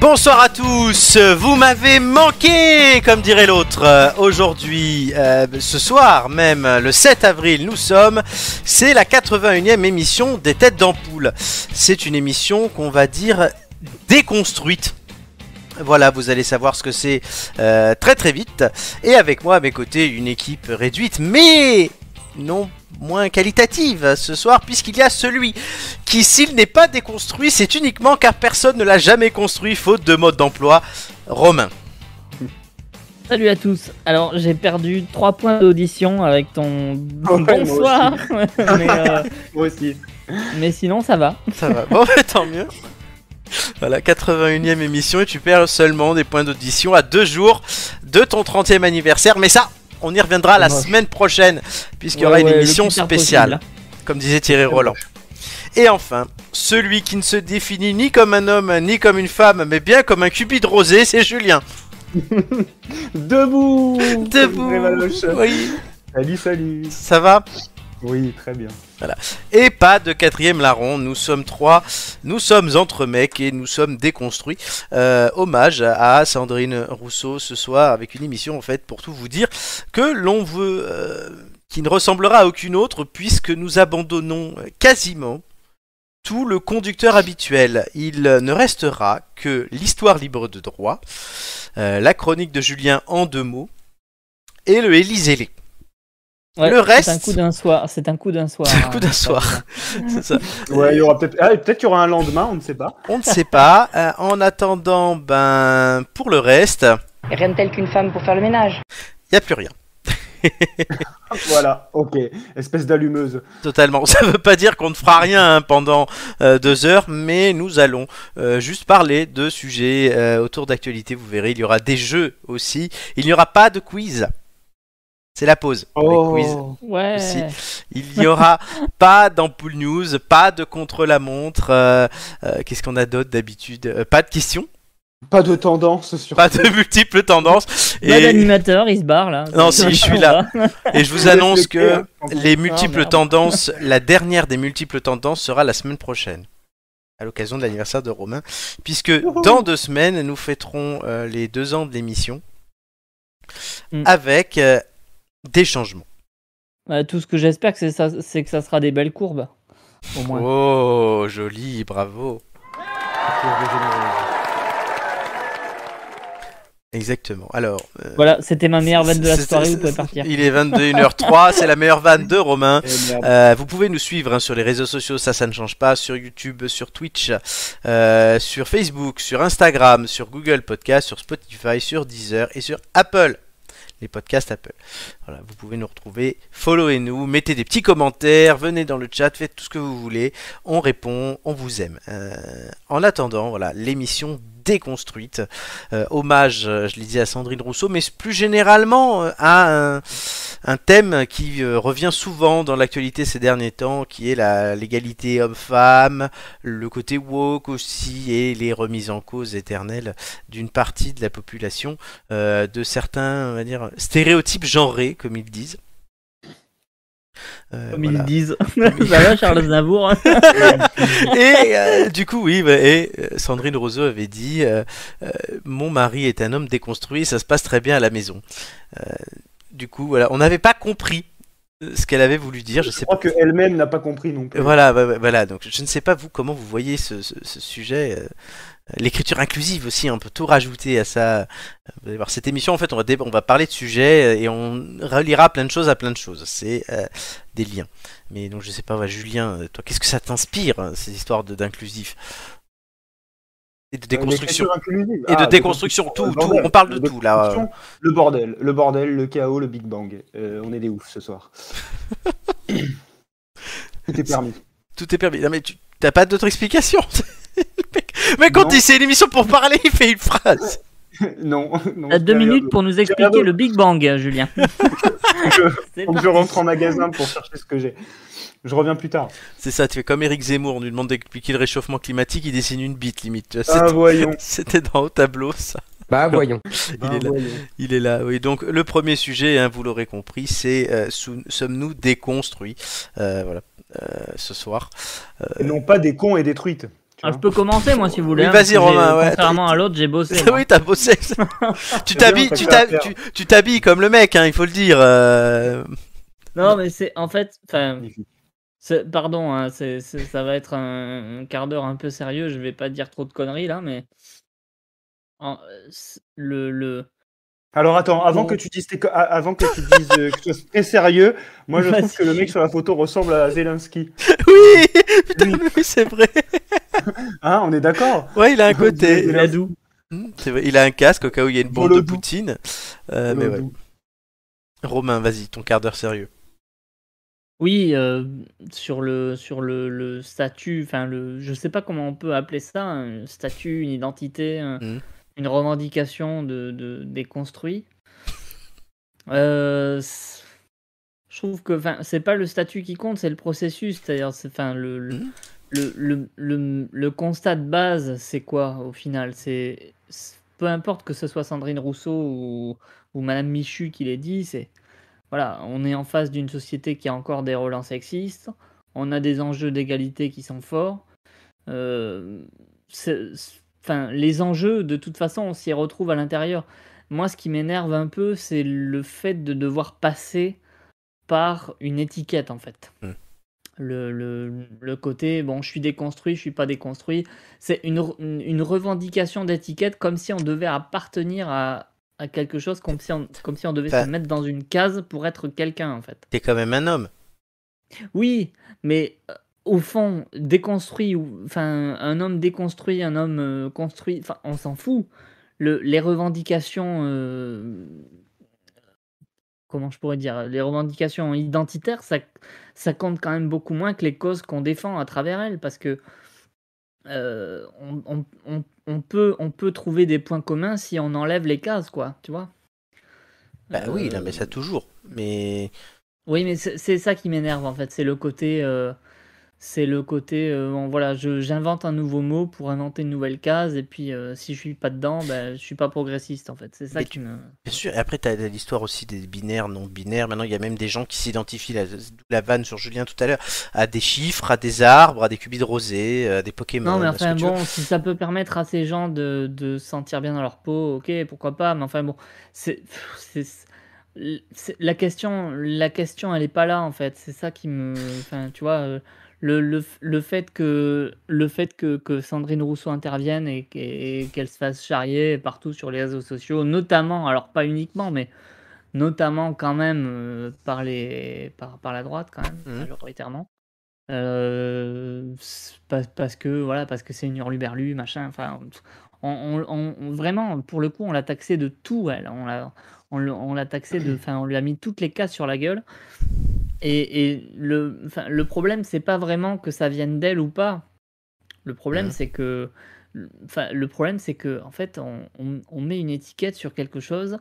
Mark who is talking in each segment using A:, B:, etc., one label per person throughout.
A: Bonsoir à tous, vous m'avez manqué, comme dirait l'autre. Euh, Aujourd'hui, euh, ce soir même, le 7 avril, nous sommes, c'est la 81e émission des Têtes d'Ampoule. C'est une émission qu'on va dire déconstruite. Voilà, vous allez savoir ce que c'est euh, très très vite. Et avec moi à mes côtés, une équipe réduite, mais non moins qualitative ce soir, puisqu'il y a celui qui, s'il n'est pas déconstruit, c'est uniquement car personne ne l'a jamais construit, faute de mode d'emploi, Romain.
B: Salut à tous. Alors, j'ai perdu 3 points d'audition avec ton
C: Ouais, moi
B: bonsoir. mais, euh,
C: Moi aussi.
B: mais sinon, ça va.
A: Ça va, bon, bah, tant mieux. Voilà, 81e émission et tu perds seulement des points d'audition à deux jours de ton 30e anniversaire. Mais ça, on y reviendra la
B: Dommage.
A: semaine prochaine, puisqu'il y aura
B: Ouais,
A: une
B: ouais, le
A: émission
B: plus tard possible,
A: spéciale.
B: là.
A: comme disait Thierry Roland. Et enfin, celui qui ne se définit ni comme un homme ni comme une femme, mais bien comme un cupide rosé, c'est Julien.
C: Debout
A: Debout.
C: Les valoches.
A: Oui,
C: Salut, salut
A: ça va
C: Oui, très bien.
A: Et pas de quatrième larron, nous sommes trois, nous sommes entre mecs et nous sommes déconstruits. Euh, hommage à Sandrine Rousseau ce soir avec une émission en fait pour tout vous dire que l'on veut, euh, qui ne ressemblera à aucune autre puisque nous abandonnons quasiment tout le conducteur habituel. Il ne restera que l'histoire libre de droit, euh, la chronique de Julien en deux mots et le Élysée.
B: Ouais,
A: Le reste-
B: C'est un coup d'un soir. C'est un coup d'un soir. hein.
A: C'est un coup d'un soir. C'est ça.
C: Ouais, il y aura peut-être. Ah, et peut-être qu'il y aura un lendemain, on ne sait pas.
A: On ne sait pas. Euh, en attendant, ben, pour le reste,
D: Et Rien de tel qu'une femme pour faire le ménage.
A: il n'y a plus rien.
C: Voilà, ok. Espèce d'allumeuse.
A: Totalement. Ça ne veut pas dire qu'on ne fera rien hein, pendant euh, deux heures, mais nous allons euh, juste parler de sujets euh, autour d'actualité. Vous verrez, il y aura des jeux aussi. Il n'y aura pas de quiz. C'est la pause. Les
B: Oh.
C: Oh.
A: quiz.
B: Ouais.
A: Aussi. Il n'y aura pas d'ampoule news, pas de contre-la-montre. euh, euh, Qu'est-ce qu'on a d'autre d'habitude Euh, Pas de questions,
C: Pas de tendance sur.
A: pas de multiples tendances.
B: Pas d'animateur, il se barre là.
A: Non, si, je suis là. Et je vous annonce que les multiples
B: merde.
A: tendances, la dernière des multiples tendances sera la semaine prochaine, à l'occasion de l'anniversaire de Romain, puisque
C: Youhou.
A: dans deux semaines, nous fêterons euh, les deux ans de l'émission
B: Mm.
A: avec euh, des changements.
B: Bah, tout ce que j'espère, que c'est ça- c'est que ça sera des belles courbes. Au moins.
A: Oh, joli, bravo. Exactement. Alors, euh,
B: Voilà, c'était ma meilleure vanne de la
A: c'est-
B: soirée.
A: c'est-
B: Vous pouvez
A: c'est-
B: partir.
A: Il est 21h03, c'est la meilleure vanne de Romain.
C: Eh merde.
A: Euh, vous pouvez nous suivre hein, sur les réseaux sociaux, ça, ça ne change pas, sur YouTube, sur Twitch, euh, sur Facebook, sur Instagram, sur Google Podcast, sur Spotify, sur Deezer et sur Apple. Les podcasts Apple. Voilà, vous pouvez nous retrouver. Followez-nous, mettez des petits commentaires, venez dans le chat, faites tout ce que vous voulez. On répond, on vous aime. Euh, en attendant, voilà, l'émission déconstruite. Euh, hommage, euh, je l'ai dit, à Sandrine Rousseau, mais plus généralement euh, à un, un thème qui euh, revient souvent dans l'actualité ces derniers temps, qui est la l'égalité homme-femme, le côté woke aussi, et les remises en cause éternelles d'une partie de la population, euh, de certains, on va dire, stéréotypes genrés, comme ils disent. Euh,
B: Comme
A: voilà.
B: ils disent. bah là, Charles Aznavour.
A: Et euh, du coup, oui, bah, et euh, Sandrine Rousseau avait dit euh, euh, Mon mari est un homme déconstruit, ça se passe très bien à la maison. Euh, du coup, voilà, on n'avait pas compris euh, ce qu'elle avait voulu dire, je
C: Je
A: sais pas.
C: crois qu'elle-même n'a pas compris non plus.
A: Voilà, bah, bah, voilà, donc je ne sais pas vous comment vous voyez ce, ce- ce sujet. euh, L'écriture inclusive aussi, hein, on peut tout rajouter à ça. Vous allez voir, cette émission, en fait, on va, dé- on va parler de sujets euh, et on reliera plein de choses à plein de choses. C'est euh, des liens. Mais donc, je sais pas, ouais, Julien, euh, toi, qu'est-ce que ça t'inspire, hein, ces histoires de- d'inclusif Et
C: Euh,
A: de déconstruction.
C: L'écriture inclusive.
A: Et de
C: Ah,
A: déconstruction, tout,
C: Le
A: tout,
C: bordel.
A: on parle de tout, là.
C: Déconstruction, Le bordel, le bordel, le chaos, le Big Bang. Euh, on est des oufs ce soir. Tout est permis.
A: Tout est permis. Non, mais tu t'as pas d'autre explication Le mec- Mais quand
C: Non.
A: il c'est une émission pour parler, il fait une phrase.
C: non, non.
B: T'as deux
C: c'est
B: minutes pour nous expliquer
C: d'autre.
B: le Big Bang, Julien. C'est
C: Faut que
B: parti.
C: je rentre en magasin pour chercher ce que j'ai. Je reviens plus tard.
A: C'est ça, tu fais comme Eric Zemmour, on lui demande d'expliquer le réchauffement climatique, il dessine une bite limite. tu vois,
C: Ah,
A: c'était-
C: voyons.
A: C'était dans haut tableau, ça.
E: Bah voyons.
C: Ben,
A: est là.
C: voyons.
A: Il est là, oui. Donc, le premier sujet, hein, vous l'aurez compris, c'est euh, sou- sommes-nous déconstruits Euh, Voilà, euh, ce soir.
C: Et Non pas des cons et des truites. Tu
B: Ah, je peux commencer moi si vous voulez.
A: Oui,
B: hein,
A: vas-y,
B: parce que j'ai-
A: Romain, ouais.
B: Contrairement à l'autre, j'ai bossé. moi.
A: oui, t'as bossé. tu
C: C'est
A: t'habilles,
C: bien, t'as
A: tu
C: que
A: t'ha-
C: ça à faire.
A: tu- tu t'habilles comme le mec, hein, il faut le dire. euh,
B: Non, mais c'est en fait, enfin,
C: Magnifique.
B: c'est- pardon, hein, c'est- c'est- ça va être un, un quart d'heure un peu sérieux. Je vais pas dire trop de conneries là, mais en- euh, c'est- le le.
C: Alors attends, avant
B: Bon.
C: que tu dises, tes co- a- avant que tu dises euh, que tu sois très sérieux, moi je trouve
B: Vas-y.
C: que le mec sur la photo ressemble à Zelensky.
A: Oui, putain, oui, c'est vrai.
C: Hein, on est d'accord
A: Ouais, il a un
C: Et
A: côté.
C: là-
B: Vladou.
A: Hmm, c'est vrai, il a un casque au cas où il y a une bombe de
C: Volodou.
A: Poutine. Euh, mais ouais. Romain, vas-y, ton quart d'heure sérieux.
B: Oui, euh, sur le sur le, le statut, enfin le, je sais pas comment on peut appeler ça, un statut, une identité, un-
A: Mhm.
B: une revendication de, de des construits. Euh, c- je trouve que, enfin, c'est pas le statut qui compte, c'est le processus, c'est-à-dire, c'est- enfin, le le,
A: Mhm.
B: le, le, le- le constat de base, c'est quoi au final C'est c'est- peu importe que ce soit Sandrine Rousseau ou ou Madame Michu qui l'ait dit, c'est voilà, on est en face d'une société qui a encore des relents sexistes, on a des enjeux d'égalité qui sont forts. euh, c'est- c'est- enfin, les enjeux, de toute façon, on s'y retrouve à l'intérieur. Moi, ce qui m'énerve un peu, c'est le fait de devoir passer par une étiquette, en fait.
A: Mm.
B: Le, le- le côté, bon, je suis déconstruit, je suis pas déconstruit, c'est une, re- une- une revendication d'étiquette comme si on devait appartenir à, à quelque chose, comme si on, comme si on devait
A: Enfin-
B: se mettre dans une case pour être quelqu'un, en fait.
A: T'es quand même un homme.
B: Oui, mais euh, au fond, déconstruit, ou enfin, un homme déconstruit, un homme euh, construit, enfin, on s'en fout. Le, les revendications, euh, comment je pourrais dire, les revendications identitaires, ça, ça compte quand même beaucoup moins que les causes qu'on défend à travers elles, parce que euh, on, on- on- on peut, on peut trouver des points communs si on enlève les cases, quoi, tu vois.
A: Bah oui,
B: Euh,
A: non, mais ça toujours. Mais
B: oui, mais c'est c'est ça qui m'énerve en fait. C'est le côté, euh, c'est le côté. euh, bon, voilà, je- j'invente un nouveau mot pour inventer une nouvelle case, et puis euh, si je suis pas dedans, ben, je suis pas progressiste en fait. C'est ça
A: Mais
B: qui me.
A: Bien sûr, et après, tu as l'histoire aussi des binaires, non binaires. Maintenant, il y a même des gens qui s'identifient, la, la vanne sur Julien tout à l'heure, à des chiffres, à des arbres, à des cubes de rosée, euh, à des Pokémon.
B: Non, mais
A: à bah, ce que
B: enfin
A: tu
B: bon,
A: veux.
B: si ça peut permettre à ces gens de, de se sentir bien dans leur peau, ok, pourquoi pas. Mais enfin bon, c'est pff, c'est- c'est- la question, la question, elle est pas là en fait. C'est ça qui me, enfin, tu vois, euh, le, le, f- le fait que le fait que, que Sandrine Rousseau intervienne et, et- et qu'elle se fasse charrier partout sur les réseaux sociaux, notamment, alors pas uniquement, mais notamment quand même euh, par les par, par la droite quand même
A: Mhm.
B: majoritairement Euh, c'est pas- parce que voilà parce que c'est une hurluberlu machin enfin on, on- on- on- vraiment pour le coup on l'a taxé de tout elle on l'a on, l'a- on l'a taxé de enfin on lui a mis toutes les cases sur la gueule et, et le enfin, le problème c'est pas vraiment que ça vienne d'elle ou pas le problème
A: Mhm.
B: c'est que enfin le problème c'est que en fait on- on- on met une étiquette sur quelque chose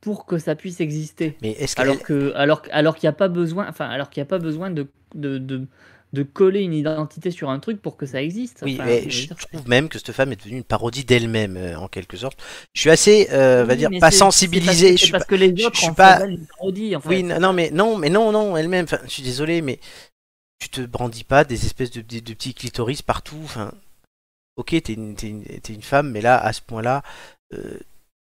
B: pour que ça puisse exister.
A: Mais est-ce qu'elle.
B: Alors que, alors, que- alors qu'il n'y a pas besoin, enfin, alors qu'il n'y a pas besoin de, de, de, de coller une identité sur un truc pour que ça existe.
A: Oui,
B: Enfin,
A: mais
B: je veux
A: je
B: dire,
A: trouve même que cette femme est devenue une parodie d'elle-même, euh, en quelque sorte. Je suis assez, euh, on va
B: oui,
A: dire,
B: mais
A: pas
B: c'est-
A: sensibilisé.
B: c'est
A: je suis
B: parce que les
A: je-
B: autres
A: je suis
B: en
A: pas-
B: faisaient une parodie, en fait.
A: Oui, n- non, mais non, mais non, non, elle-même. Enfin, je suis désolé, mais tu te brandis pas des espèces de, petits- de petits clitoris partout. Enfin, ok, t'es une, t'es une- t'es une femme, mais là, à ce point-là, euh,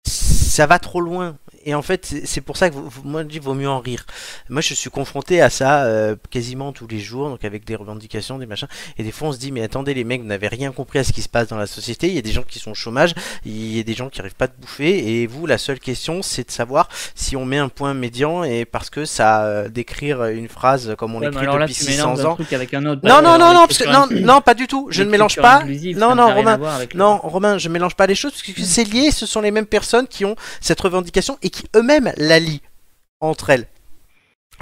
A: ça va trop loin. Et en fait, c'est c'est pour ça que vous- vous- moi, je dis, vaut mieux en rire. Moi, je suis confronté à ça euh, quasiment tous les jours, donc avec des revendications, des machins. Et des fois, on se dit, mais attendez, les mecs, vous n'avez rien compris à ce qui se passe dans la société. Il y a des gens qui sont au chômage, il y a des gens qui n'arrivent pas de bouffer. Et vous, la seule question, c'est de savoir si on met un point médian et parce que ça euh, d'écrire une phrase comme on
B: Ouais, mais
A: l'écrit
B: alors là,
A: depuis
B: tu mélanges
A: 600
B: un
A: ans.
B: truc avec un autre. Bah,
A: Non non non non parce que
B: L'écriture
A: non
B: inclusive-
A: non pas du tout. Je ne mélange
B: l'écriture
A: pas.
B: inclusive,
A: Non non
B: ça n'a rien à
A: Romain.
B: voir avec le- Mm.
A: Non Romain, je mélange pas les choses parce que c'est lié. Ce sont les mêmes personnes qui ont cette revendication et qui eux-mêmes la lient entre elles.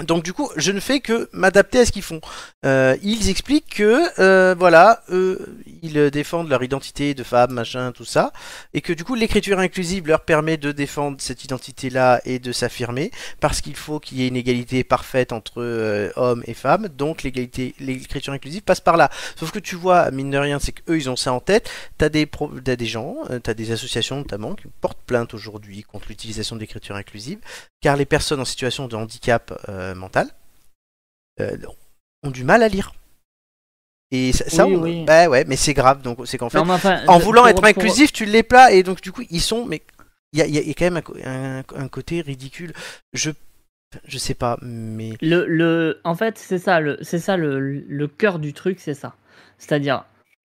A: Donc du coup, je ne fais que m'adapter à ce qu'ils font. Euh, ils expliquent que euh, voilà, eux, ils euh, défendent leur identité de femme, machin, tout ça, et que du coup, l'écriture inclusive leur permet de défendre cette identité-là et de s'affirmer parce qu'il faut qu'il y ait une égalité parfaite entre euh, hommes et femmes. Donc l'égalité, l'écriture inclusive passe par là. Sauf que tu vois, mine de rien, c'est qu'eux, ils ont ça en tête. T'as des, pro- t'as des gens, euh, t'as des associations notamment qui portent plainte aujourd'hui contre l'utilisation de l'écriture inclusive car les personnes en situation de handicap euh, mental euh, ont du mal à lire. Et ça, ça,
B: Oui,
A: on-
B: oui.
A: bah ouais, mais c'est grave. Donc c'est qu'en fait,
B: Non, mais enfin,
A: en
B: je-
A: voulant
B: pour-
A: être
B: pour-
A: inclusif, tu l'es pas. Et donc du coup, ils sont. Mais il y a, il y a- il y a quand même un co- un, un côté ridicule. Je, je sais pas, mais
B: Le, le, en fait, c'est ça, le, c'est ça le, le cœur du truc, c'est ça. C'est-à-dire,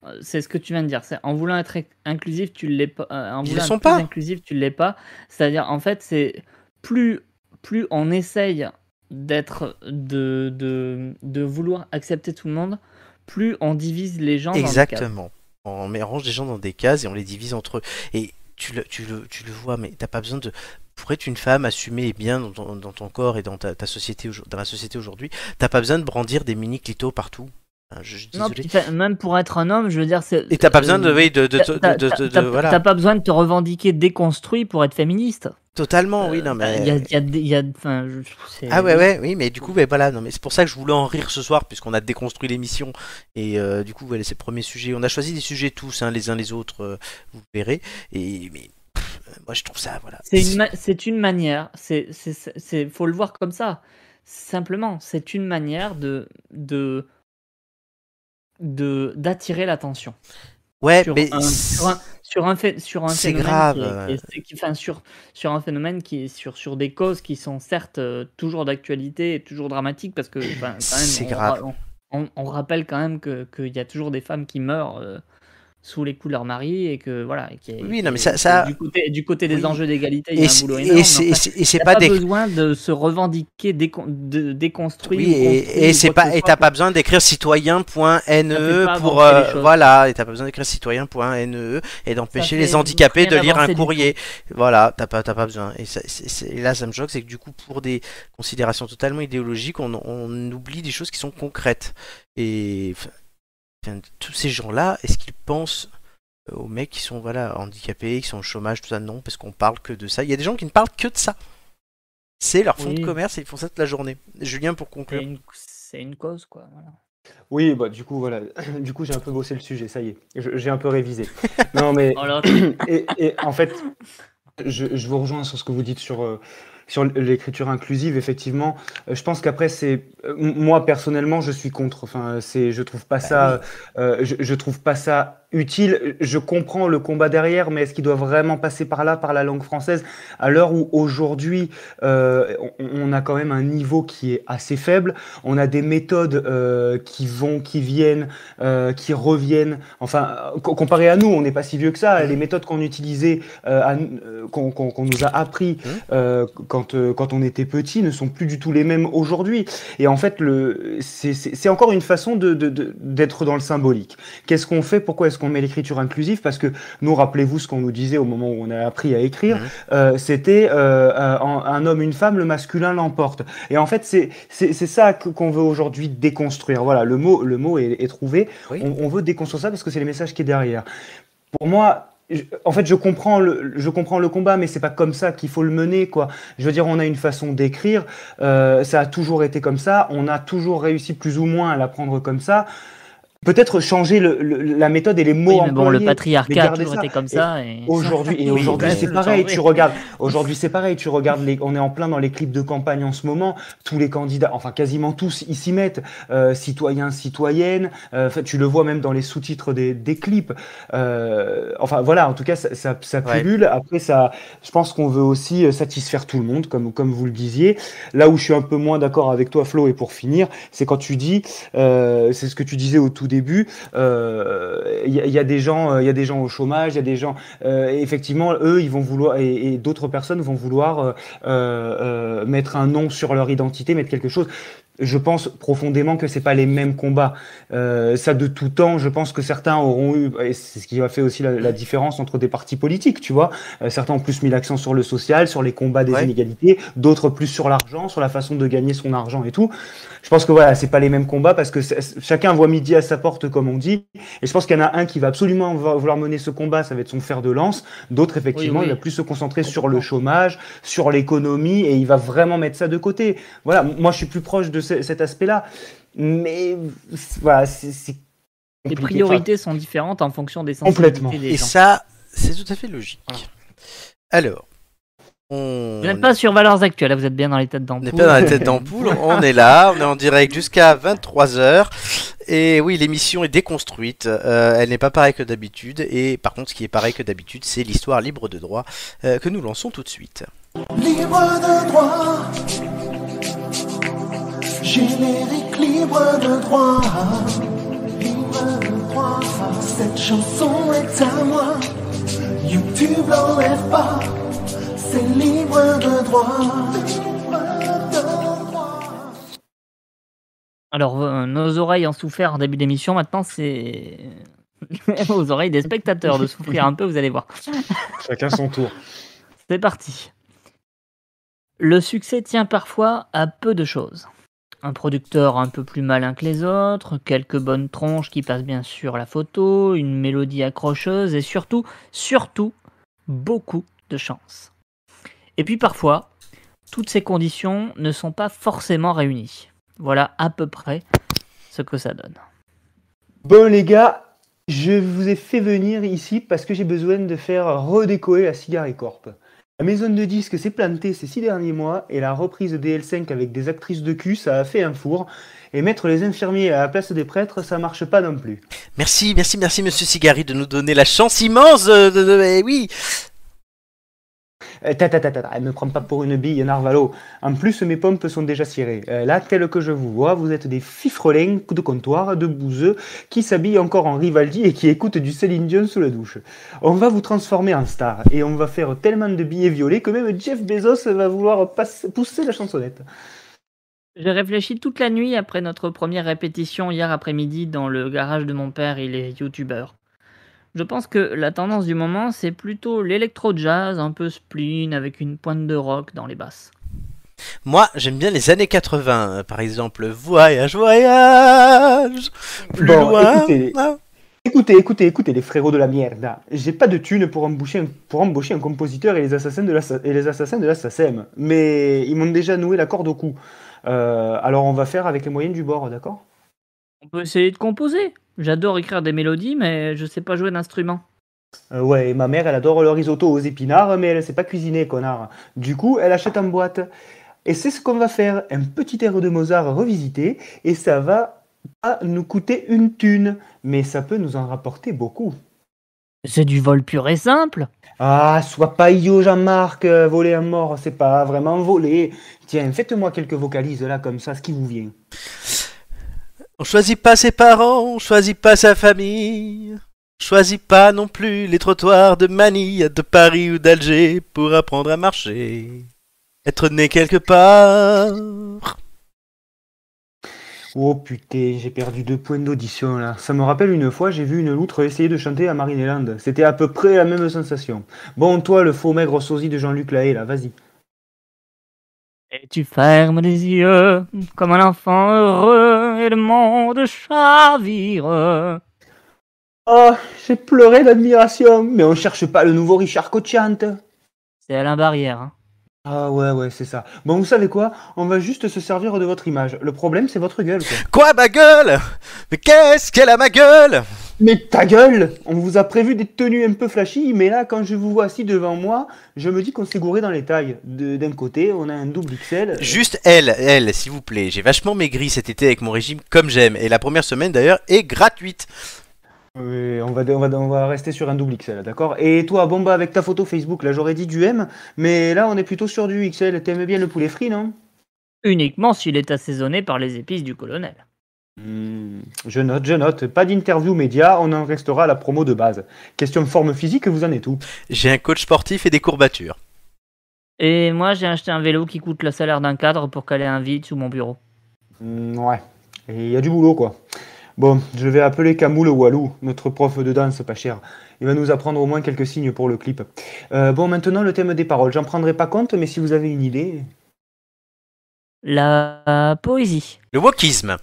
B: euh, c'est ce que tu viens de dire. C'est en voulant être inc- inclusif, tu l'es pas. euh, en
A: Ils le
B: voulant
A: sont
B: être plus
A: pas.
B: Inclusif, tu l'es pas. C'est-à-dire, en fait, c'est plus, plus on essaye d'être, de, de, de vouloir accepter tout le monde, plus on divise les gens. dans le cadre.
A: Exactement. On met- range des gens dans des cases et on les divise entre eux. Et tu le, tu le, tu le vois, mais t'as pas besoin de. Pour être une femme assumée et bien dans ton, dans ton corps et dans ta, ta société aujourd- dans la société aujourd'hui, t'as pas besoin de brandir des mini clitos partout. Hein, Je, je suis
B: Non,
A: désolé.
B: puis t'as- même pour être un homme, je veux dire, c'est.
A: Et t'as pas besoin de,
B: euh,
A: oui, de, de,
B: t'as-
A: de-
B: t'as-
A: de- de-
B: t'as-
A: de-
B: t'as-
A: voilà.
B: T'as pas besoin de te revendiquer déconstruit pour être féministe.
A: Totalement, oui, non,
B: Euh,
A: mais.
B: Il y a, il y a des- il y a- enfin, je- c'est-
A: Ah ouais, ouais, oui, mais du coup, ben voilà, non, mais c'est pour ça que je voulais en rire ce soir, puisqu'on a déconstruit l'émission, et euh, du coup, voilà, c'est le premier sujet. On a choisi des sujets tous, hein, les uns les autres, euh, vous verrez, et mais pff, euh, moi je trouve ça, voilà.
B: C'est une, ma- c'est une manière, c'est, c'est, c'est- c'est- faut le voir comme ça. Simplement, c'est une manière de, de, de d'attirer l'attention
A: Ouais,
B: sur,
A: Eh, mais
B: un, sur un sur un phé- sur un
A: c'est
B: phénomène
A: grave,
B: qui est-
A: ouais.
B: qui est- c'est- qui- enfin, sur sur un phénomène qui est sur sur des causes qui sont certes euh, toujours d'actualité et toujours dramatiques parce que enfin, quand même,
A: C'est
B: on
A: grave.
B: ra- On, on rappelle quand même que qu'il y a toujours des femmes qui meurent euh, sous les coups de leur mari et que voilà. et qu'il y a-
A: Oui, non, mais
B: et
A: ça-
B: que
A: ça-
B: Du côté du côté des
A: Oui.
B: enjeux d'égalité, il y
A: et
B: a un
A: c'est-
B: boulot énorme.
A: et c'est
B: mais
A: et
B: enfin,
A: c'est- et c'est
B: T'as
A: pas
B: pas
A: des
B: besoin de se revendiquer, décon- de déconstruire.
A: oui,
B: ou
A: et,
B: construire
A: et
B: ou
A: c'est
B: quoi que
A: pas
B: ce
A: et
B: soit
A: t'as
B: pour-
A: pas besoin d'écrire citoyen.ne
B: Ça fait pas
A: E pour
B: avancer les
A: euh,
B: choses.
A: voilà et t'as pas besoin d'écrire citoyen.ne E et d'empêcher
B: fait
A: les handicapés de
B: rien
A: lire un
B: avancer du
A: courrier voilà t'as pas t'as pas besoin et, ça- c'est- c'est- et là ça me choque c'est que du coup pour des considérations totalement idéologiques on, on oublie des choses qui sont concrètes et enfin, enfin, tous ces gens là est-ce qu'ils pensent euh, aux mecs qui sont voilà handicapés qui sont au chômage tout ça non parce qu'on parle que de ça il y a des gens qui ne parlent que de ça c'est leur fond de
B: Oui.
A: commerce et ils font ça toute la journée Julien pour conclure
B: C'est une, c'est une cause, quoi. voilà.
C: Oui, bah du coup voilà, du coup j'ai un peu bossé le sujet, ça y est, Je- j'ai un peu révisé. Non mais
B: Oh là,
C: et, et en fait, je, je vous rejoins sur ce que vous dites sur, euh, sur l'écriture inclusive, effectivement. Euh, Je pense qu'après, c'est. euh, m- Moi, personnellement, je suis contre. Enfin, c'est, je trouve pas ça. euh, je, je trouve pas ça utile. Je comprends le combat derrière, mais est-ce qu'il doit vraiment passer par là, par la langue française, à l'heure où aujourd'hui, euh, on, on a quand même un niveau qui est assez faible. On a des méthodes euh, qui vont, qui viennent, euh, qui reviennent. Enfin, euh, co- comparé à nous, on n'est pas si vieux que ça. Les méthodes qu'on utilisait, euh, à nous- euh, qu'on qu'on- qu'on nous a appris
A: Mhm.
C: euh, quand, euh, quand on était petit, ne sont plus du tout les mêmes aujourd'hui. Et en fait, le- c'est- c'est c'est encore une façon de- de- de- d'être dans le symbolique. Qu'est-ce qu'on fait Pourquoi est-ce qu'on met l'écriture inclusive Parce que nous, rappelez-vous ce qu'on nous disait au moment où on a appris à écrire,
A: Mhm.
C: euh, c'était euh, un, un homme, une femme, le masculin l'emporte. Et en fait, c'est c'est- c'est ça que- qu'on veut aujourd'hui déconstruire. Voilà, le mot, le mot est- est trouvé.
A: Oui.
C: On, on veut déconstruire ça parce que c'est le message qui est derrière. Pour moi, je- en fait, je comprends le, je comprends le combat, mais c'est pas comme ça qu'il faut le mener, quoi. Je veux dire, on a une façon d'écrire, euh, ça a toujours été comme ça, on a toujours réussi plus ou moins à l'apprendre comme ça. Peut-être changer le- le- la méthode et les mots
B: oui, mais bon, le
C: employés. mais
B: patriarcat a
C: gardez
B: toujours
C: ça.
B: été comme ça. Et...
C: Aujourd'hui et
B: Oui,
C: aujourd'hui
B: bah,
C: c'est
B: le
C: pareil.
B: changer.
C: Tu regardes. Aujourd'hui c'est pareil. Tu regardes. Les, on est en plein dans les clips de campagne en ce moment. Tous les candidats, enfin quasiment tous, ils s'y mettent. Euh, citoyens, citoyennes. euh, enfin, tu le vois même dans les sous-titres des, des clips. Euh, enfin voilà. En tout cas, ça, ça, ça
A: Ouais.
C: pullule. Après ça, je pense qu'on veut aussi euh, satisfaire tout le monde, comme comme vous le disiez. Là où je suis un peu moins d'accord avec toi, Flo, et pour finir, c'est quand tu dis, euh, c'est ce que tu disais au tout début. euh, Il y, a- il y a des gens, euh, il y a des gens au chômage, il y a des gens euh, et effectivement, eux, ils vont vouloir, et, et d'autres personnes vont vouloir euh, euh, euh, mettre un nom sur leur identité, mettre quelque chose. Je pense profondément que c'est pas les mêmes combats. Euh, ça de tout temps, je pense que certains auront eu, et c'est ce qui a fait aussi la, la différence entre des partis politiques, tu vois. Euh, certains ont plus mis l'accent sur le social, sur les combats des
A: Ouais.
C: inégalités, d'autres plus sur l'argent, sur la façon de gagner son argent et tout. Je pense que voilà, c'est pas les mêmes combats parce que c'est- chacun voit midi à sa porte, comme on dit. Et je pense qu'il y en a un qui va absolument vo- vouloir mener ce combat, ça va être son fer de lance. D'autres, effectivement,
B: Oui, oui.
C: il va plus se concentrer sur le chômage, sur l'économie, et il va vraiment mettre ça de côté. Voilà, m- moi je suis plus proche de ce- cet aspect-là. Mais c'est- voilà, c'est. c'est
B: Les
C: compliqué.
B: priorités sont différentes en fonction des
C: Complètement.
B: sensibilités des
A: Et
B: gens.
A: ça, c'est tout à fait logique. Alors, On
B: Vous n'êtes pas sur Valeurs Actuelles, là, vous êtes bien dans les têtes
A: on n'est
B: d'ampoule.
A: pas dans la tête d'ampoule, on est là, on est en direct jusqu'à 23h. Et oui, l'émission est déconstruite, euh, elle n'est pas pareille que d'habitude. Et par contre, ce qui est pareil que d'habitude, c'est l'histoire libre de droit euh, que nous lançons tout de suite.
E: Libre de droit. Générique libre de droit. Libre de droit. Cette chanson est à moi. YouTube l'enlève pas. C'est libre de droit. Libre de droit.
B: Alors, euh, nos oreilles en souffert en début d'émission, maintenant c'est aux oreilles des spectateurs de souffrir un peu, vous allez voir.
C: Chacun son tour.
B: C'est parti. Le succès tient parfois à peu de choses. Un producteur un peu plus malin que les autres, quelques bonnes tronches qui passent bien sûr la photo, une mélodie accrocheuse et surtout, surtout, beaucoup de chance. Et puis parfois, toutes ces conditions ne sont pas forcément réunies. Voilà à peu près ce que ça donne.
C: Bon les gars, je vous ai fait venir ici parce que j'ai besoin de faire redécoller la Cigaricorp. La maison de disques s'est plantée ces six derniers mois et la reprise de DL5 avec des actrices de cul, ça a fait un four. Et mettre les infirmiers à la place des prêtres, ça marche pas non plus.
A: Merci, merci, merci, monsieur Cigari, de nous donner la chance immense de. de- de- eh oui
C: Euh, ta ta ta ta, ta, me prends pas pour une bille, narvalo. En plus, mes pompes sont déjà cirées. Euh, là, tel que je vous vois, vous êtes des fifrelins de comptoir, de bouseux, qui s'habillent encore en Rivaldi et qui écoutent du Céline Dion sous la douche. On va vous transformer en star et on va faire tellement de billets violets que même Jeff Bezos va vouloir passe- pousser la chansonnette.
B: J'ai réfléchi toute la nuit après notre première répétition hier après-midi dans le garage de mon père, il est youtubeur. Je pense que la tendance du moment, c'est plutôt l'électro-jazz, un peu spleen, avec une pointe de rock dans les basses.
A: Moi, j'aime bien les années 80, euh, par exemple, voyage, voyage Plus
C: Bon,
A: loin
C: écoutez.
A: hein.
C: Écoutez, écoutez, écoutez, les frérots de la merde. J'ai pas de thunes pour embaucher un, pour embaucher un compositeur et les assassins de la, Sa- et les assassins de la SACEM. E Mais ils m'ont déjà noué la corde au cou. Euh, alors on va faire avec les moyens du bord, d'accord
B: On peut essayer de composer. J'adore écrire des mélodies, mais je sais pas jouer d'instrument.
C: Euh, Ouais, et ma mère, elle adore le risotto aux épinards, mais elle sait pas cuisiner, connard. Du coup, elle achète en boîte. Et c'est ce qu'on va faire, un petit air de Mozart revisité, et ça va pas nous coûter une thune, mais ça peut nous en rapporter beaucoup.
B: C'est du vol pur et simple.
C: Ah, sois pas idiot, Jean-Marc, euh, voler un mort, c'est pas vraiment voler. Tiens, faites-moi quelques vocalises là, comme ça, ce qui vous vient.
A: On choisit pas ses parents, on choisit pas sa famille. On Choisit pas non plus les trottoirs de Manille, de Paris ou d'Alger pour apprendre à marcher. Être né quelque part.
C: Oh putain, j'ai perdu deux points d'audition là. Ça me rappelle une fois, j'ai vu une loutre essayer de chanter à Marineland. C'était à peu près la même sensation. Bon, toi, le faux maigre sosie de Jean-Luc Lahaye là, vas-y.
B: Et tu fermes les yeux comme un enfant heureux et le monde chavire.
C: Oh, j'ai pleuré d'admiration, mais on cherche pas le nouveau Richard Cochante.
B: C'est Alain Barrière. hein.
C: Ah ouais, ouais, c'est ça. Bon, vous savez quoi On va juste se servir de votre image. Le problème, c'est votre gueule, quoi.
A: Quoi ma gueule Mais qu'est-ce qu'elle a ma gueule
C: Mais ta gueule On vous a prévu des tenues un peu flashy, mais là, quand je vous vois assis devant moi, je me dis qu'on s'est gouré dans les tailles. De- D'un côté, on a un double XL.
A: Juste elle, elle, s'il vous plaît. J'ai vachement maigri cet été avec mon régime comme j'aime. Et la première semaine d'ailleurs est gratuite.
C: Oui, Euh, on va, on, va, on va rester sur un double XL, d'accord Et toi, Bomba, avec ta photo Facebook, là, j'aurais dit du M, mais là, on est plutôt sur du XL. T'aimes bien le poulet frit, non
B: Uniquement s'il est assaisonné par les épices du colonel.
C: Hmm, Je note, je note. Pas d'interview média, on en restera à la promo de base. Question de forme physique, vous en êtes où
A: J'ai un coach sportif et des courbatures.
B: Et moi, j'ai acheté un vélo qui coûte le salaire d'un cadre pour caler un vide sous mon bureau.
C: Hmm, ouais, et il y a du boulot quoi. Bon, je vais appeler Camoule Walou, notre prof de danse pas cher. Il va nous apprendre au moins quelques signes pour le clip. Euh, bon, maintenant le thème des paroles. J'en prendrai pas compte, mais si vous avez une idée.
B: La poésie,
A: Le wokisme,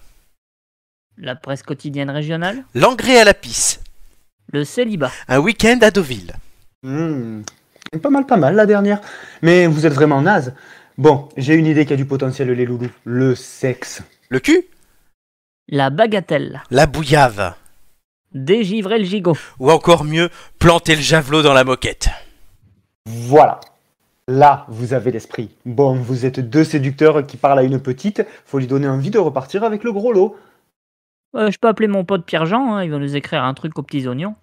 B: la presse quotidienne régionale,
A: l'engrais à la pisse,
B: le célibat.
A: un week-end à Deauville.
C: Hmm, Pas mal, pas mal la dernière. Mais vous êtes vraiment naze. Bon, j'ai une idée qui a du potentiel, les loulous. Le sexe.
A: Le cul
B: La bagatelle,
A: La bouillave.
B: dégivrer le gigot.
A: Ou encore mieux, planter le javelot dans la moquette.
C: Voilà. Là, vous avez l'esprit. Bon, vous êtes deux séducteurs qui parlent à une petite, faut lui donner envie de repartir avec le gros lot.
B: Euh, je peux appeler mon pote Pierre-Jean, hein, il va nous écrire un truc aux petits oignons.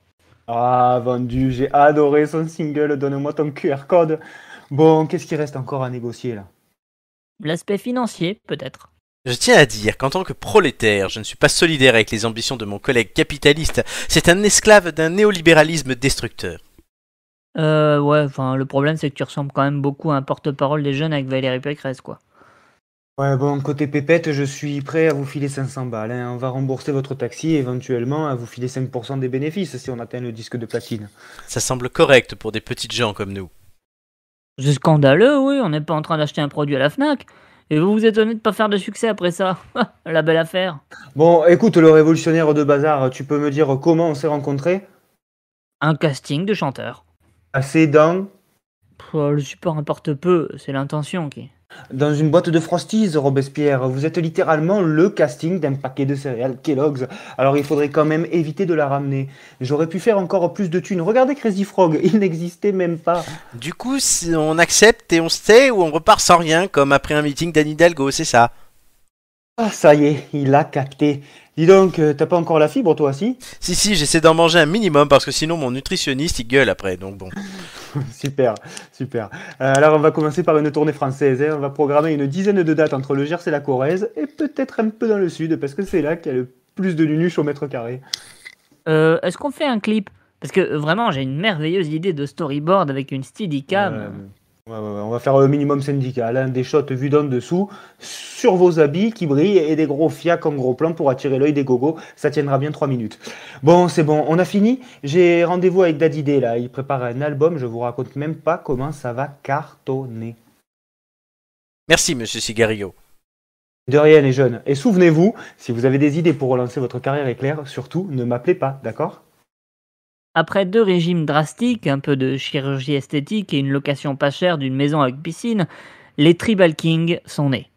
C: Ah, vendu, j'ai adoré son single, donne-moi ton QR code. Bon, qu'est-ce qui reste encore à négocier là
B: L'aspect financier, peut-être.
A: Je tiens à dire qu'en tant que prolétaire, je ne suis pas solidaire avec les ambitions de mon collègue capitaliste. C'est un esclave d'un néolibéralisme destructeur.
B: Euh, ouais, enfin, le problème, c'est que tu ressembles quand même beaucoup à un porte-parole des jeunes avec Valérie Pécresse, quoi.
C: Ouais, bon, côté pépette, je suis prêt à vous filer 500 balles. hein. On va rembourser votre taxi et éventuellement à vous filer 5% des bénéfices si on atteint le disque de platine.
A: Ça semble correct pour des petites gens comme nous.
B: C'est scandaleux, oui, on n'est pas en train d'acheter un produit à la Fnac. Et vous vous étonnez de pas faire de succès après ça La belle affaire.
C: Bon, écoute, le révolutionnaire de bazar, tu peux me dire comment on s'est rencontrés
B: Un casting de chanteurs.
C: Assez dans
B: Pff, le support importe peu, c'est l'intention qui...
C: Dans une boîte de Frosties, Robespierre, vous êtes littéralement le casting d'un paquet de céréales Kellogg's. Alors il faudrait quand même éviter de la ramener. J'aurais pu faire encore plus de thunes. Regardez Crazy Frog, il n'existait même pas.
A: Du coup, si on accepte et on se tait ou on repart sans rien, comme après un meeting d'Anne Hidalgo, c'est ça
C: Ah ça y est, il a capté. Dis donc, euh, t'as pas encore la fibre toi aussi
A: Si, si, j'essaie d'en manger un minimum parce que sinon mon nutritionniste il gueule après, donc bon.
C: Super, super. Euh, alors on va commencer par une tournée française. hein. On va programmer une dizaine de dates entre le Gers et la Corrèze, et peut-être un peu dans le sud, parce que c'est là qu'il y a le plus de nunuches au mètre carré.
B: Euh, Est-ce qu'on fait un clip Parce que euh, vraiment, j'ai une merveilleuse idée de storyboard avec une steadicam.
C: Euh, ouais, ouais, ouais, on va faire le minimum syndical, hein, des shots vus d'en dessous, sur vos habits qui brillent et des gros fiacs en gros plan pour attirer l'œil des gogos. Ça tiendra bien 3 minutes. Bon, c'est bon, on a fini. J'ai rendez-vous avec Daddy Day là. Il prépare un album, je vous raconte même pas comment ça va cartonner.
A: Merci, monsieur Cigario.
C: De rien, les jeunes. Et souvenez-vous, si vous avez des idées pour relancer votre carrière éclair, surtout ne m'appelez pas, d'accord
B: Après deux régimes drastiques, un peu de chirurgie esthétique et une location pas chère d'une maison avec piscine, les Tribal Kings sont nés.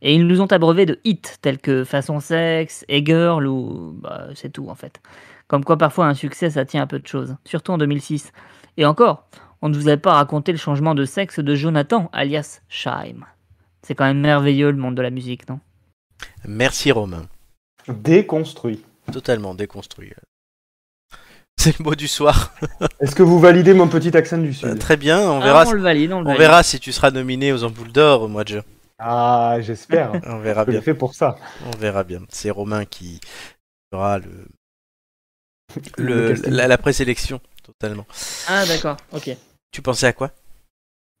B: Et ils nous ont abreuvés de hits tels que Façon Sexe, et Girl ou. bah, c'est tout en fait. Comme quoi parfois un succès ça tient à peu de choses, surtout en 2006. Et encore, on ne vous avait pas raconté le changement de sexe de Jonathan, alias Scheim. C'est quand même merveilleux le monde de la musique, non
A: Merci Romain.
C: Déconstruit.
A: Totalement déconstruit. C'est le mot du soir.
C: Est-ce que vous validez mon petit accent du
A: Euh,
C: sud
A: Très bien, on
B: Ah,
A: verra,
B: on le valide, on le
A: on
B: valide.
A: verra si tu seras nominé aux Ampoules d'Or au mois de juin.
C: Ah, j'espère.
A: On verra
C: Je l'ai
A: bien.
C: fait pour ça.
A: On verra bien. C'est Romain qui fera le,
C: Le
A: le-
C: casting.
A: la, la présélection. Totalement.
B: Ah d'accord, ok.
A: Tu pensais à quoi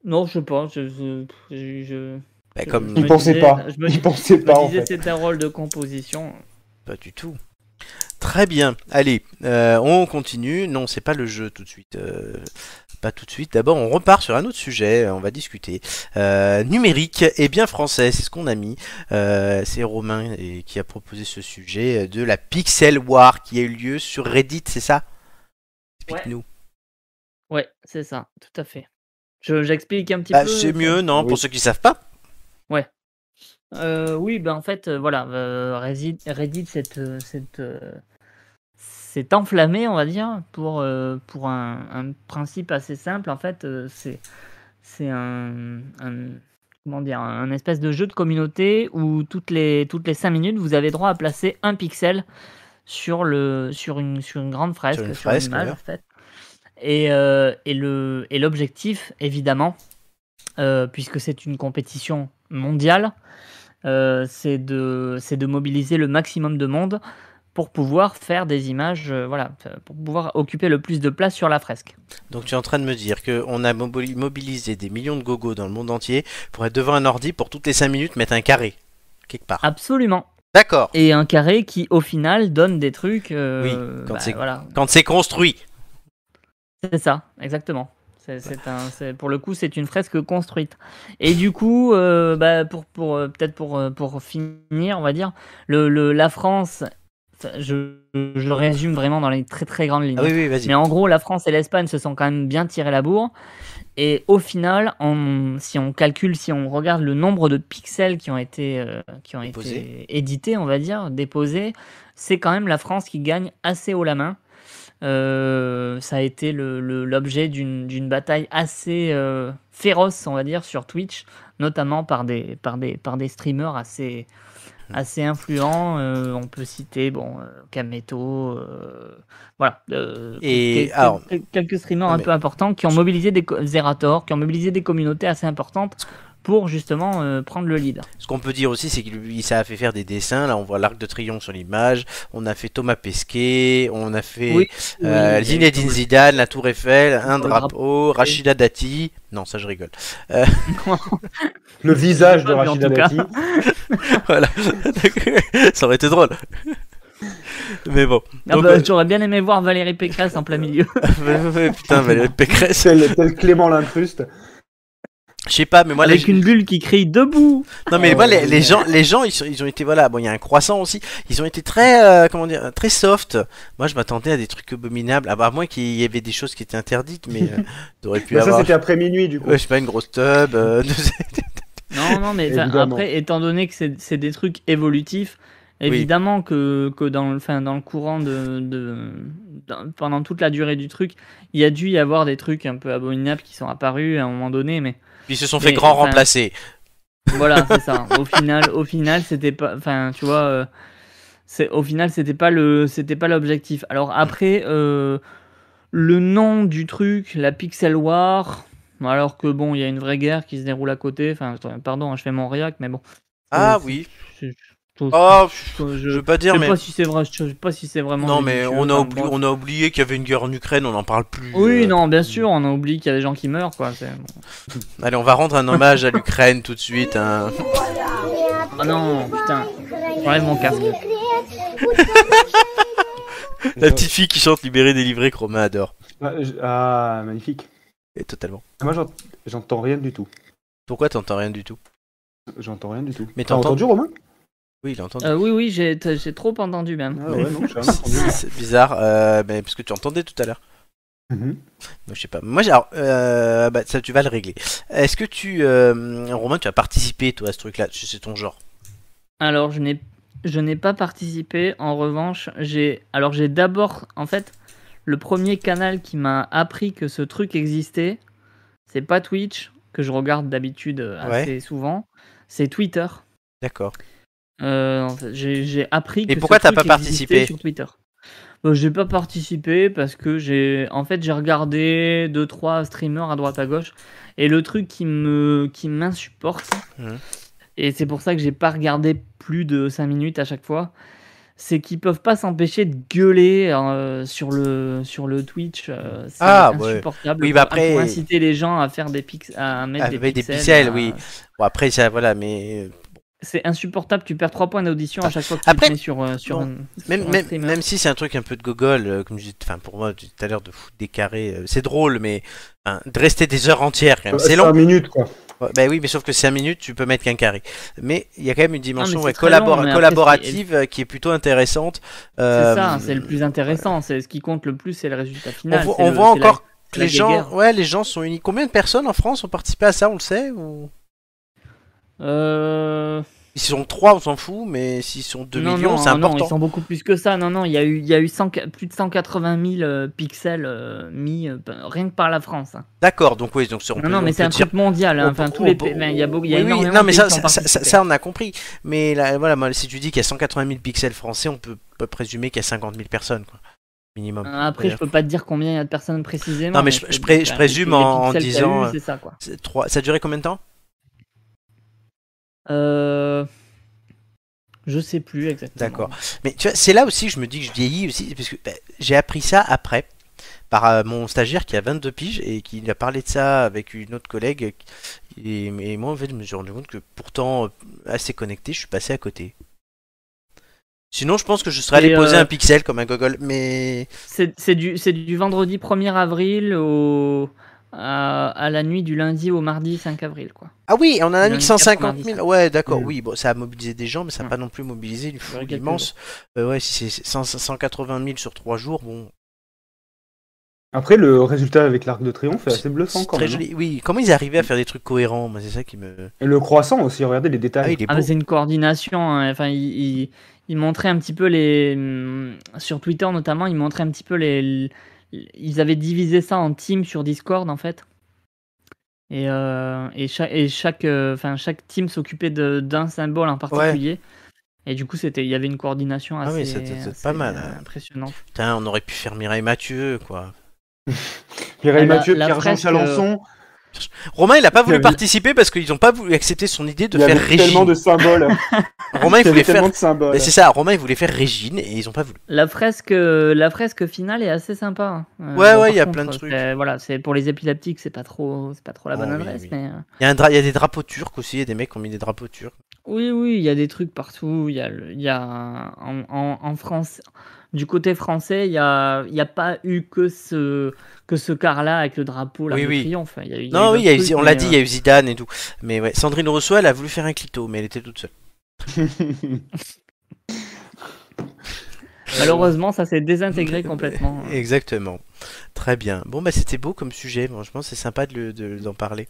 B: Non, je pense. Je, je, je- je-
A: Bah,
B: Je-
A: comme
B: je
C: Il
B: me
C: pensait
B: disais-
C: pas.
B: je me-
C: Il pensait
B: je
C: pas
B: me
C: en
B: disais
C: fait.
B: c'était un rôle de composition.
A: Pas du tout. Très bien. Allez, euh, on continue. Non, c'est pas le jeu tout de suite. euh, pas tout de suite. D'abord, on repart sur un autre sujet. euh, On va discuter. Euh, numérique et bien français, c'est ce qu'on a mis. Euh, c'est Romain et- qui a proposé ce sujet euh, de la Pixel War qui a eu lieu sur Reddit, c'est ça Explique-nous.
B: Ouais, c'est ça, tout à fait. Je- J'explique un petit
A: Bah,
B: peu.
A: c'est mieux, non
C: Oui.
A: Pour ceux qui savent pas.
B: Euh, oui, ben en fait, euh, voilà, euh, Reddit, Reddit s'est euh, s'est, euh, s'est enflammé, on va dire, pour, euh, pour un, un principe assez simple. En fait, euh, c'est c'est un, un- comment dire, un espèce de jeu de communauté où toutes les toutes les cinq minutes, vous avez droit à placer un pixel sur le sur une sur une grande fresque, sur une,
A: fresque,
B: image,
A: ouais.
B: en fait. Et euh, et le et l'objectif, évidemment, euh, puisque c'est une compétition mondiale. Euh, c'est de, c'est de mobiliser le maximum de monde pour pouvoir faire des images, euh, voilà, pour pouvoir occuper le plus de place sur la fresque.
A: Donc tu es en train de me dire qu'on a mobili- mobilisé des millions de gogos dans le monde entier pour être devant un ordi pour toutes les 5 minutes mettre un carré. Quelque
B: Ah.
A: part.
B: Absolument.
A: D'accord.
B: Et un carré qui, au final, donne des trucs. euh,
A: Oui, quand
B: bah,
A: c'est-
B: voilà,
A: Quand c'est construit.
B: c'est ça, exactement. C'est, c'est un, c'est- pour le coup, c'est une fresque construite. Et du coup, euh, bah, pour, pour, euh, peut-être pour, euh, pour finir, on va dire, le, le- la France, enfin, je, je résume vraiment dans les très très grandes lignes.
A: Ah oui, oui, vas-y.
B: Mais en gros, la France et l'Espagne se sont quand même bien tirés la bourre. Et au final, en- si on calcule, si on regarde le nombre de pixels qui ont été, euh, qui ont
A: Déposés.
B: été édités, on va dire, déposés, c'est quand même la France qui gagne assez haut la main. Euh, ça a été le- le- l'objet d'une d'une bataille assez euh, féroce, on va dire, sur Twitch, notamment par des, par des, par des streamers assez,
A: Hmm.
B: assez influents. Euh, on peut citer bon, euh, Kameto, euh, voilà. euh,
A: Et
B: quel-
A: alors-
B: quel- quelques streamers
A: Non,
B: un
A: mais-
B: peu importants qui ont mobilisé des co- Zerator, qui ont mobilisé des communautés assez importantes pour justement euh, prendre le lead.
A: Ce qu'on peut dire aussi, c'est qu'il il- ça a fait faire des dessins. Là, on voit l'Arc de Triomphe sur l'image. On a fait Thomas Pesquet. On a fait
B: Oui,
A: euh,
B: Oui,
A: Zinedine
B: oui.
A: Zidane, la Tour Eiffel, un
B: Le
A: drapeau, Rachida Dati. Non, ça, je rigole.
C: Le visage de
B: Ah, mais en
C: Rachida
B: tout cas.
C: Dati.
A: voilà. ça aurait été drôle. Mais bon.
B: Ah
A: Donc,
B: bah,
A: euh,
B: J'aurais bien aimé voir Valérie Pécresse en plein milieu.
A: Putain, Valérie Pécresse.
C: Tel, tel Clément l'incruste.
A: Je sais pas, mais moi, les-
B: Avec une bulle qui crie debout.
A: Non mais
C: Oh,
A: voilà, les, les
C: génial.
A: gens, les gens, ils, sont- ils ont été voilà, bon, il y a un croissant aussi. Ils ont été très, euh, comment dire, très soft. Moi, je m'attendais à des trucs abominables. Ah bah, à moins qu'il y avait des choses qui étaient interdites, mais euh, t'aurais pu
C: Mais Bah, ça,
A: avoir,
C: c'était après minuit, du coup.
A: ouais, je sais pas, une grosse tub. euh,
B: Non, non, mais enfin,
C: Évidemment.
B: après, étant donné que c'est c'est des trucs évolutifs, évidemment que, que dans, le, enfin, dans le courant de. de- dans- pendant toute la durée du truc, il y a dû y avoir des trucs un peu abominables qui sont apparus à un moment donné, mais
A: Ils se sont
B: Mais,
A: fait grand
B: enfin,
A: remplacer.
B: voilà, c'est ça. Au final, au final, c'était pas. Enfin, tu vois. euh, c'est au final, c'était pas le, c'était pas l'objectif. Alors après, euh, le nom du truc, la Pixel War. Alors que bon, il y a une vraie guerre qui se déroule à côté. Enfin, attends, pardon, hein, je fais mon réac, mais bon.
A: Ah
B: c'est-
A: oui.
B: c'est- je-
A: Oh,
B: je, je-
A: je veux pas
B: je
A: dire,
B: sais
A: mais
B: pas si c'est vrai. Je sais pas si c'est vraiment.
A: non, mais
B: judicieux,
A: on a
B: enfin,
A: oublié,
B: bref.
A: on a oublié qu'il y avait une guerre en Ukraine. On n'en parle plus.
B: Oui,
A: euh.
B: non, bien sûr, on a oublié qu'il y a des gens qui meurent, quoi. c'est-
A: Allez, on va rendre un hommage à l'Ukraine tout de suite. hein.
B: Ah non, putain, j'enlève mon casque.
A: La petite fille qui chante "Libérée, délivrée", que Romain adore.
C: Ah, je- ah, magnifique.
A: Et totalement.
C: Moi, j'ent- j'entends rien du tout.
A: Pourquoi t'entends rien du tout
C: J'entends rien du tout.
A: Mais
C: T'as
A: t'entends-
C: entendu, Romain
A: Oui, il entend.
B: Euh, oui, oui, j'ai t- j'ai trop entendu même.
C: Ah ouais, non, j'ai rien entendu.
A: C'est c'est bizarre, euh, mais parce que tu entendais tout à l'heure.
C: Mhm.
A: Donc, je sais pas. Moi, j'ai- alors, euh, bah, ça, tu vas le régler. Est-ce que tu, euh, Romain, tu as participé toi à ce truc-là C'est c'est ton genre.
B: Alors, je n'ai, je n'ai pas participé. En revanche, j'ai, alors j'ai d'abord, en fait, le premier canal qui m'a appris que ce truc existait, c'est pas Twitch que je regarde d'habitude euh,
A: Ouais.
B: assez souvent, c'est Twitter.
A: D'accord.
B: Euh, en fait, j'ai, j'ai appris.
A: Mais
B: que
A: pourquoi
B: ce
A: t'as
B: truc
A: pas
B: existait
A: participé
B: sur Twitter Bah, J'ai pas participé parce que j'ai, en fait, j'ai regardé deux trois streamers à droite à gauche et le truc qui me, qui m'insupporte
A: Mhm.
B: et c'est pour ça que j'ai pas regardé plus de 5 minutes à chaque fois, c'est qu'ils peuvent pas s'empêcher de gueuler euh, sur le, sur le Twitch. euh, c'est
A: Ah, ouais.
B: insupportable.
A: Oui, bah
B: pour-
A: après-
B: pour inciter les gens à faire des pix, à mettre
A: Avec des
B: pixels,
A: pixels,
B: à-
A: oui. Bon après ça, voilà, mais euh,
B: c'est insupportable, tu perds 3 points d'audition à chaque fois que tu
A: Ah. Après-
B: te mets sur, euh, sur
A: bon,
B: un-
A: même
B: sur un
A: même,
B: streamer.
A: même si c'est un truc un peu de gogol, euh, comme je disais, enfin pour moi tout à l'heure de foutre des carrés, euh, c'est drôle, mais hein, de rester des heures entières, quand même, Euh, c'est long.
C: 5 minutes, quoi.
A: Ouais, Bah oui, mais sauf que 5 minutes, tu peux mettre qu'un carré. Mais il y a quand même une dimension
B: c'est
A: ouais,
B: très
A: collabor-
B: long, Ah, mais après,
A: collaborative euh, qui est plutôt intéressante.
B: C'est
A: Euh,
B: ça, c'est le plus intéressant, c'est ce qui compte le plus, c'est le résultat
A: On,
B: final.
A: voit-
B: c'est
A: on
B: le-
A: voit
B: c'est la-
A: encore que
B: la
A: les gens,
B: guéguerre.
A: ouais, les gens sont unis. Combien de personnes en France ont participé à ça On le sait ou...
B: Euh,
A: S'ils sont trois, on s'en fout, mais s'ils sont 2
B: non,
A: millions,
B: non,
A: c'est
B: non,
A: important.
B: ils sont beaucoup plus que ça. Non, non, il y a eu, il y a eu 100 plus de 180 000 euh, pixels euh, mis euh, p- rien que par la France. hein.
A: D'accord, donc oui, donc c'est- on
B: Non,
A: peut-
B: non,
A: on
B: mais c'est
A: peut
B: un
A: dire-
B: truc mondial. hein.
A: on
B: Enfin,
A: peut-
B: tous
A: on
B: les,
A: peut-
B: pays- ben, il y a beaucoup, il y a
A: Oui, oui,
B: énormément
A: non,
B: de
A: mais
B: pays
A: ça,
B: qui
A: ça,
B: ont
A: ça-
B: participé.
A: ça, on a compris. Mais là, voilà, moi, si tu dis qu'il y a 180 000 pixels français, on peut, peut présumer qu'il y a 50 000 personnes, quoi, minimum.
B: Euh, Après, je peux pas te dire combien il y a de personnes précisément.
A: Non, mais je- je pré- je
B: ben,
A: présume
B: les
A: en- en
B: pixels qu'il y a
A: disant,
B: eu,
A: euh,
B: c'est ça, quoi.
A: C'est trois- Ça a duré combien de temps
B: Euh, Je sais plus exactement.
A: D'accord. Mais tu vois, c'est là aussi que je me dis que je vieillis aussi, parce que bah, j'ai appris ça après par euh, mon stagiaire qui a 22 piges et qui a parlé de ça avec une autre collègue. Et, et moi, en fait, je me suis rendu compte que pourtant, euh, assez connecté, je suis passé à côté. Sinon, je pense que je serais allé
B: Et,
A: poser
B: euh,
A: un pixel comme un gogol, mais
B: C'est c'est du, c'est du vendredi 1er avril au, à, à la nuit du lundi au mardi 5 avril. Quoi.
A: ah oui, on en a
B: Il y en
A: mis
B: a eu
A: 150
B: 90,
A: 000. Ouais, d'accord.
C: Mm.
A: Oui, bon, ça a mobilisé des gens, mais ça n'a
B: Mm.
A: pas non plus mobilisé une foule
B: quelques
A: immense. Euh, ouais, si c'est 100 180 000 sur 3 jours, bon,
C: Après, le résultat avec l'arc de triomphe est assez bluffant
A: C'est
C: quand
A: très
B: hein.
C: même. hein.
A: joli. Oui, comment ils arrivaient à faire des trucs cohérents Moi, C'est ça qui me.
C: Et le croissant aussi, regardez les
A: Ah,
C: détails.
A: il est beau.
B: Ah, mais c'est une coordination. hein. Enfin, il, il- il montrait un petit peu les. hum, Sur Twitter notamment, il montrait un petit peu les. l- Ils avaient divisé ça en team sur Discord en fait. Et, euh, et, cha- et chaque, euh, enfin, chaque team s'occupait de- d'un symbole en particulier. Et du coup, c'était, il y avait une coordination
A: Ah oui,
B: assez,
A: c'était- c'était
B: assez,
A: pas mal,
B: euh,
A: hein.
B: impressionnante.
A: Putain, on aurait pu faire Mireille Mathieu, quoi.
C: Mireille
B: Ah, la-
C: Mathieu,
B: la
C: Pierre-Jean
B: fresque,
C: Chalençon,
A: Romain, il a pas
C: Il y
A: voulu
C: avait-
A: participer parce qu'ils ont pas voulu accepter son idée de
C: il y
A: faire
C: avait tellement
A: Régine.
C: de symboles.
A: Romain,
C: il
A: il
C: y avait
A: voulait faire.
C: tellement de symboles.
A: Ben, c'est ça, Romain, il voulait faire Régine et ils ont pas voulu.
B: La fresque, la fresque finale est assez sympa. hein. Euh,
A: Ouais, ouais,
B: par
A: il y a plein de trucs.
B: c'est- Voilà, c'est pour les épileptiques, c'est pas trop, c'est pas trop la
A: Oh,
B: bonne
A: oui,
B: adresse,
A: oui.
B: mais. euh,
A: Il y, a un dra- il y a des drapeaux turcs aussi, il y a des mecs qui ont mis des drapeaux turcs.
B: Oui, oui, il y a des trucs partout. Il y a, le- il y a en, en, en France, du côté français, il n'y a, il y a pas eu que ce, que ce quart-là avec le drapeau, là,
A: Oui,
B: de
A: oui.
B: triomphe. Il y a eu- il y a eu
A: Non, oui,
B: d'autres
A: il y a eu-
B: trucs,
A: on l'a
B: mais,
A: dit,
B: euh,
A: il y a eu Zidane et tout. Mais ouais, Sandrine Rousseau, elle a voulu faire un clito, mais elle était toute seule.
B: euh, Malheureusement, ça s'est désintégré complètement.
A: Exactement. Très bien. Bon, bah c'était beau comme sujet, franchement, c'est sympa de le- de- d'en parler.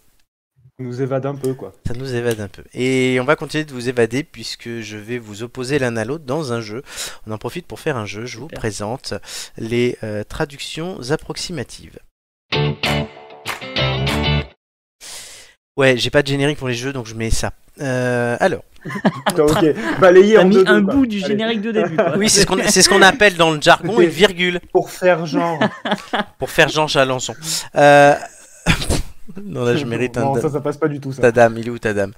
C: On nous évade un peu, quoi.
A: Ça nous évade un peu. Et on va continuer de vous évader puisque je vais vous opposer l'un à l'autre dans un jeu. On en profite pour faire un jeu. Je vous
B: Super.
A: présente les euh, traductions approximatives. Ouais, j'ai pas de générique pour les jeux, donc je mets ça. Euh, alors,
C: Putain, ok. Balayer
B: T'as
C: en
B: mis
C: deux,
B: un
C: deux, quoi.
B: bout du
C: Allez.
B: générique de début. quoi.
A: oui, c'est ce qu'on c'est ce qu'on appelle dans le jargon une virgule
C: Pour faire genre.
A: pour faire Jean Chalençon. Euh, non, là, je mérite un.
C: Non, ça, ça passe pas du tout, ça.
A: Ta dame, il est où ta dame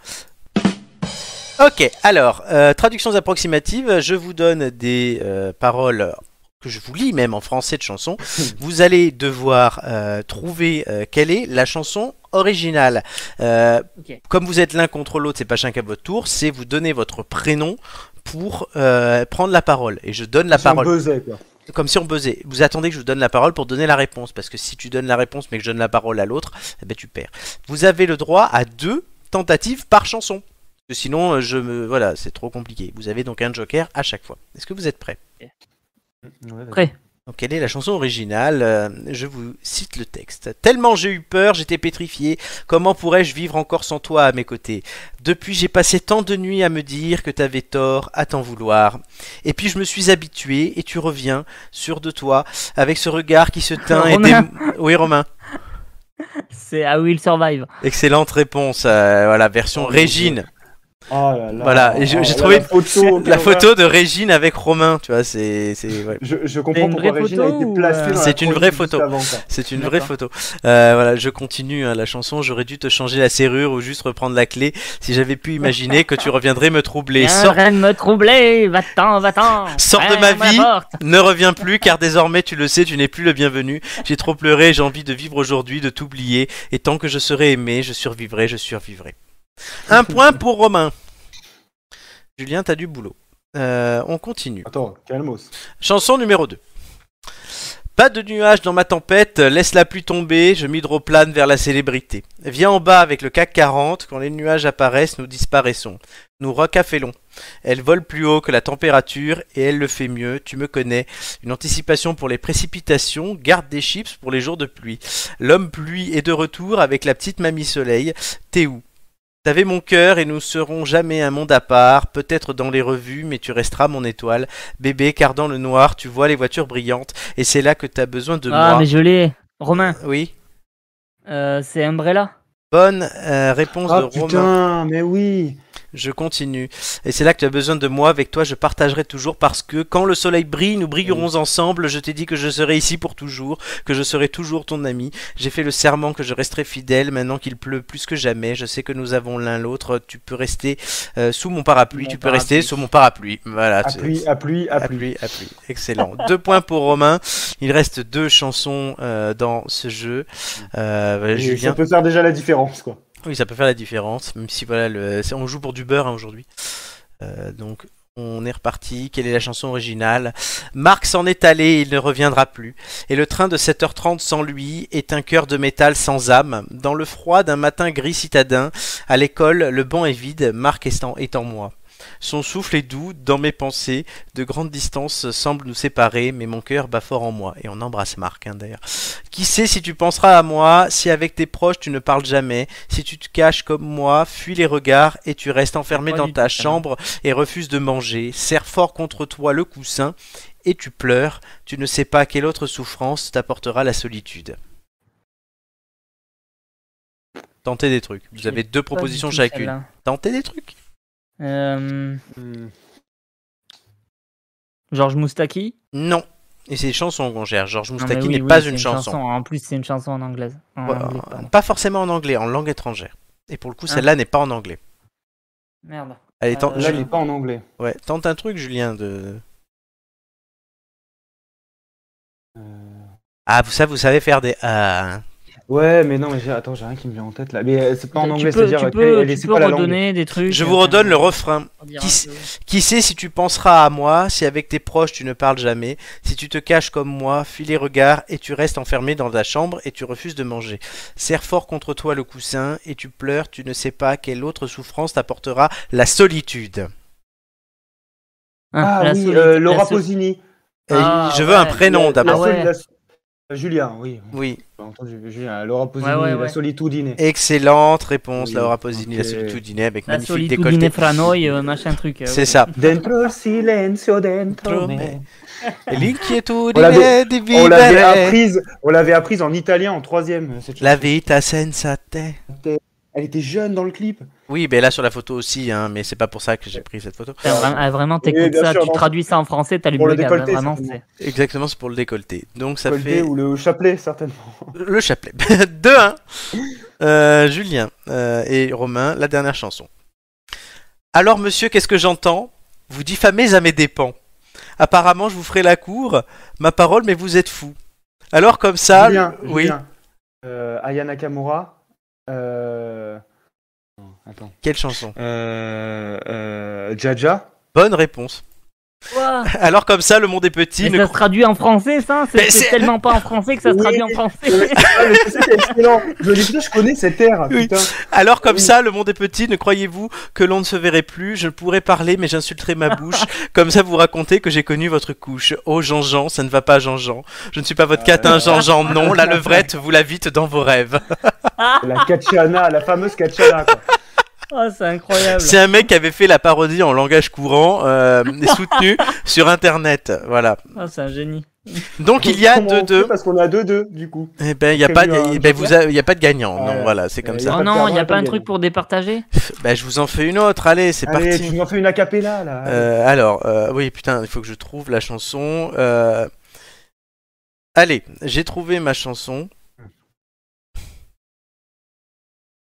A: Ok, alors, euh, traductions approximatives, je vous donne des euh, paroles que je vous lis même en français de chansons. Vous allez devoir euh, trouver euh, quelle est la chanson originale. Euh,
B: Ok.
A: Comme vous êtes l'un contre l'autre, c'est pas chacun votre tour, c'est vous donner votre prénom pour euh, prendre la parole. Et je donne la
C: C'est un
A: parole
C: buzzer, quoi.
A: comme si on buzzait. Vous attendez que je vous donne la parole pour donner la réponse, parce que si tu donnes la réponse mais que je donne la parole à l'autre, eh ben tu perds. Vous avez le droit à deux tentatives par chanson. Parce que Sinon, euh, je me voilà, c'est trop compliqué. Vous avez donc un joker à chaque fois. Est-ce que vous êtes prêts
C: Ouais, vas-y.
A: donc, quelle est la chanson originale Euh, Je vous cite le texte. Tellement j'ai eu peur, j'étais pétrifié. Comment pourrais-je vivre encore sans toi à mes côtés Depuis, j'ai passé tant de nuits à me dire que t'avais tort, à t'en vouloir. Et puis, je me suis habitué et tu reviens, sûr de toi, avec ce regard qui se teint et
B: Romain.
A: des- Oui, Romain.
B: C'est How Will Survive.
A: Excellente réponse. euh, voilà, version
C: Oh, mon
A: Régine.
C: Oh là là.
A: Voilà, et j'ai-
C: Oh
A: j'ai
C: là
A: trouvé
C: là, la photo.
A: La
C: quelle
A: photo de Régine avec Romain, tu vois, c'est. c'est- ouais.
C: Je, je
B: C'est
C: comprends
B: une
C: pourquoi
B: vraie
C: Régine a
B: photo
C: été
B: ou,
C: placée.
B: euh,
C: dans la
A: C'est une
C: chronique
A: vraie
C: juste
A: photo.
C: avant, quoi.
A: C'est une
B: D'accord.
A: vraie photo. Euh, voilà, je continue hein, la chanson. J'aurais dû te changer la serrure ou juste reprendre la clé si j'avais pu imaginer que tu reviendrais me troubler.
B: Viens,
A: Sors,
B: rien de Hein, me troubler, va-t'en, va-t'en.
A: Sors de
B: Ferme
A: ma
B: la
A: vie.
B: porte.
A: ne reviens plus car désormais tu le sais, tu n'es plus le bienvenu. J'ai trop pleuré, j'ai envie de vivre aujourd'hui, de t'oublier. Et tant que je serai aimé, je survivrai, je survivrai. Un point pour Romain. Julien, t'as du boulot. Euh, on continue.
C: Attends, calmos.
A: Chanson numéro 2. Pas de nuages dans ma tempête, laisse la pluie tomber, je m'hydroplane vers la célébrité. Viens en bas avec le CAC 40, quand les nuages apparaissent, nous disparaissons. Nous recafélons. Elle vole plus haut que la température et elle le fait mieux, tu me connais. Une anticipation pour les précipitations, garde des chips pour les jours de pluie. L'homme pluie est de retour avec la petite mamie soleil. T'es où T'avais mon cœur et nous serons jamais un monde à part, peut-être dans les revues, mais tu resteras mon étoile. Bébé, car dans le noir, tu vois les voitures brillantes, et c'est là que t'as besoin de
B: Ah,
A: moi.
B: mais je l'ai. Romain,
A: Oui.
B: euh, c'est Umbrella.
A: Bonne euh, réponse de
C: Ah
A: Romain.
C: putain, mais oui.
A: Je continue. Et c'est là que tu as besoin de moi. Avec toi, je partagerai toujours parce que quand le soleil brille, nous brillerons ensemble. Je t'ai dit que je serai ici pour toujours, que je serai toujours ton ami. J'ai fait le serment que je resterai fidèle. Maintenant qu'il pleut plus que jamais, je sais que nous avons l'un l'autre. Tu peux rester euh, sous mon parapluie.
B: Mon
A: tu peux
B: parapluie.
A: rester sous mon parapluie. Voilà.
C: À
A: tu-
C: pluie, à pluie, à pluie.
A: Ah, Appui, appui. Excellent. deux points pour Romain. Il reste deux chansons euh, dans ce jeu. Euh, voilà,
C: Et Ça
A: Julien.
C: peut faire déjà la différence, quoi.
A: Oui, ça peut faire la différence, même si voilà, le... c'est- on joue pour du beurre hein, aujourd'hui. Euh, donc on est reparti. Quelle est la chanson originale Marc s'en est allé, il ne reviendra plus. Et le train de 7h30 sans lui est un cœur de métal sans âme. Dans le froid d'un matin gris citadin, à l'école, le banc est vide, Marc est en, est en moi. Son souffle est doux, dans mes pensées, de grandes distances semblent nous séparer, mais mon cœur bat fort en moi. Et on embrasse Marc, hein, d'ailleurs. Qui sait si tu penseras à moi, si avec tes proches tu ne parles jamais, si tu te caches comme moi, fuis les regards et tu restes enfermé
B: Pas
A: dans
B: du
A: ta
B: tout.
A: chambre et refuses de manger, serre fort contre toi le coussin et tu pleures, tu ne sais pas quelle autre souffrance t'apportera la solitude. Tentez des trucs. Vous
B: J'ai
A: avez deux
B: Pas du
A: propositions
B: tout
A: chacune.
B: celle-là.
A: Tentez des trucs.
B: Euh,
C: Hmm.
B: Georges Moustaki
A: Non. Et c'est des chansons qu'on gère. Georges
B: Non, mais
A: Moustaki
B: oui,
A: n'est
B: oui,
A: pas
B: c'est
A: une chanson.
B: En plus, c'est une chanson en anglaise. En
A: Voilà.
B: anglais, pardon.
A: pas forcément en anglais, en langue étrangère. Et pour le coup, celle-là n'est pas en anglais.
B: Merde.
A: Allez, tente,
B: Euh,
C: Là,
A: Ju-
C: il n'est pas en anglais.
A: ouais, tente un truc, Julien. De... Ah, vous, ça, vous savez faire des. Ah, hein.
C: Ouais, mais non, mais j'ai- attends, j'ai rien qui me vient en tête là. Mais euh, c'est pas en
B: Tu
C: anglais,
B: peux-
C: c'est-à-dire
B: tu
C: euh,
B: peux,
C: quelle est-
B: tu
C: c'est
B: peux
C: quoi la langue
B: redonner des trucs.
A: Je vous redonne le
B: euh,
A: refrain.
B: on dirait
A: Qui
B: un
A: s-
B: peu-
A: Qui sait si tu penseras à moi, si avec tes proches tu ne parles jamais, si tu te caches comme moi, fuis les regards et tu restes enfermé dans ta chambre et tu refuses de manger. Serre fort contre toi le coussin et tu pleures, tu ne sais pas quelle autre souffrance t'apportera la solitude.
B: Ah,
C: Ah
B: la
C: oui,
B: solitude,
C: euh,
B: la
C: Laura
B: sol-
C: Pausini.
A: Et
B: Ah,
A: je veux un
B: ouais.
A: prénom
C: La- la
A: d'abord.
B: Ah
C: sol-
B: ouais.
C: la sol- euh, Julien, oui.
A: Oui,
C: J'ai entendu Julien. Laura Pausini,
B: ouais, ouais.
C: la solitudine.
A: excellente réponse,
C: Oui,
A: Laura Pausini, la
C: ok.
A: solitude dîner avec
B: La
A: magnifique
B: solitude
A: décolleté.
B: Nefranoi, euh, machin truc. euh,
A: C'est
B: oui.
A: ça.
C: Dentro il silenzio, dentro me.
A: me. L'inquiétude
C: On l'avait-
A: di
C: On l'avait
A: vivere.
C: apprise, on l'avait apprise en italien en troisième. cette
A: La
C: chanson.
A: vita senza te.
C: Elle était jeune dans le clip.
A: Oui, ben là sur la photo aussi, hein, mais c'est pas pour ça que j'ai pris cette photo.
B: Putain, vra- ah, vraiment,
C: Oui,
B: t'écoutes
C: bien
B: ça,
C: sûr,
B: tu
C: non.
B: traduis ça en français, t'as lu
C: Pour
B: le
C: le
B: gars,
C: décolleté,
B: vraiment.
C: certainement.
B: c'est-
A: Exactement, c'est pour le décolleté. Donc ça
C: Colté
A: fait
C: ou le chapelet, certainement.
A: le chapelet. 2-1. Euh, Julien euh, et Romain, la dernière chanson. Alors monsieur, qu'est-ce que j'entends Vous diffamez à mes dépens. Apparemment, je vous ferai la cour. Ma parole, mais vous êtes fou. Alors comme ça,
C: Julien,
A: oui.
C: Julien. Euh, Aya Nakamura. Euh... non, Attends.
A: Quelle chanson
C: Euh, euh, Jaja.
A: Bonne réponse.
B: Ouah.
A: Alors comme ça, le monde est petit. ne
B: Mais ça
A: cro-
B: se traduit en français, ça
A: Mais
B: C'est
A: c'est-
B: c'est tellement pas en français que ça se
C: Oui.
B: traduit en français.
C: Ah, mais c'est excellent. Je me dis, putain, je connais cette air.
A: Oui.
C: Putain.
A: Alors comme
C: Oui.
A: ça, le monde est petit, ne croyez-vous que l'on ne se verrait plus, je pourrais parler mais j'insulterai ma bouche, comme ça vous racontez que j'ai connu votre couche. Oh Jean-Jean, ça ne va pas Jean-Jean, je ne suis pas votre
C: Euh.
A: catin Jean-Jean, non, la levrette, vous la vite dans vos rêves.
C: La Kachana, la fameuse Kachana. Quoi.
B: Oh, c'est incroyable.
A: C'est un mec qui avait fait la parodie en langage courant euh, et soutenu sur internet, voilà.
B: Oh, c'est un génie.
A: Donc il y a
C: Comment on fait
A: 2-2,
C: Parce qu'on a 2-2, du coup.
A: Eh ben il n'y a, pas
C: Prévu
A: de-
C: un
A: eh ben, vous a- il y a pas de gagnant,
C: Ah,
A: non,
C: ouais.
A: voilà, c'est comme
C: Euh,
A: ça.
C: pas
B: Oh
C: de
B: non,
C: perdant,
B: il y a
C: pas
B: pas un
C: de
B: truc
C: gagnant.
B: pour départager
A: Ben, je vous en fais une autre, allez, c'est
C: Allez,
A: parti.
C: tu m'en fais une acapella, là.
A: Euh, alors, euh, oui, putain, il faut que je trouve la chanson. euh. Allez, j'ai trouvé ma chanson.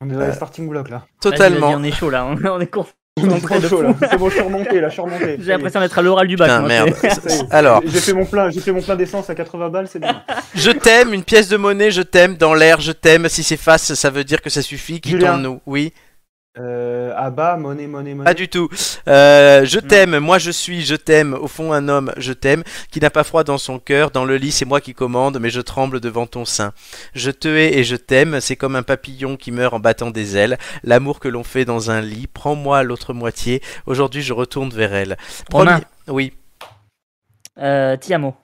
C: On
A: euh.
C: est dans les starting blocks, là.
B: Vas-y, vas-y,
A: Totalement.
B: on est chaud là, on est, on est con-
C: On est
B: Entrée
C: trop
B: de
C: chaud,
B: fou.
C: là. C'est bon, je suis remonté, là, je suis remonté.
B: J'ai l'impression d'être à l'oral du bac.
A: Putain,
B: moi,
A: merde.
B: c'est-
C: Ça y est.
A: Alors,
C: J'ai fait mon plein, j'ai fait mon plein d'essence à 80 balles, c'est bon.
A: je t'aime, une pièce de monnaie, je t'aime, dans l'air, je t'aime. Si c'est face, ça veut dire que ça suffit.
C: Julien.
A: Quittons-nous. Oui,
C: Euh, Abba, monnaie, monnaie, monnaie.
A: pas du tout. Euh, je t'aime, moi je suis, je t'aime. Au fond, un homme, je t'aime, qui n'a pas froid dans son cœur. Dans le lit, c'est moi qui commande, mais je tremble devant ton sein. Je te hais et je t'aime, c'est comme un papillon qui meurt en battant des ailes. L'amour que l'on fait dans un lit, prends-moi l'autre moitié. Aujourd'hui, je retourne vers elle.
B: Romain,
A: Oui,
B: euh, Tiamo.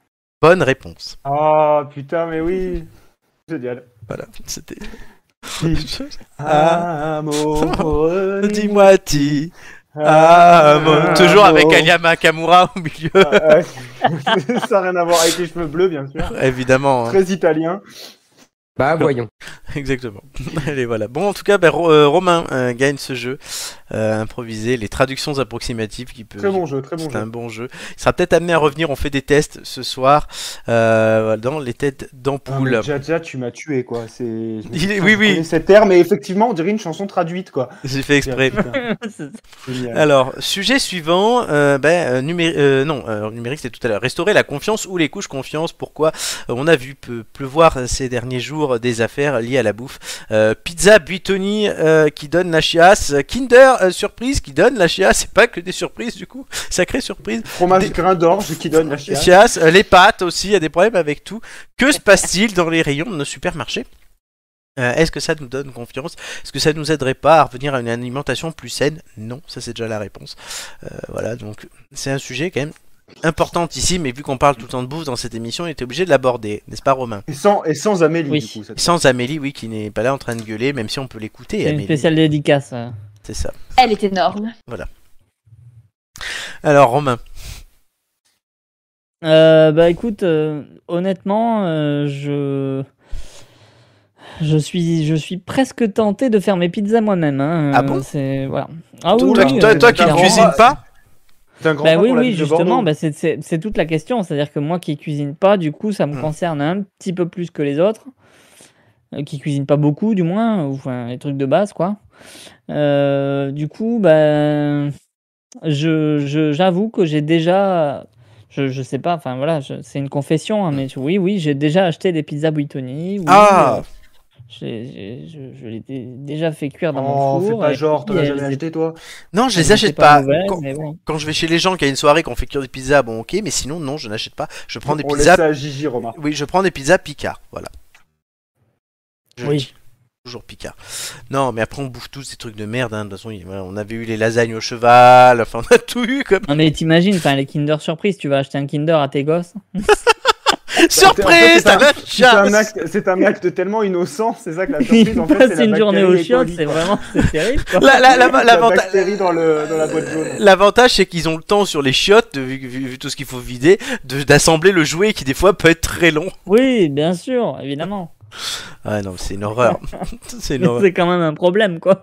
A: bonne réponse.
C: Ah, putain, mais oui. Génial.
A: Voilà, c'était.
C: Amoureux.
A: Dis-moi, ti.
C: amoureux.
A: Toujours avec Ayama Kamura au milieu,
C: Ah, ouais. Ça n'a rien à voir avec les cheveux bleus, bien sûr.
A: évidemment. hein.
C: Très italien.
F: Bah voyons.
A: Exactement. Allez, voilà. Bon, en tout cas, ben, Ro- euh, Romain euh, gagne ce jeu euh, improvisé, les traductions approximatives qui peut.
C: Très bon jeu, très bon
A: C'est
C: jeu.
A: un bon jeu. Il sera peut-être amené à revenir. On fait des tests ce soir euh, dans les têtes d'ampoule.
C: Déjà, Ah, tu m'as tué, quoi. C'est. je me
A: Il-
C: dis, putain,
A: oui,
C: je
A: oui.
C: connais Cet air, mais effectivement, on dirait une chanson traduite, quoi.
A: J'ai fait exprès.
C: Putain,
B: C'est-
C: génial.
A: Alors, sujet suivant, euh, ben, euh, numéri- euh, non, euh, numérique c'est tout à l'heure. Restaurer la confiance ou les couches confiance, pourquoi Euh, On a vu peu- pleuvoir ces derniers jours des affaires liées à la bouffe. Euh, pizza Buitoni euh, qui donne la chiasse, euh, Kinder euh, surprise qui donne la chiasse, c'est pas que des surprises du coup, sacrée surprise.
C: Fromage
A: des-
C: grain d'orge qui donne la chiasse.
A: Chiasse, euh, les pâtes aussi, il y a des problèmes avec tout. Que se passe-t-il dans les rayons de nos supermarchés Euh, Est-ce que ça nous donne confiance Est-ce que ça nous aiderait pas à revenir à une alimentation plus saine Non, ça c'est déjà la réponse. Euh, voilà, donc c'est un sujet quand même important ici, mais vu qu'on parle tout le temps de bouffe dans cette émission, on était obligé de l'aborder, n'est-ce pas Romain
C: Et sans, et sans Amélie,
B: Oui.
C: du coup. cette-
A: Sans Amélie, oui, qui n'est pas là en train de gueuler, même si on peut l'écouter,
B: C'est une
A: Amélie.
B: spéciale dédicace. hein.
A: C'est ça.
F: Elle est énorme.
A: Alors Romain,
B: Euh, bah écoute, euh, honnêtement, euh, je... Je suis, je suis presque tenté de faire mes pizzas moi-même. hein.
A: Ah
B: Euh,
A: bon
B: c'est voilà. Ah
A: toi,
C: oui,
A: toi-
C: oui,
A: toi-
C: oui,
A: toi
C: oui,
A: qui ne
C: clairement.
A: cuisines pas,
C: C'est un grand
B: Bah
C: pas
B: oui,
C: pour la
B: oui,
C: ville de
B: justement,
C: Bordeaux.
B: bah c'est- c'est c'est toute la question. C'est-à-dire que moi qui cuisine pas, du coup, ça me
C: Mmh.
A: Hmm.
B: concerne un petit peu plus que les autres, euh, qui cuisinent pas beaucoup, du moins, ou enfin, les trucs de base, quoi. Euh, du coup, bah, je je- j'avoue que j'ai déjà, je, je sais pas, enfin voilà, je- c'est une confession, hein, mais je- oui, oui, j'ai déjà acheté des pizzas Buitoni. oui,
A: Ah.
B: euh, j'ai- j'ai- je je l'ai dé- déjà fait cuire dans
C: Oh,
B: mon four.
C: fais pas
B: et
C: genre, t'en
B: puis,
C: as
B: elles
C: jamais
B: étaient-
C: acheté, toi
A: non, je
B: elles
A: les
B: étaient
A: achète pas.
B: mauvaises,
A: Quand,
B: mais bon.
A: quand je vais chez les gens qui a une soirée qu'on fait cuire des pizzas, bon ok, mais sinon non, je n'achète pas. Je prends des
C: On laisse
A: pizzas.
C: ça à Gigi, remarque.
A: Oui, je prends des pizzas Picard, voilà. Je le
B: Oui.
A: dis, Toujours Picard. Non, mais après on bouffe tous ces trucs de merde. hein. De toute façon, il- voilà, on avait eu les lasagnes au cheval. Enfin, on a tout eu comme
B: Non mais t'imagines, enfin les Kinder surprise, tu vas acheter un Kinder à tes gosses.
A: surprise.
C: c'est un-
A: t'as la
C: C'est un,
A: chance.
C: acte, c'est un acte tellement innocent, c'est ça que la surprise,
B: Ils
C: en fait,
B: passent
C: c'est la
B: une journée
C: bactérie
B: aux
C: E.
B: chiottes,
C: coli,
B: c'est
C: quoi.
B: vraiment c'est terrible. quoi.
A: La- Ah, la- la-
C: La
A: l'avanta-
C: bactérie dans, le, dans la boîte jaune.
A: L'avantage, c'est qu'ils ont le temps sur les chiottes, de- vu, vu- vu tout ce qu'il faut vider, de- d'assembler le jouet qui des fois peut être très long.
B: Oui, bien sûr, évidemment.
A: Ah non, mais c'est une horreur. c'est une
B: Mais
A: horreur.
B: c'est quand même un problème quoi.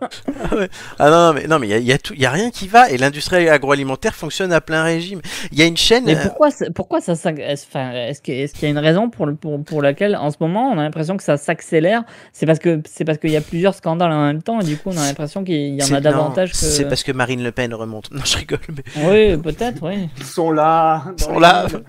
A: Ah non, mais non, mais il y a, il y a tout, il y a rien qui va et l'industrie agroalimentaire fonctionne à plein régime. Il y a une chaîne.
B: Mais
A: euh,
B: pourquoi ça- pourquoi ça s'ag- est-ce enfin, est-ce que- est-ce qu'il y a une raison pour, le- pour pour laquelle en ce moment on a l'impression que ça s'accélère C'est parce que c'est parce qu'il y a plusieurs scandales en même temps et du coup on a l'impression qu'il y en
A: c'est-
B: a
A: non,
B: davantage que
A: C'est parce que Marine Le Pen remonte. Non, je rigole. Mais...
B: Oui, peut-être, oui.
C: Ils sont là. dans
A: Ils sont
C: les
A: là.
C: villes.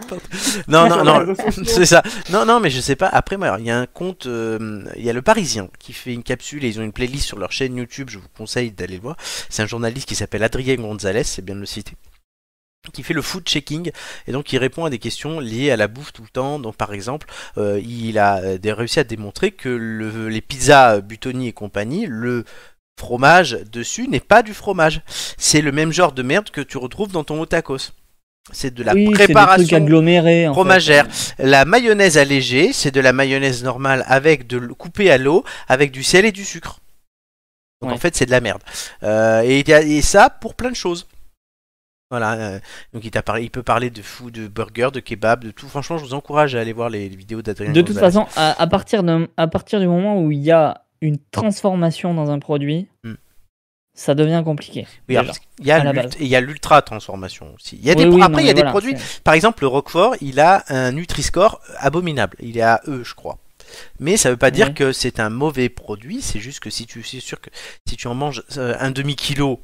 A: Non, non,
C: Sur
A: non.
C: les réseaux sociaux.
A: C'est ça. Non, non, mais je sais pas. Après, moi, alors, il y a un compte, euh, il y a le Parisien qui fait une capsule et ils ont une playlist sur leur chaîne YouTube. Je vous conseille d'aller le voir. C'est un journaliste qui s'appelle Adrien Gonzalez, c'est bien de le citer. Qui fait le food checking et donc il répond à des questions liées à la bouffe tout le temps. Donc, par exemple, euh, il a euh, des- réussi à démontrer que le- les pizzas euh, Buitoni et compagnie, le fromage dessus n'est pas du fromage. C'est le même genre de merde que tu retrouves dans ton hot tacos. C'est de la
B: oui, c'est des trucs
A: préparation
B: agglomérés en fait.
A: fromagère. La mayonnaise allégée, c'est de la mayonnaise normale avec de l'eau- coupée à l'eau, avec du sel et du sucre. Donc en
B: Ouais.
A: fait, c'est de la merde. Euh, et, il y a- et ça pour plein de choses. Voilà. euh, donc il, t'a parlé, il peut parler de fou, de burger, de kebab, de tout. Franchement, je vous encourage à aller voir les vidéos d'Adrien.
B: De toute
A: Gonzalez.
B: façon, à, à partir d'un- à partir du moment où il y a une transformation dans un produit,
A: Hmm.
B: ça devient compliqué.
A: Oui, alors,
B: déjà,
A: parce qu'il y a
B: à la
A: l'ult-
B: base.
A: il y a l'ultra transformation aussi. Il y a des
B: Oui,
A: pro-
B: oui, non,
A: Après, il y
B: mais
A: a des
B: voilà,
A: produits.
B: c'est-
A: Par exemple, le Roquefort, il a un Nutri-Score abominable. Il est à E, je crois. Mais ça ne veut pas dire
B: Ouais.
A: que c'est un mauvais produit. C'est juste que si tu, c'est sûr que si tu en manges euh, un demi kilo,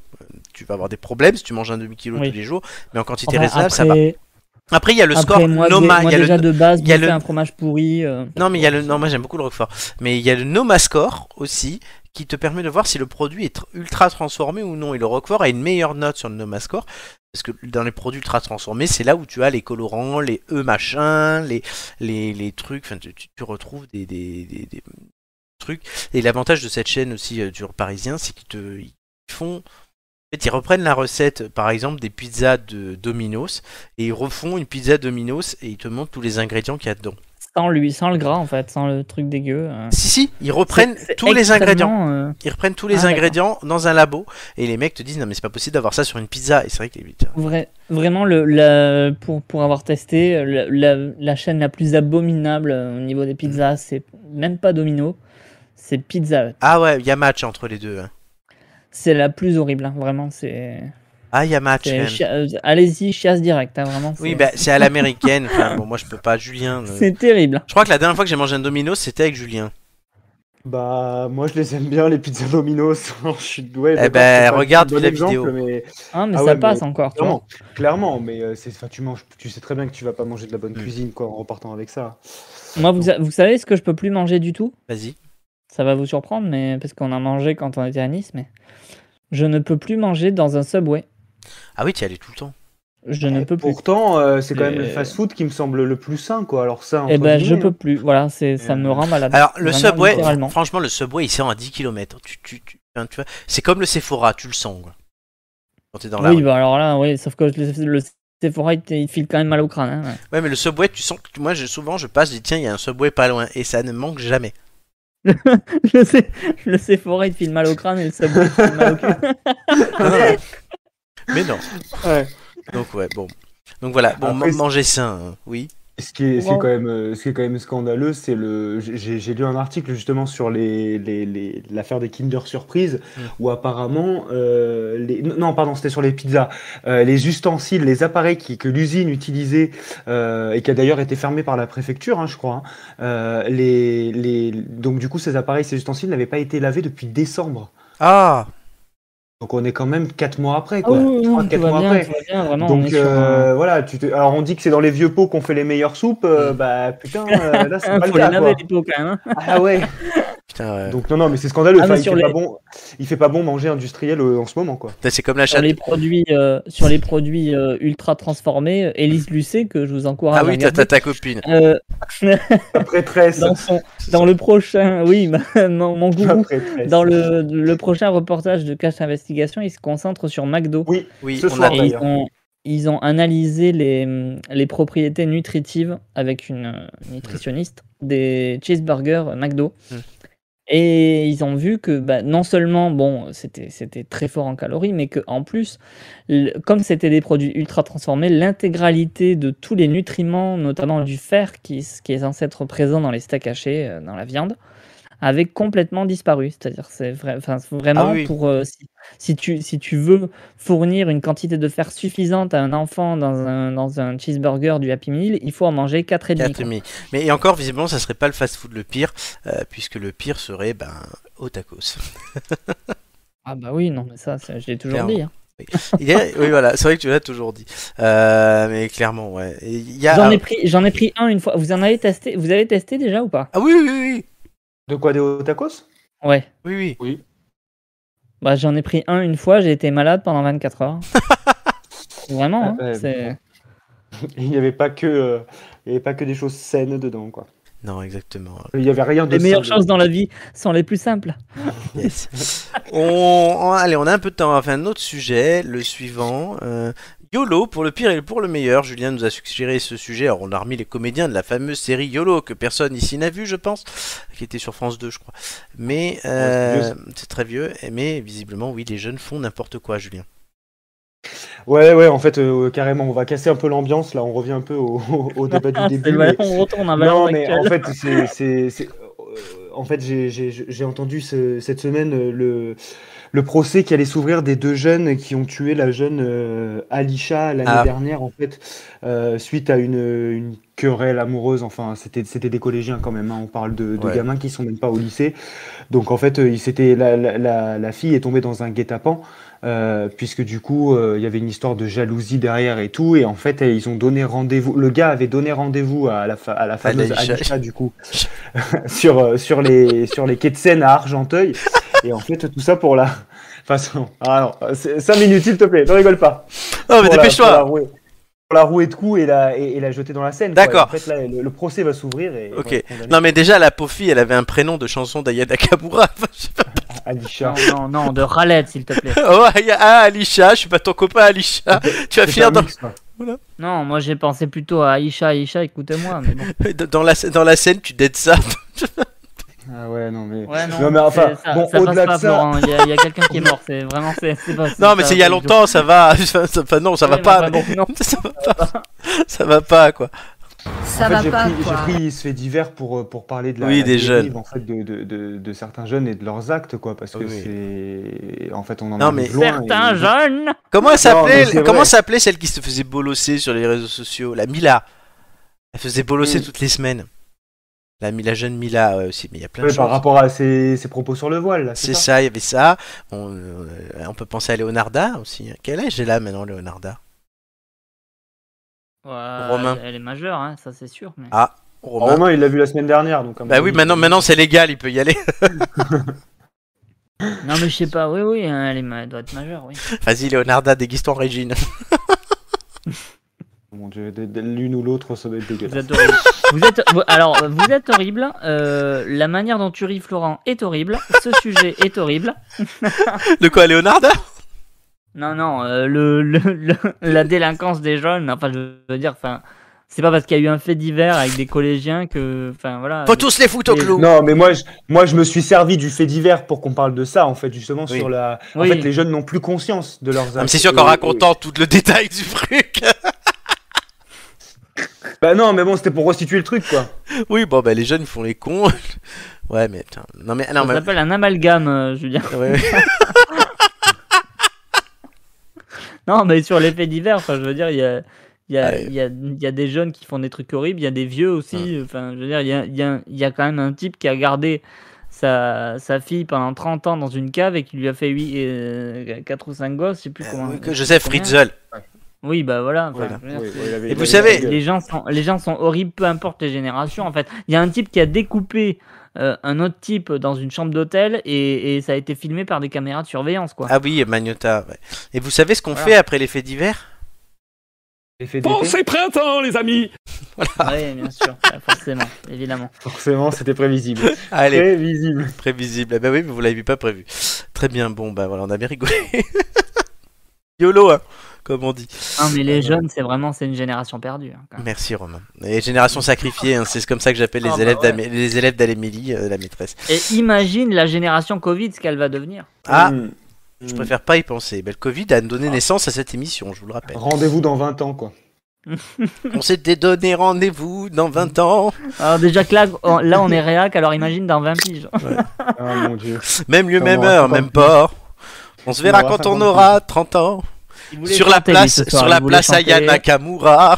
A: tu vas avoir des problèmes. Si tu manges un demi kilo
B: Oui.
A: tous les jours, mais en quantité
B: Enfin,
A: raisonnable, ça va.
B: après-
A: Après, il y a le
B: après,
A: score
B: moi,
A: Noma.
B: dé-
A: il
B: moi,
A: y a le-
B: déjà de base,
A: il y a
B: bouffer
A: le-
B: un fromage pourri. euh,
A: Non, mais il y a le. Non, moi j'aime beaucoup le Roquefort. Mais il y a le Noma Score aussi qui te permet de voir si le produit est tr- ultra transformé ou non. Et le Roquefort a une meilleure note sur le Noma Score. Parce que dans les produits ultra transformés, c'est là où tu as les colorants, les E machin, les, les, les trucs. Enfin, tu, tu- tu retrouves des, des, des- des trucs. Et l'avantage de cette chaîne aussi euh, du parisien, c'est qu'ils te ils font. En fait, ils reprennent la recette, par exemple, des pizzas de Domino's. Et ils refont une pizza Domino's et ils te montrent tous les ingrédients qu'il y a dedans.
B: sans, lui, sans le gras, en fait, sans le truc dégueu. euh.
A: Si, si, ils reprennent
B: C'est- c'est
A: tous les ingrédients.
B: extrêmement, euh,
A: Ils reprennent tous
B: Ah,
A: les
B: d'accord.
A: ingrédients dans un labo. Et les mecs te disent, non, mais c'est pas possible d'avoir ça sur une pizza. Et c'est vrai que les putain,
B: vra- vraiment, le, la- pour, pour avoir testé, la, la- la chaîne la plus abominable euh, au niveau des pizzas, c'est même pas Domino, c'est Pizza Hut.
A: Ah ouais, il y a match entre les deux. hein.
B: C'est la plus horrible, hein, vraiment. C'est.
A: Ah, il y a match.
B: C'est
A: hein.
B: chi- euh, Allez-y, chasse directe, hein, vraiment.
A: Oui,
B: c'est-
A: bah, c'est à l'américaine. Enfin, bon, moi, je peux pas. Julien. euh,
B: C'est terrible.
A: Je crois que la dernière fois que j'ai mangé un domino, c'était avec Julien.
C: Bah, moi je les aime bien, les pizzas Domino's. je suis doué. d'accord,
A: ben,
C: c'est pas
A: regarde
C: un bon
A: la
C: exemple,
A: vidéo.
C: Mais...
B: Hein, mais
C: Ah
B: ça
C: ouais, mais-
B: passe encore. tu vois.
C: Clairement, clairement, mais euh, c'est, enfin, tu, manges, tu sais très bien que tu vas pas manger de la bonne
A: Mm.
C: cuisine quoi, en repartant avec ça.
B: Moi, vous, sa- vous savez ce que je peux plus manger du tout
A: Vas-y.
B: Ça va vous surprendre, mais parce qu'on a mangé quand on était à Nice, mais je ne peux plus manger dans un Subway.
A: Ah oui, tu y allais tout le temps.
B: Je ne
C: Et
B: peux plus.
C: Pourtant, euh, c'est quand même le
B: Et-
C: fast-food qui me semble le plus sain, quoi. Alors ça,
B: Eh
C: entre
B: ben, je
C: guillemets, hein. Euh,
B: peux plus. Voilà, c'est ça me rend malade.
A: Alors, le
B: Vraiment,
A: subway,
B: littéralement.
A: franchement, le subway, il sert à 10 km. Tu, tu, tu, hein, tu vois, c'est comme le Sephora, tu le sens. quoi. Quand t'es dans la
B: oui,
A: rue.
B: bah alors là, oui, sauf que le, le Sephora, il te- il te file quand même mal au crâne. hein, ouais.
A: Ouais, mais le subway, tu sens que moi, je, souvent, je passe, je dis tiens, il y a un subway pas loin, et ça ne manque jamais.
B: le, Se- le Sephora, il te file mal au crâne et le Subway, il te file mal au cul.
A: mais non.
C: Ouais.
A: Donc ouais, bon. Donc voilà, bon,
C: Après,
A: man- manger sain, hein, oui.
C: Ce qui est, ce qui est
B: Wow.
C: quand même, euh, ce qui est quand même scandaleux, c'est le. J'ai j'ai lu un article justement sur les, les, les- l'affaire des Kinder Surprise,
A: Mm.
C: où apparemment, euh, les, non, pardon, c'était sur les pizzas, Euh, les ustensiles, les appareils qui, que l'usine utilisait euh, et qui a d'ailleurs été fermé par la préfecture, hein, je crois. hein, euh, les, les, donc du coup, ces appareils, ces ustensiles n'avaient pas été lavés depuis décembre.
A: Ah,
C: Donc on est quand même quatre mois après,
B: Ah
C: quoi.
B: oui, oui,
C: Trois,
B: non, tout
C: quatre
B: va
C: mois
B: bien,
C: après.
B: tout va bien, hein. vraiment. on est
C: Donc
B: sur un-
C: euh, voilà, tu te... alors on dit que c'est dans les vieux pots qu'on fait les meilleures soupes, euh,
A: Mm.
C: bah putain, euh, là c'est
B: Hein,
C: pas le
B: faut les
C: cas
B: laver
C: quoi.
B: les pots quand même. hein.
C: Ah ouais.
A: putain, ouais.
C: Donc non non, mais c'est scandaleux.
B: Ah, mais
C: Enfin, il fait
B: sur
C: pas
B: les-
C: bon, il fait pas bon manger industriel euh, en ce moment quoi.
A: Putain, c'est comme la
B: Sur
A: chatte.
B: les produits, euh, sur les produits euh, ultra transformés, Élise Lucet, que je vous encourage
A: Ah
B: à
A: oui, t'as
B: regarder,
A: t'as ta copine.
B: euh,
C: La prêtresse,
B: dans, son- dans le prochain, oui, bah, mon, mon
C: la
B: gourou,
C: prêtresse.
B: dans le, le prochain reportage de Cash Investigation, il se concentre sur McDo.
C: Oui,
A: Oui,
C: ce
A: on
C: soir,
A: a-
B: Et ils,
C: d'ailleurs.
B: ont, ils ont analysé les, hum, les propriétés nutritives avec une euh, nutritionniste des cheeseburgers euh, McDo.
A: Mhm.
B: Et ils ont vu que bah, non seulement bon, c'était c'était très fort en calories, mais que en plus, le- comme c'était des produits ultra transformés, l'intégralité de tous les nutriments, notamment du fer qui, s- qui est censé être présent dans les steaks hachés, euh, dans la viande, avait complètement disparu. C'est-à-dire, c'est vrai- enfin, c'est vraiment
A: Ah oui.
B: pour euh, si, si tu si tu veux fournir une quantité de fer suffisante à un enfant dans un, dans un cheeseburger du Happy Meal, il faut en manger 4,5.
A: Quatre
B: quoi.
A: et demi. Mais et encore, visiblement, ça serait pas le fast-food le pire, euh, puisque le pire serait ben au tacos.
B: Ah bah oui, non, mais ça, ça, je l'ai toujours
A: Clairement.
B: dit. hein.
A: Il y a- Oui, voilà, c'est vrai que tu l'as toujours dit. Euh, mais clairement, ouais. Et il y a-
B: J'en ai, pris- j'en ai pris un une fois. Vous en avez testé, vous avez testé déjà ou pas
A: Ah oui, oui, oui,
C: De quoi des hauts tacos
B: Ouais.
A: oui, oui.
B: Bah, j'en ai pris un une fois, j'ai été malade pendant 24 heures. Vraiment, hein,
C: Ah ouais,
B: c'est-
C: Il n'y avait pas que, euh, il y avait pas que des choses saines dedans quoi.
A: Non, exactement.
C: Il n'y avait rien de.
B: les meilleures
C: sain
B: choses dans la vie sont les plus simples.
A: Yes. on, on- allez, on a un peu de temps. Enfin, un autre sujet, le suivant. euh, YOLO, pour le pire et pour le meilleur. Julien nous a suggéré ce sujet. Alors, on a remis les comédiens de la fameuse série YOLO, que personne ici n'a vu, je pense, qui était sur France 2, je crois. Mais, euh,
C: Ouais, c'est
A: c'est très vieux. Mais, visiblement, oui, les jeunes font n'importe quoi, Julien.
C: Ouais ouais, en fait euh, carrément, on va casser un peu l'ambiance là. On revient un peu au, au- au débat du
B: Et
C: début.
B: voilà,
C: mais-
B: on retourne à
C: Non,
B: Valence
C: mais
B: actuelle.
C: en fait, c'est- c'est. c'est- euh, En fait, j'ai- j'ai j'ai entendu ce- cette semaine euh, le, le procès qui allait s'ouvrir des deux jeunes qui ont tué la jeune euh, Alisha l'année
A: Ah.
C: dernière, en fait, euh, suite à une, une querelle amoureuse. Enfin, c'était c'était des collégiens quand même. hein. On parle de, de
A: Ouais.
C: gamins qui sont même pas au lycée. Donc, en fait, euh, il s'était la, la, la, la fille est tombée dans un guet-apens. euh, puisque du coup euh, il y avait une histoire de jalousie derrière et tout et en fait euh, ils ont donné rendez-vous le gars avait donné rendez-vous à la, fa- à la fameuse
A: Alisha.
C: Alisha du coup sur, euh, sur, les, sur les quais de Seine à Argenteuil. Et en fait, tout ça pour la. façon ah non, 5 minutes, s'il te plaît, ne rigole pas.
A: Oh, mais
C: Pour la- Pour la,
A: dépêche-toi!
C: rouée- pour la rouée de coups et la, et, et la jeter dans la Seine. quoi.
A: D'accord.
C: Et En fait, là, le, le procès va s'ouvrir. et
A: Ok.
C: on va être condamné
A: Non, mais déjà, la pauvre fille, elle avait un prénom de chanson d'Aya Nakamura. Enfin, je sais pas.
C: à Alisha.
B: Non, non, non, de ralette, s'il te plaît.
A: Oh, Aya- ah, Alisha, je suis pas ton copain, Alisha. Tu vas
C: C'est
A: finir
C: un
A: dans,
C: mix, quoi.
B: Non, moi j'ai pensé plutôt à Aïcha, Aïcha, écoutez-moi. Mais bon.
A: dans, la, dans la scène, tu dead ça.
C: Ah ouais, non, mais.
B: Ouais, non,
C: Non, mais enfin,
B: c'est- ça,
C: bon,
B: ça passe
C: au-delà
B: pas,
C: de ça-
B: Florent. Il y a, il y a quelqu'un qui est mort, c'est vraiment, c'est c'est pas.
A: Non, mais
B: ça
A: c'est il y a
B: va pas du tout.
A: longtemps, ça va. Enfin, ça- enfin, non, ça va
B: Oui,
A: pas.
B: mais
A: mais-
B: enfin, bon, non.
A: ça va pas. Ça va pas, quoi.
D: Ça
C: En fait,
D: va
C: j'ai
D: pas,
C: pris,
D: quoi.
C: j'ai pris ce fait divers pour, euh, pour parler de la,
A: Oui,
C: la
A: des
C: dérive,
A: jeunes.
C: en fait, de, de, de, de certains jeunes et de leurs actes, quoi, parce que
A: Oui.
C: c'est. En fait, on en
A: Non,
C: a
A: mais-
C: loin. et-
B: Certains jeunes
A: Comment elle
C: mais
A: s'appelait
C: c'est
A: Comment
C: vrai.
A: s'appelait celle qui se faisait bolosser sur les réseaux sociaux La Mila. Elle faisait bolosser
C: Mm.
A: toutes les semaines. La, Mi- la jeune Mila ouais, aussi, mais il y a plein de
C: Ouais, par
A: choses.
C: rapport à ses, ses propos sur le voile, là,
A: C'est
C: ça
A: ça, il y avait ça. On, euh, on peut penser à Leonarda aussi. Quel âge elle a maintenant, Leonarda
B: Ouais,
A: Romain.
B: Elle est majeure, hein, ça c'est sûr. Mais...
A: Ah,
C: Romain,
A: Romain.
C: il l'a vu la semaine dernière. Donc, à mon
A: Bah oui,
C: avis,
A: maintenant, maintenant c'est légal, il peut y aller.
B: Non, mais je sais pas, oui, oui, hein, elle, est ma- elle doit être majeure, oui.
A: Vas-y, Leonarda, déguise-toi en Régine.
C: oh Mon Dieu, de- de- l'une ou l'autre, ça doit être
B: Vous
C: dégueulasse.
B: êtes horrible. Vous êtes- vous- alors, vous êtes horrible. euh, la manière dont tu ris, Florent, est horrible. Ce sujet est horrible.
A: De quoi, Leonardo
B: Non, non, euh, le, le- le- la délinquance des jeunes. Enfin, je veux dire, enfin, c'est pas parce qu'il y a eu un fait divers avec des collégiens que, enfin, voilà.
A: Faut tous les foutre au
B: Et-
A: clou
C: Non, mais moi je, moi, je me suis servi du fait divers pour qu'on parle de ça, en fait, justement,
A: Oui.
C: sur la. En
B: Oui.
C: fait, les jeunes n'ont plus conscience de leurs actes.
A: Ah, mais c'est sûr qu'en
C: Et-
A: racontant tout le détail du truc.
C: Bah non, mais bon, c'était pour restituer le truc, quoi.
A: oui, bon, bah les jeunes font les cons. ouais, mais putain. Non, mais. ah, Non,
B: Ça
A: mais...
B: s'appelle un amalgame, euh, Julien.
A: Ouais, ouais.
B: Non, mais sur les faits divers, enfin, je veux dire, il y a, il y, a,
A: Ouais.
B: il y, a, il y a des jeunes qui font des trucs horribles, il y a des vieux aussi. Enfin, je veux dire, il y a, il y, a, il y a quand même un type qui a gardé sa, sa fille pendant 30 ans dans une cave et qui lui a fait 8, 4 ou 5 gosses, je sais plus comment.
A: Euh, Que Joseph
B: combien.
A: Ritzel.
B: Oui, bah voilà. enfin,
A: Voilà.
B: je veux dire, c'est-
A: Et vous savez-
B: les gens, sont, les gens sont horribles, peu importe les générations. En fait, il y a un type qui a découpé euh, un autre type dans une chambre d'hôtel et, et ça a été filmé par des caméras de surveillance, quoi.
A: Ah oui, Magnota. ouais. Et vous savez ce qu'on
B: Voilà.
A: fait après les faits divers
F: Bon, c'est printemps, les amis
B: Oui, bien sûr, ouais, forcément, évidemment.
C: Forcément, c'était prévisible.
A: Allez,
C: Prévisible.
A: prévisible. Ah bah oui, mais vous l'aviez pas prévu. Très bien, bon, bah voilà, on a bien rigolé. YOLO, hein, comme on dit.
B: Non, mais les jeunes, c'est vraiment c'est une génération perdue. hein, quand même.
A: Merci Romain. Et génération sacrifiée, hein, c'est comme ça que j'appelle les,
B: Ah bah
A: élèves
B: ouais.
A: d'Amé- les élèves d'Amélie, euh, la maîtresse.
B: Et imagine la génération Covid, ce qu'elle va devenir.
A: Ah,
C: Mm.
A: je
C: Mm.
A: préfère pas y penser. Ben, le Covid a donné naissance à cette émission, je vous le rappelle.
C: Rendez-vous dans 20 ans, quoi.
A: On s'était donné rendez-vous dans 20 ans.
B: Alors déjà que là, on, là, on est réac, alors imagine dans 20 piges.
C: Ah mon dieu.
A: Même lieu,
C: On
A: même
C: aura
A: heure,
C: 50.
A: même port. On se verra
C: aura
A: quand on
C: 50.
A: aura 30 ans. Sur la place, sur la place Aya Nakamura.
C: En
A: Ah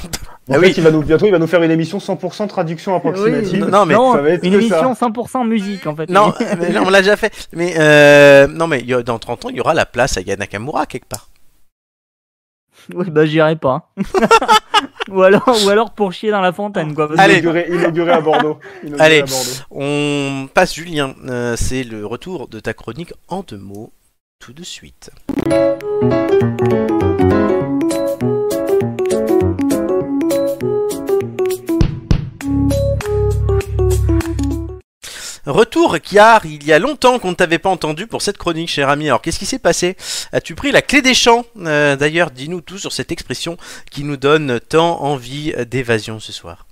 C: fait,
A: oui.
C: il va nous, bientôt, il va nous faire une émission 100% traduction approximative.
A: non, mais-
B: non,
C: ça va être
B: une
C: que
B: émission 100% musique en fait.
A: Non, mais non, on l'a déjà fait. Mais euh, non, mais il y a- dans 30 ans, il y aura la place à Yanakamura quelque part.
B: Oui, bah j'irai pas. ou, alors, ou alors pour chier dans la fontaine quoi. parce que-
A: Allez.
C: Inauguré, inauguré à Bordeaux. Inauguré
A: Allez.
C: à Bordeaux.
A: On passe, Julien. Euh, C'est le retour de ta chronique en deux mots tout de suite. Retour, car il y a longtemps qu'on ne t'avait pas entendu pour cette chronique, cher ami. Alors, qu'est-ce qui s'est passé As-tu pris la clé des champs Euh, D'ailleurs, dis-nous tout sur cette expression qui nous donne tant envie d'évasion ce soir.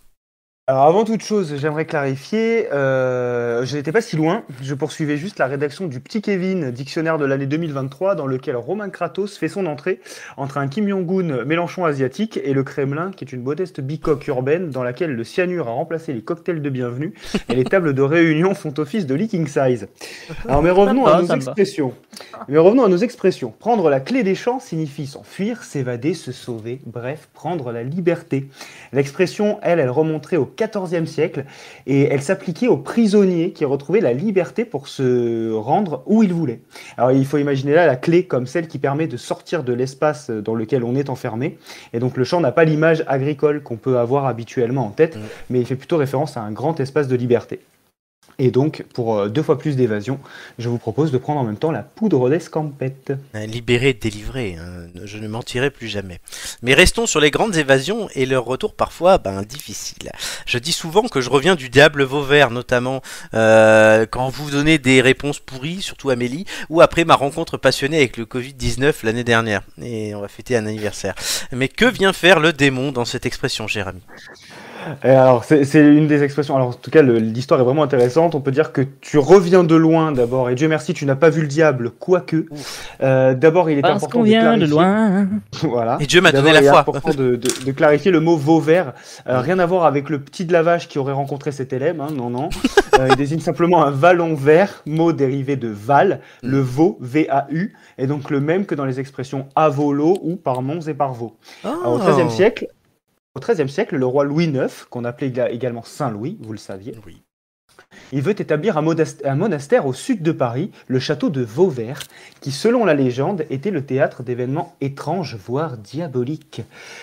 C: Alors avant toute chose, j'aimerais clarifier, euh, je n'étais pas si loin, je poursuivais juste la rédaction du Petit Kevin, dictionnaire de l'année 2023, dans lequel Romain Kratos fait son entrée entre un Kim Jong-un Mélenchon asiatique et le Kremlin, qui est une modeste bicoque urbaine dans laquelle le cyanure a remplacé les cocktails de bienvenue et les tables de réunion font office de leaking size. Alors mais revenons
B: Ah, Ça me va,
C: à nos
B: ça me va.
C: expressions. Mais revenons à nos expressions. Prendre la clé des champs signifie s'enfuir, s'évader, se sauver, bref, prendre la liberté. L'expression, elle, elle remonterait au XIVe siècle et elle s'appliquait aux prisonniers qui retrouvaient la liberté pour se rendre où ils voulaient. Alors il faut imaginer là la clé comme celle qui permet de sortir de l'espace euh, dans lequel on est enfermé. Et donc le champ n'a pas l'image agricole qu'on peut avoir habituellement en tête,
A: Mm.
C: mais il fait plutôt référence à un grand espace de liberté. Et donc, pour euh, deux fois plus d'évasion, je vous propose de prendre en même temps la poudre d'escampette.
A: Euh, Libéré, délivré, hein, je ne mentirai plus jamais. Mais restons sur les grandes évasions et leur retour parfois ben, difficile. Je dis souvent que je reviens du diable Vauvert, notamment euh, quand vous donnez des réponses pourries, surtout Amélie, ou après ma rencontre passionnée avec le Covid-19 l'année dernière. Et on va fêter un anniversaire. Mais que vient faire le démon dans cette expression, Jérémy
C: Et alors, c'est c'est une des expressions. Alors, en tout cas, le- l'histoire est vraiment intéressante. On peut dire que tu reviens de loin d'abord, et Dieu merci, tu n'as pas vu le diable, quoique. Euh, d'abord, il est
B: Parce
C: important
B: qu'on
C: de
B: vient de
C: clarifier-
B: loin.
C: voilà.
A: Et Dieu m'a donné
C: D'abord,
A: la
C: il est
A: foi.
C: important de, de- de clarifier le mot Vauvert. Euh, rien à voir avec le petit de la vache qui aurait rencontré cet élève. hein, non, non. Euh, il désigne simplement un vallon vert, mot dérivé de val,
A: Mm.
C: le veau, V-A-U, et donc le même que dans les expressions avolo ou par monts et par veaux.
A: Ah.
C: Alors, au
A: Oh.
C: XIIIe siècle, au XIIIe siècle, le roi Louis IX, qu'on appelait éga- également Saint Louis, vous le saviez,
A: Oui.
C: Il veut établir un, modast- un monastère au sud de Paris, le château de Vauvert, qui, selon la légende, était le théâtre d'événements étranges, voire diaboliques.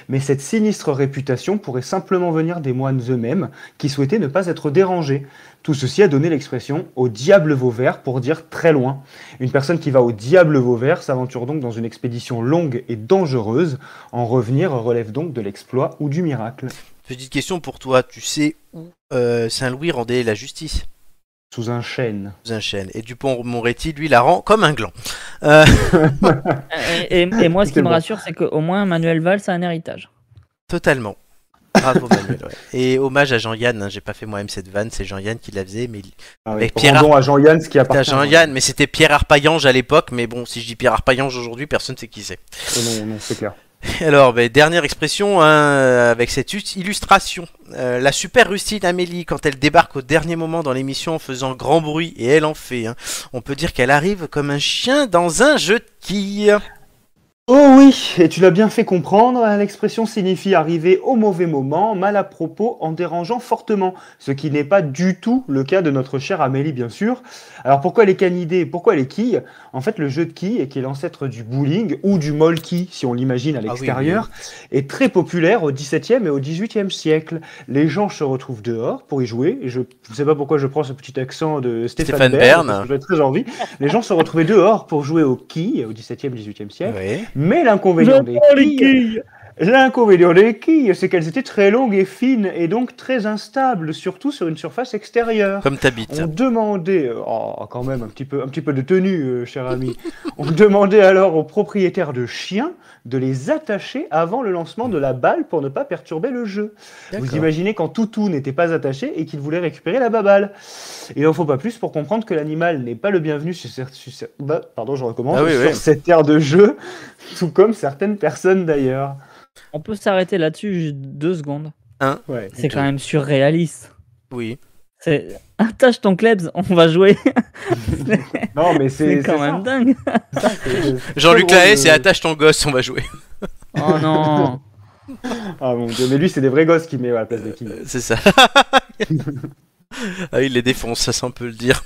C: Mais cette sinistre réputation pourrait simplement venir des moines eux-mêmes, qui souhaitaient ne pas être dérangés. Tout ceci a donné l'expression au diable Vauvert pour dire très loin. Une personne qui va au diable Vauvert s'aventure donc dans une expédition longue et dangereuse. En revenir relève donc de l'exploit ou du miracle.
A: Petite question pour toi, tu sais où euh, Saint-Louis rendait la justice
C: Sous un chêne.
A: sous un chêne Et Dupont-Moretti, lui, la rend comme un gland. Euh,
B: Et, et- et moi, ce qui
C: C'est
B: me
C: bon.
B: rassure, c'est qu'au moins Manuel Valls a un héritage.
A: totalement. Bravo Manuel, ouais. Et hommage à Jean-Yann, hein, j'ai pas fait moi-même cette vanne, c'est Jean-Yann qui la faisait, mais il-
C: Ah
A: Avec Pierre
C: rendons à Jean-Yann ce
A: C'était
C: qui
A: à
C: appartient.
A: Jean-Yann, mais c'était Pierre Arpaillange à l'époque, mais bon, si je dis Pierre Arpaillange aujourd'hui, personne ne sait qui c'est.
C: Oh non, non, c'est clair.
A: Alors, ben, dernière expression hein, avec cette ut- illustration. Euh, la super rustine Amélie, quand elle débarque au dernier moment dans l'émission en faisant grand bruit, et elle en fait, hein, on peut dire qu'elle arrive comme un chien dans un jeu de quilles.
C: Oh oui, et tu l'as bien fait comprendre, l'expression signifie arriver au mauvais moment, mal à propos, en dérangeant fortement, ce qui n'est pas du tout le cas de notre chère Amélie bien sûr. Alors pourquoi les canidés, pourquoi les quilles En fait le jeu de quilles, et qui est l'ancêtre du bowling ou du molki si on l'imagine à
A: Ah oui,
C: l'extérieur, est très populaire au XVIIe et au XVIIIe siècle. Les gens se retrouvent dehors pour y jouer, et je ne sais pas pourquoi je prends ce petit accent de Stéphane,
A: Stéphane Bern.
C: Bern, parce que j'avais très envie. Les gens se retrouvaient dehors pour jouer aux quilles au XVIIe, XVIIIe siècle. Mais l'inconvénient des quilles, l'inconvénient des quilles, c'est qu'elles étaient très longues et fines et donc très instables, surtout sur une surface extérieure.
A: Comme t'habites.
C: On demandait, oh, quand même un petit peu, un petit peu de tenue, euh, cher ami. On demandait alors aux propriétaires de chiens de les attacher avant le lancement de la balle pour ne pas perturber le jeu. Vous imaginez quand Toutou n'était pas attaché et qu'il voulait récupérer la baballe. Il n'en faut pas plus pour comprendre que l'animal n'est pas le bienvenu sur, cer- sur cer- bah, pardon, je recommence,
A: Ah oui,
C: sur
A: oui.
C: cette terre de jeu, tout comme certaines personnes d'ailleurs.
B: On peut s'arrêter là-dessus juste deux secondes.
C: Ouais.
B: C'est quand même surréaliste.
A: Oui.
B: C'est attache ton klebs, on va jouer.
C: Non, mais
B: C'est
C: c'est
B: quand
C: c'est
B: même dingue.
C: ça, ça, c'est- c'est
A: Jean-Luc
C: très drôle
A: Lahaye,
C: de-
A: c'est attache ton gosse, on va jouer.
B: Oh non.
C: Ah mon dieu, mais lui, c'est des vrais gosses qui met à la place des filles.
A: Euh, C'est ça. ah, il les défonce, ça, ça on peut le dire.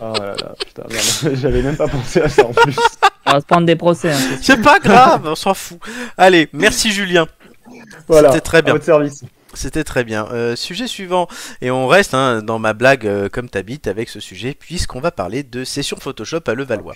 C: Oh là là, putain, merde, j'avais même pas pensé à ça en plus.
B: On va se prendre des procès. hein.
A: C'est pas grave, on s'en fout. Allez, merci Julien.
C: Voilà,
A: C'était très bien.
C: à votre service.
A: C'était très bien. Euh, sujet suivant, et on reste hein, dans ma blague euh, comme t'habites avec ce sujet, puisqu'on va parler de session Photoshop à Levallois.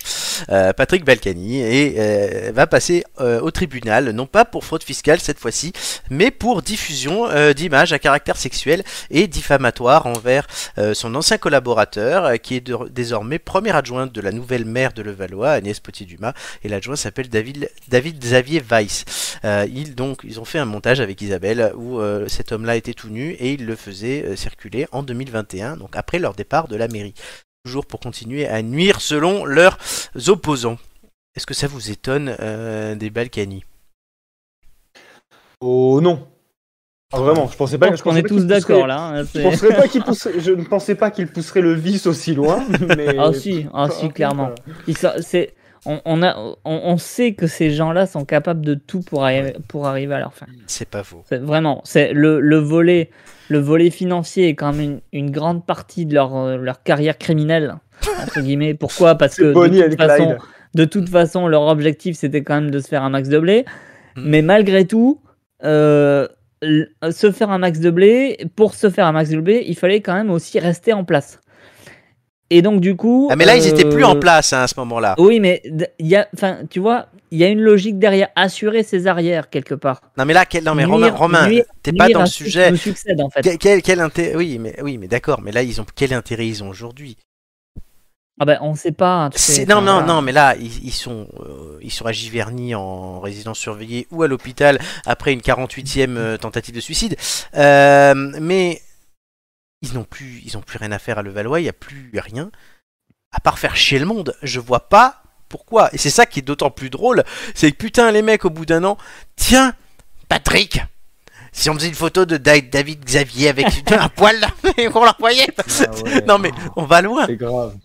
A: Euh, Patrick Balkany et, euh, va passer euh, au tribunal, non pas pour fraude fiscale cette fois-ci, mais pour diffusion euh, d'images à caractère sexuel et diffamatoire envers euh, son ancien collaborateur, euh, qui est de- désormais premier adjoint de la nouvelle maire de Levallois, Agnès Potier-Dumas, et l'adjoint s'appelle David, David Xavier Weiss. Euh, ils, donc, ils ont fait un montage avec Isabelle où euh, cet homme-là était tout nu et ils le faisaient euh, circuler en 2021, donc après leur départ de la mairie. Toujours pour continuer à nuire selon leurs opposants. Est-ce que ça vous étonne euh, des Balkany
C: Oh non. Ah, vraiment, je pensais
B: Je
C: pas
B: pense
C: je
B: qu'on
C: pensais
B: est
C: pas
B: tous
C: qu'il pousserait-
B: d'accord là. hein,
C: Je,
B: c'est-
C: penserais pas qu'il pousserait- je ne pensais pas qu'il pousserait le vice aussi loin. Mais...
B: Ah si, ah si, clairement. Ils sont- c'est- on, on a, on, on sait que ces gens-là sont capables de tout pour, arri- pour arriver à leur fin.
A: C'est pas faux.
B: C'est- Vraiment, c'est le, le volet, le volet financier est quand même une, une grande partie de leur, euh, leur carrière criminelle entre guillemets. Pourquoi Parce que
C: C'est Bonnie
B: de
C: and
B: toute, façon,
C: Clyde.
B: de toute façon, leur objectif c'était quand même de se faire un max de blé.
A: Mm.
B: Mais malgré tout, euh, l- se faire un max de blé, pour se faire un max de blé, il fallait quand même aussi rester en place. Et donc du coup,
A: Ah, mais là, ils étaient plus en
B: euh,
A: place hein, à ce moment-là.
B: oui, mais d- il y a, enfin, tu vois, il y a une logique derrière, assurer ses arrières quelque part.
A: Non, mais là, quel... non, mais Romain,
B: Nuire-
A: Romain,
B: nuire-
A: t'es pas
B: nuire
A: dans
B: à
A: le
B: ceux qui
A: sujet.
B: nous succèdent, en fait.
A: Quel, quel- quel intérêt Oui, mais oui, mais d'accord. Mais là, ils ont quel intérêt ils ont aujourd'hui
B: Ah ben, on sait pas. tu sais,
A: C'est- Non,
B: enfin,
A: non,
B: voilà.
A: non, mais là, ils, ils sont, euh, ils sont à Giverny en résidence surveillée ou à l'hôpital après une 48e euh, tentative de suicide. Euh, mais ils n'ont plus, ils ont plus rien à faire à Levallois, il n'y a plus rien. À part faire chier le monde, je vois pas pourquoi. Et c'est ça qui est d'autant plus drôle, c'est que putain, les mecs, au bout d'un an, tiens, Patrick si on faisait une photo de Da- David Xavier avec un poil là, et qu'on l'envoyait
C: Ah ouais.
A: Non mais on va loin
C: C'est grave.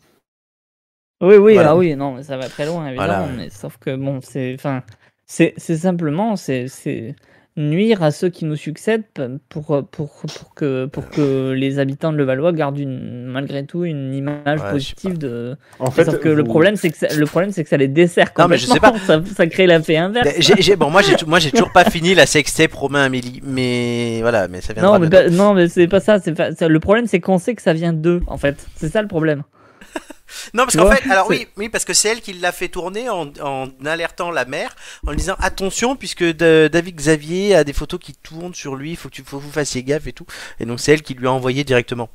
B: Oui, oui,
A: Voilà.
B: ah oui, non, mais ça va très loin, évidemment.
A: Voilà, ouais.
B: mais sauf que bon, c'est, enfin, c'est, c'est simplement, c'est, c'est nuire à ceux qui nous succèdent pour, pour, pour, que, pour que les habitants de Levallois gardent une, malgré tout une image
A: Ouais, je sais
B: positive de.
C: En fait,
B: Sauf que le
C: vous-
B: problème, c'est que ça, le problème, c'est que ça les dessert complètement.
A: Non, mais je sais pas.
B: Ça, ça crée l'effet inverse.
A: Ben, j'ai- j'ai- bon, moi, j'ai tou- moi, j'ai toujours pas fini la sextape Romain Amélie, mais voilà, mais ça viendra.
B: Non mais,
A: bientôt.
B: pas- non, mais c'est pas ça. c'est pas- ça- le problème, c'est qu'on sait que ça vient d'eux, en fait. C'est ça le problème.
A: Non, parce
B: ben,
A: qu'en
B: tu vois,
A: fait, alors
B: c'est-
A: oui, oui, parce que c'est elle qui l'a fait tourner en, en alertant la mère, en lui disant attention, puisque de- David Xavier a des photos qui tournent sur lui, faut que tu, faut que vous fassiez gaffe et tout. Et donc, c'est elle qui lui a envoyé directement.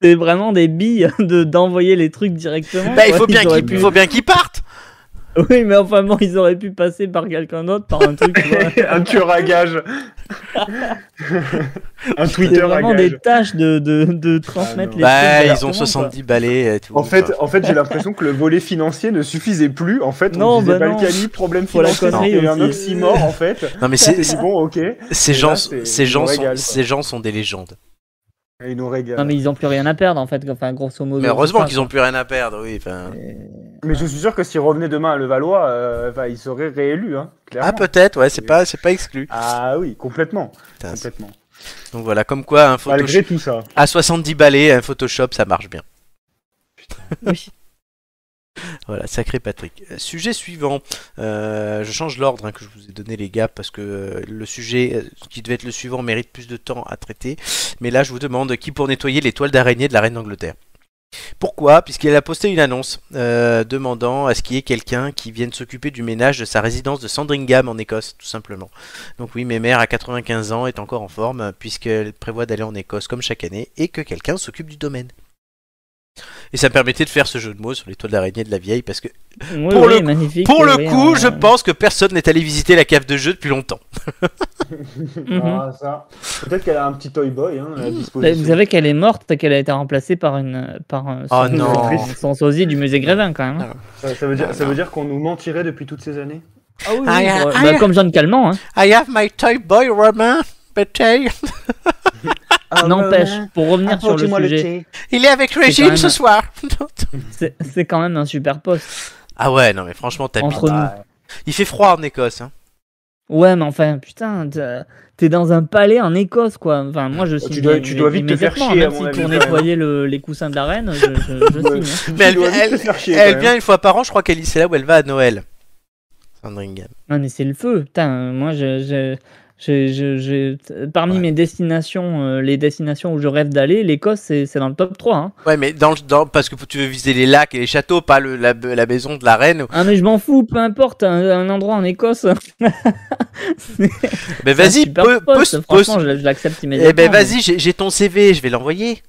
B: C'est vraiment des billes de d'envoyer les trucs directement.
A: Bah, il
B: quoi.
A: faut bien
B: Ils auraient
A: qu'il
B: pu-
A: faut bien qu'il parte.
B: Oui, mais enfin bon, ils auraient pu passer par quelqu'un d'autre, par un truc. tu vois.
C: un tueur à gage. un
B: C'est
C: Twitter à
B: vraiment
C: gage.
B: des tâches de, de, de transmettre
C: non.
B: les
A: Bah,
B: trucs
A: ils ont
B: directement, quoi.
A: 70 balais et tout.
C: En fait,
A: Enfin,
C: en fait, j'ai l'impression que le volet financier ne suffisait plus. En fait, on
B: Non,
C: disait
B: bah non.
C: Balkany, problème
B: Faut la
C: financier,
B: connerie
C: il y a eu un
B: aussi.
C: autre six morts en fait.
A: non mais
C: C'est
A: c'est- c'est-
C: bon, ok.
A: ces
C: Et
A: gens,
C: là, c'est-
A: ces gens
C: ils nous
A: sont,
C: régalent, quoi.
A: ces gens sont des légendes.
C: Et il nous régale.
B: Non, mais ils ont plus rien à perdre, en fait. Enfin, grosso modo.
A: Mais
B: c'est
A: heureusement
B: ça,
A: qu'ils ont plus rien à perdre, oui. enfin.
C: Mais je suis sûr que s'il revenait demain à Levallois, euh, bah, il serait réélu, hein, clairement.
A: Ah peut-être, ouais, c'est pas, c'est pas exclu.
C: Ah oui, complètement.
A: Putain, Ah, c'est-
C: complètement.
A: donc voilà, comme quoi un Photoshop
C: Malgré tout ça.
A: à 70 balais, un Photoshop, ça marche bien.
B: Oui.
A: Voilà, sacré Patrick. Euh, Sujet suivant. Euh, je change l'ordre hein, que je vous ai donné, les gars, parce que euh, le sujet euh, qui devait être le suivant mérite plus de temps à traiter. Mais là, je vous demande qui pour nettoyer les toiles d'araignée de la reine d'Angleterre. Pourquoi Puisqu'elle a posté une annonce euh, demandant à ce qu'il y ait quelqu'un qui vienne s'occuper du ménage de sa résidence de Sandringham en Écosse, tout simplement. Donc oui, Mémère à 95 ans est encore en forme euh, puisqu'elle prévoit d'aller en Écosse comme chaque année et que quelqu'un s'occupe du domaine. Et ça me permettait de faire ce jeu de mots sur les toiles d'araignée de la vieille parce que
B: Oui,
A: Pour
B: oui,
A: le-
B: magnifique,
A: pour le
B: oui, hein.
A: coup,
B: on-
A: je pense que personne n'est allé visiter la cave de jeu depuis longtemps.
B: Mhm.
C: Ah, ça. Peut-être qu'elle a un petit Toy Boy hein, à
B: Bah,
C: disposition.
B: vous savez qu'elle est morte et qu'elle a été remplacée par une par un-
A: Oh
B: son,
A: non.
B: son- son sosie du musée Grévin quand même. hein.
C: Ça, ça veut dire, ça veut dire qu'on nous mentirait depuis toutes ces années
B: Ah oui,
A: Ah, ah, ah, ah.
B: comme Jeanne Calment. Hein.
A: I have my toy boy Romain Bataille.
B: N'empêche, pour revenir sur le sujet,
A: Il est avec
B: Régine quand même- ce
A: soir.
B: c'est c'est quand même un super poste.
A: ah ouais, non mais franchement, t'as
B: Entre nous.
A: Il fait froid en Écosse. Hein.
B: Ouais, mais enfin, putain, t'as- t'es dans un palais en Écosse, quoi. Enfin, moi, je signe.
C: Oh, tu dois- tu
B: immé-
C: dois vite te faire
B: immédiatement,
C: chier, à
B: Même
C: mon
B: si
C: avis,
B: pour
C: quand même.
B: nettoyer le- les coussins de la reine, je, je- je
C: Ouais.
B: signe. hein.
A: Mais elle,
C: doit vite
A: elle-
C: te faire chier,
A: elle
C: quand
A: vient une fois par an, je crois qu'elle c'est là où elle va à Noël. Sandringham.
B: Non, mais c'est le feu. Putain, moi, je, je- je- je- je- parmi
A: Ouais.
B: mes destinations, euh, les destinations où je rêve d'aller, l'Écosse, c'est c'est dans le top 3. Hein.
A: Ouais, mais dans, le- dans parce que tu veux visiter les lacs et les châteaux, pas le, la, la maison de la reine.
B: Ah mais je m'en fous, peu importe, un, un endroit en Écosse.
A: Mais
B: c'est un
A: vas-y,
B: super
A: po-
B: poste,
A: poste-
B: franchement,
A: poste-
B: je, je l'accepte immédiatement.
A: Eh ben
B: mais-
A: vas-y, j'ai j'ai ton CV, je vais l'envoyer.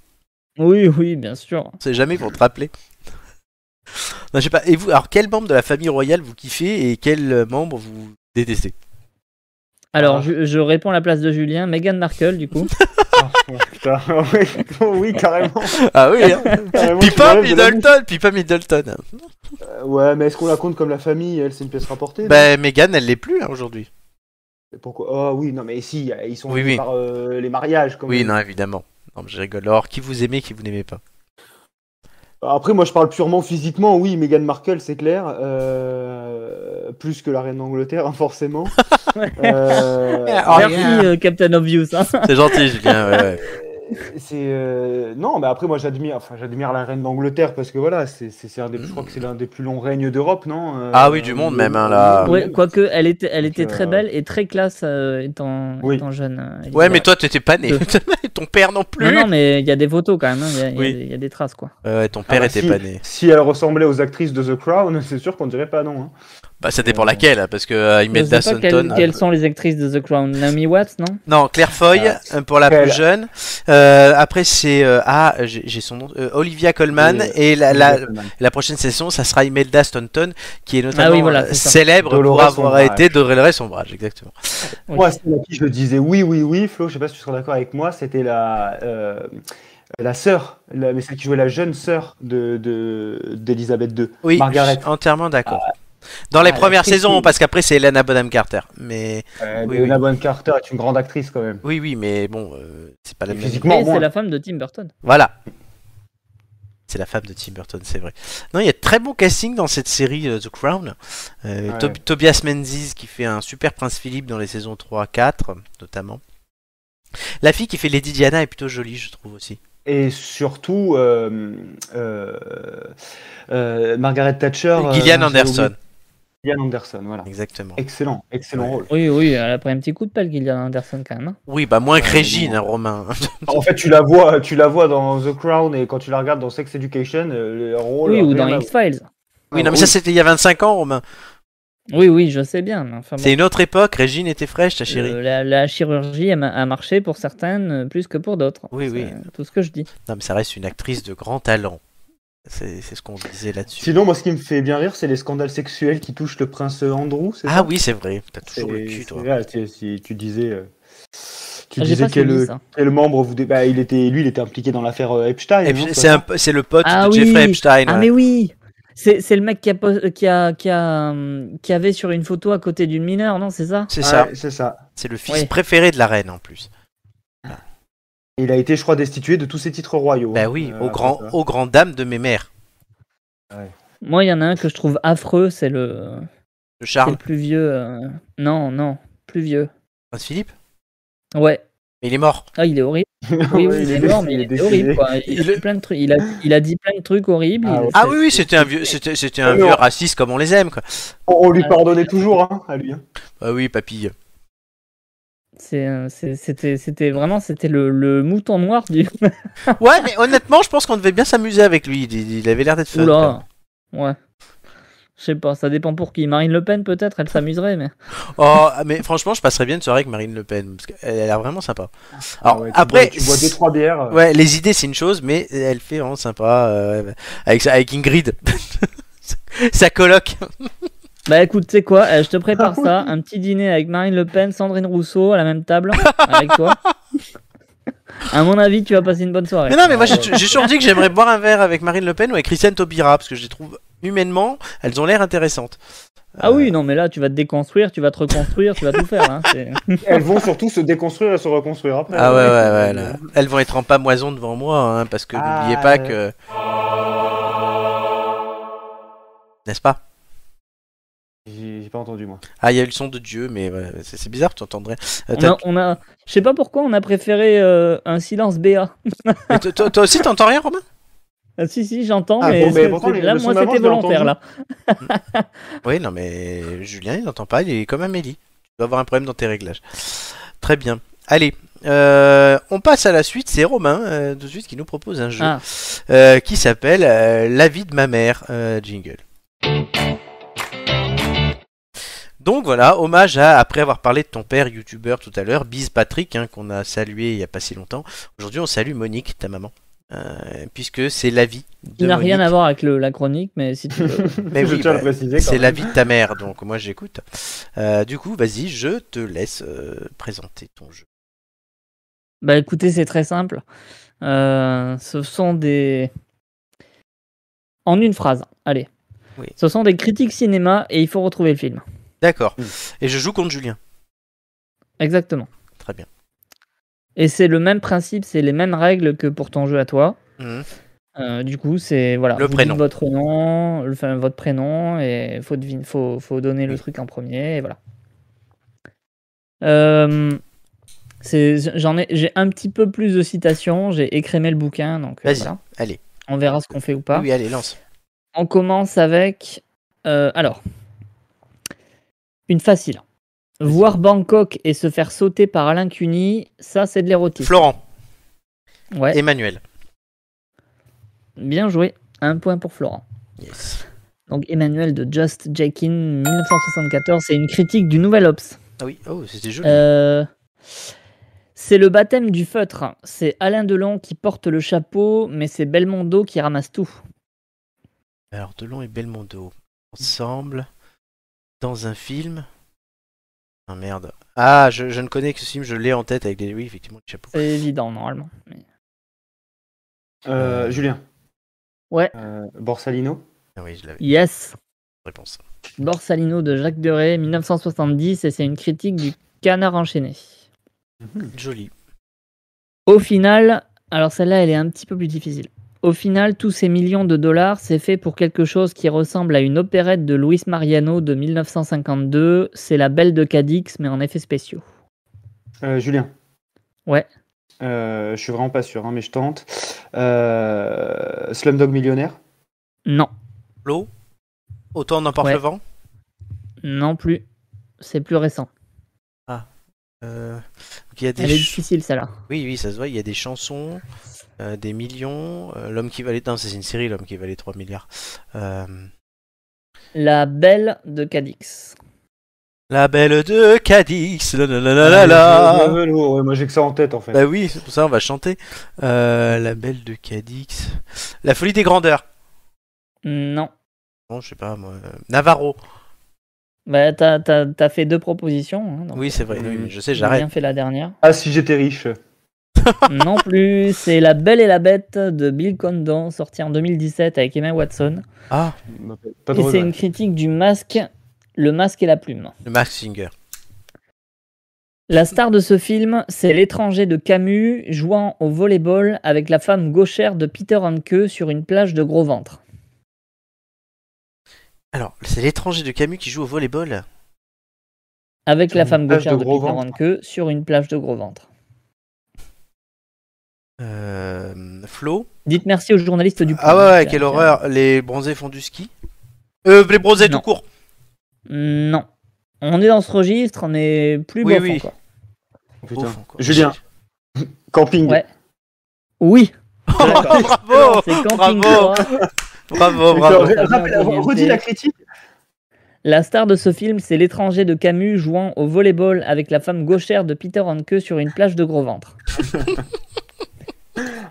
B: Oui, oui, bien sûr.
A: On sait jamais pour te rappeler. Non, je sais pas. Et vous, alors quel membre de la famille royale vous kiffez et quel euh, membre vous détestez
B: Alors,
C: Ah.
B: je, je réponds à la place de Julien, Meghan Markle, du coup.
C: Putain, oui, oui, carrément.
A: Ah oui, hein.
C: carrément, tu
A: Pipa
C: l'enlèves de la
A: Middleton, Pipa Middleton.
C: bouche. Ouais, mais est-ce qu'on la compte comme la famille Elle, c'est une pièce rapportée
A: Ben Meghan, elle l'est plus hein, aujourd'hui.
C: non Pourquoi Ah oui, non, mais si, ils sont
A: Oui,
C: liés
A: oui.
C: par euh, les mariages. Comme
A: Oui, non, évidemment. Non, mais je rigole. Alors, qui vous aimez, qui vous n'aimez pas
C: Après, moi, je parle purement physiquement. Oui, Meghan Markle, c'est clair. euh, Plus que la reine d'Angleterre, hein, forcément. Euh,
A: Oh,
B: Merci,
A: yeah.
B: euh, Captain Obvious. hein.
A: C'est gentil, Julien. Ouais, ouais.
C: C'est euh, non, mais après moi j'admire, enfin j'admire la reine d'Angleterre parce que voilà, c'est c'est c'est un des, je crois que c'est l'un des plus longs règnes d'Europe, non Euh,
A: Ah oui, du monde même, hein, là. Ah.
B: Ouais, quoique, elle était, elle était
C: Donc, euh,
B: très belle et très classe euh, étant,
C: Oui.
B: étant jeune. euh, Elisabeth.
A: Ouais, mais toi, t'étais pas né.
B: Euh.
A: ton père non plus.
B: Non, non, mais il y a des photos quand même, hein, il y a- il y, a
A: Oui.
B: des- il y a des traces, quoi.
A: Ouais, ouais, ton
C: Ah bah,
A: père était
C: si,
A: pas né.
C: Si elle ressemblait aux actrices de The Crown, c'est sûr qu'on dirait pas non. hein.
A: Bah, ça dépend laquelle, hein, parce que euh,
B: Je
A: Imelda
B: sais pas quelles,
A: Staunton.
B: quelles sont les actrices de The Crown. Naomi Watts, non
A: Non, Claire Foy
C: Ah,
A: euh, pour la
C: elle.
A: plus jeune. Euh, après, c'est euh, ah, j'ai j'ai son nom. euh, Olivia Colman
C: Euh,
A: et la, la,
C: Exactement.
A: La prochaine session, ça sera Imelda Staunton, qui est notamment
B: Ah oui, voilà,
A: euh,
B: c'est ça.
A: célèbre pour
C: Dolores
A: avoir
C: Sombrage.
A: été Dolores Sombrage, exactement.
B: Oui.
C: Moi, celle à qui je disais oui, oui, oui, Flo, je sais pas si tu seras d'accord avec moi, c'était la euh, la sœur, la- mais celle qui jouait la jeune sœur de de- d'Elisabeth II.
A: Oui,
C: Margaret.
A: je suis entièrement d'accord. Dans les
C: Ah,
A: premières
C: l'actrice,
A: saisons,
C: oui.
A: parce qu'après c'est Helena Bonham Carter. Mais
C: Euh,
A: Oui,
C: Helena
A: oui.
C: Bonham Carter est une grande actrice quand même.
A: oui, oui, mais bon, euh, c'est pas la
C: Et
A: même.
C: physiquement.
B: Et
C: moi.
B: c'est la femme de Tim Burton.
A: Voilà. C'est la femme de Tim Burton, c'est vrai. Non, il y a de très bon casting dans cette série euh, The Crown. Euh,
C: Ouais.
A: Tob- Tobias Menzies qui fait un super prince Philippe dans les saisons 3 4, notamment. La fille qui fait Lady Diana est plutôt jolie, je trouve aussi.
C: Et surtout, euh, euh, euh, Margaret Thatcher. euh,
A: Gillian
C: non, j'ai
A: Anderson,
C: oublié. Gillian Anderson, voilà.
A: exactement.
C: Excellent, excellent
A: Ouais.
C: rôle.
B: Oui, oui, elle a pris un petit coup de pelle, Gillian Anderson, quand même. hein.
A: Oui, bah moins que
C: Ouais,
A: Régine,
C: bon.
A: hein, Romain.
C: En fait, tu la vois, tu la vois dans The Crown et quand tu la regardes dans Sex Education, euh, le rôle.
B: oui, ou
C: rien
B: dans
C: à
B: X-Files.
A: oui, non, mais ça c'était il y a 25 ans, Romain.
B: Oui, oui, je sais bien. mais enfin, bon.
A: C'est une autre époque, Régine était fraîche, ta chérie.
B: Euh, la, la chirurgie a, ma- a marché pour certaines euh, plus que pour d'autres.
A: Oui,
B: C'est euh,
A: oui.
B: Tout ce que je dis.
A: Non, mais ça reste une actrice de grand talent. C'est c'est ce qu'on disait là-dessus.
C: Sinon, moi, ce qui me fait bien rire, c'est les scandales sexuels qui touchent le prince Andrew. c'est
A: Ah
C: ça
A: oui, c'est vrai, t'as toujours le
C: C'est-
A: cul,
C: c'est
A: toi.
C: vrai, tu- si tu disais, euh, tu
B: Ah, j'ai
C: disais
B: pas
C: quel,
B: suivi ça.
C: quel membre vous. dé- bah, il était, lui, il était impliqué dans l'affaire euh, Epstein.
A: Et
C: non,
A: puis,
C: toi
A: C'est un peu- c'est le pote
B: Ah
A: de
B: oui.
A: Jeffrey Epstein.
B: Ah,
A: ouais.
B: mais oui C'est c'est le mec qui, a, pos- qui, a, qui, a, hum, qui avait sur une photo à côté d'une mineure, non C'est ça
A: C'est
C: Ouais,
A: ça.
C: C'est ça.
A: C'est le fils
B: Oui.
A: préféré de la reine en plus.
C: Il a été, je crois, destitué de tous ses titres royaux.
A: Bah
C: hein,
A: oui,
C: euh,
A: aux,
C: après
A: grands,
C: ça.
A: aux grandes dames de mes mères.
B: Moi, il y en a un que je trouve affreux, c'est le,
A: Le
B: c'est
A: Charles,
B: le plus vieux. euh, Non, non, plus vieux.
A: prince Philippe.
B: Ouais,
A: Mais il est mort.
B: ah, il est horrible. Oui, oui, il est
C: décédé,
B: mort, mais il est horrible.
C: décédé.
B: Quoi. Il, a
A: Il est-
B: dit plein de trucs. Il, a, il a dit plein de trucs horribles.
C: Ah
B: il-
C: ouais.
A: Ah oui, oui, c'était un vieux, c'était c'était un
C: Mais non.
A: vieux raciste comme on les aime quoi.
C: On, on lui pardonnait toujours, hein, à lui. hein.
A: Ah oui, papy.
B: c'est- euh, c'est- C'était c'était vraiment c'était le, le mouton noir du.
A: Ouais, mais honnêtement, je pense qu'on devait bien s'amuser avec lui. Il, il avait l'air d'être fun. quand même.
B: Oula Ouais. Je sais pas, ça dépend pour qui. Marine Le Pen, peut-être, elle s'amuserait, mais.
A: Oh, mais franchement, je passerais bien une soirée avec Marine Le Pen parce qu'elle a l'air vraiment sympa. Alors
C: Ah ouais, tu
A: après,
C: bois- tu bois deux trois bières. euh,
A: ouais, les idées c'est une chose, mais elle fait vraiment sympa euh, avec sa- avec Ingrid. Sa coloc.
B: Bah écoute, tu sais quoi, euh, je te prépare
C: Ah
B: ça, un petit dîner avec Marine Le Pen, Sandrine Rousseau à la même table, avec toi. À mon avis, tu vas passer une bonne soirée.
A: Mais non, mais moi j'ai j'ai toujours dit que j'aimerais boire un verre avec Marine Le Pen ou avec Christiane Taubira parce que je les trouve humainement, elles ont l'air intéressantes. Euh,
B: Ah oui, non, mais là, tu vas te déconstruire, tu vas te reconstruire, tu vas tout faire. hein, c'est-
C: Elles vont surtout se déconstruire et se reconstruire après.
A: Ah ouais, ouais,
B: Euh,
A: ouais. là. Elles vont être en pamoison devant moi hein, parce que
C: Ah,
A: n'oubliez pas que.
C: euh.
A: N'est-ce pas
C: J'ai j'ai pas entendu moi.
A: Ah, il y a eu le son de Dieu, mais voilà, c'est c'est bizarre, tu entendrais. Euh,
B: On
A: t'as-
B: a, on a- je sais pas pourquoi on a préféré euh, un silence BA.
A: Mais toi- toi toi aussi, t'entends rien, Romain
B: Ah, si, si, j'entends,
C: Ah,
B: mais,
C: bon, mais
B: c'est-
C: pourtant, les
B: là,
C: leçons
B: moi,
C: d'avant,
B: c'était
C: je l'ai
B: volontaire, là.
A: Oui, non, mais Julien, il n'entend pas, il est comme Amélie. Tu dois avoir un problème dans tes réglages. Très bien. Allez, euh, on passe à la suite. C'est Romain, euh, de suite, qui nous propose un jeu
B: Ah.
A: euh, qui s'appelle euh, La vie de ma mère, euh, jingle. Donc voilà, hommage à, après avoir parlé de ton père, youtubeur tout à l'heure, Bise Patrick, hein, qu'on a salué il n'y a pas si longtemps. Aujourd'hui, on salue Monique, ta maman. Euh, puisque c'est la vie. de
B: Il n'a rien
A: Monique.
B: à voir avec le- la chronique, mais si tu veux.
A: Mais
C: je
A: oui,
C: tiens à
A: bah,
C: le préciser. quand
A: C'est
C: même.
A: la vie de ta mère, donc moi j'écoute. Euh, du coup, vas-y, je te laisse euh, présenter ton jeu.
B: bah écoutez, c'est très simple. Euh, ce sont des. En une phrase, allez.
A: Oui.
B: Ce sont des critiques cinéma et il faut retrouver le film.
A: D'accord.
C: Mm.
A: Et je joue contre Julien.
B: Exactement.
A: Très bien.
B: Et c'est le même principe, c'est les mêmes règles que pour ton jeu à toi.
A: Mhm.
B: Euh, du coup, c'est voilà.
A: Le
B: vous
A: prénom.
B: dites votre nom, le- enfin, votre prénom et faut devine- faut, faut donner le
A: Oui.
B: truc en premier et voilà. Euh, c'est- j'en ai, j'ai un petit peu plus de citations. J'ai écrémé le bouquin, donc euh,
A: Vas-y,
B: voilà.
A: allez.
B: On verra ce qu'on fait ou pas.
A: Oui, allez, lance.
B: On commence avec euh, alors une facile. Voir Bangkok et se faire sauter par Alain Cuny, ça c'est de l'érotisme.
A: Florent,
B: Ouais.
A: Emmanuel.
B: Bien joué, un point pour Florent.
A: Yes.
B: Donc Emmanuel de Just Jekin, 1974, c'est une critique du Nouvel Ops.
A: Ah oui, oh, c'était joli.
B: Euh, c'est le baptême du feutre, c'est Alain Delon qui porte le chapeau, mais c'est Belmondo qui ramasse tout.
A: Alors, Delon et Belmondo,
B: Mmh.
A: ensemble, dans un film. Ah merde. Ah, je, je ne connais que ce film, je l'ai en tête avec des. Oui, effectivement, le chapeau.
B: C'est évident normalement. mais-
C: Euh, Julien.
B: Ouais.
C: Euh, Borsalino.
A: Ah oui, je l'avais.
B: Yes,
A: Réponse.
B: Borsalino de Jacques Deray, 1970, et c'est une critique du canard enchaîné.
A: Joli.
B: Au final, alors celle-là elle est un petit peu plus difficile. Au final, tous ces millions de dollars, c'est fait pour quelque chose qui ressemble à une opérette de Luis Mariano de 1952. C'est La Belle de Cadix, mais en effets spéciaux.
C: Euh, Julien.
B: Ouais.
C: Euh, je suis vraiment pas sûr, hein, mais je tente. Euh, Slumdog Millionnaire.
B: Non,
A: L'eau Autant d'emporte le
B: Ouais.
A: vent
B: non plus. C'est plus récent.
A: Euh, donc il y a des
B: Elle est
A: ch-
B: difficile, celle-là.
A: Oui, oui, ça se voit, il y a des chansons, euh, des millions. euh, L'homme qui valait. Non, ça, c'est une série, L'homme qui valait 3 milliards. Euh,
B: La Belle de Cadix.
A: La belle de Cadix, la la la la la
C: Euh,
A: la.
C: le- le velours, ouais, Moi j'ai que ça en tête en fait.
A: Bah oui, c'est pour ça on va chanter. Euh, la belle de Cadix. La folie des grandeurs.
B: Non.
A: Non, je sais pas moi. euh, Navarro.
B: Bah, t'as, t'as- t'as fait deux propositions. hein, donc
A: Oui, c'est vrai.
C: euh,
A: oui, mais je sais,
B: j'ai bien
A: j'arrête.
B: fait la dernière.
C: Ah si j'étais riche.
B: non plus. C'est La Belle et la Bête de Bill Condon, sorti en 2017 avec Emma Watson.
A: Ah,
C: Pas de
B: Et c'est
C: regret.
B: une critique du masque, le masque et la plume.
A: le Max Singer.
B: La star de ce film, c'est l'étranger de Camus jouant au volleyball avec la femme gauchère de Peter Hanke sur une plage de gros ventre.
A: Alors, c'est l'étranger de Camus qui joue au volleyball.
B: Avec
C: Sur
B: la
C: une
B: femme
C: plage de
B: gauchère de,
C: gros
B: Peter
C: ventre.
B: Hanke sur une plage de gros ventre.
A: Euh, Flo.
B: Dites merci aux journalistes du
A: Ah ouais,
B: public, hein.
A: ouais,
B: là,
A: quelle
B: tiens.
A: horreur. Les bronzés font du ski. Euh, les bronzés
B: Non.
A: tout court.
B: Non. On est dans ce registre, on est plus
A: Oui,
B: beau
A: oui.
B: quoi.
C: Oh, Putain.
A: Au fond, quoi.
C: Julien. Camping.
B: Ouais. Oui,
A: bravo,
B: c'est Camping
A: Oh, bravo,
B: 3.
A: bravo, bravo.
C: Putain, re- rappelle- re- redis la critique.
B: La star de ce film, c'est l'étranger de Camus jouant au volleyball avec la femme gauchère de Peter Hanke sur une plage de gros ventre.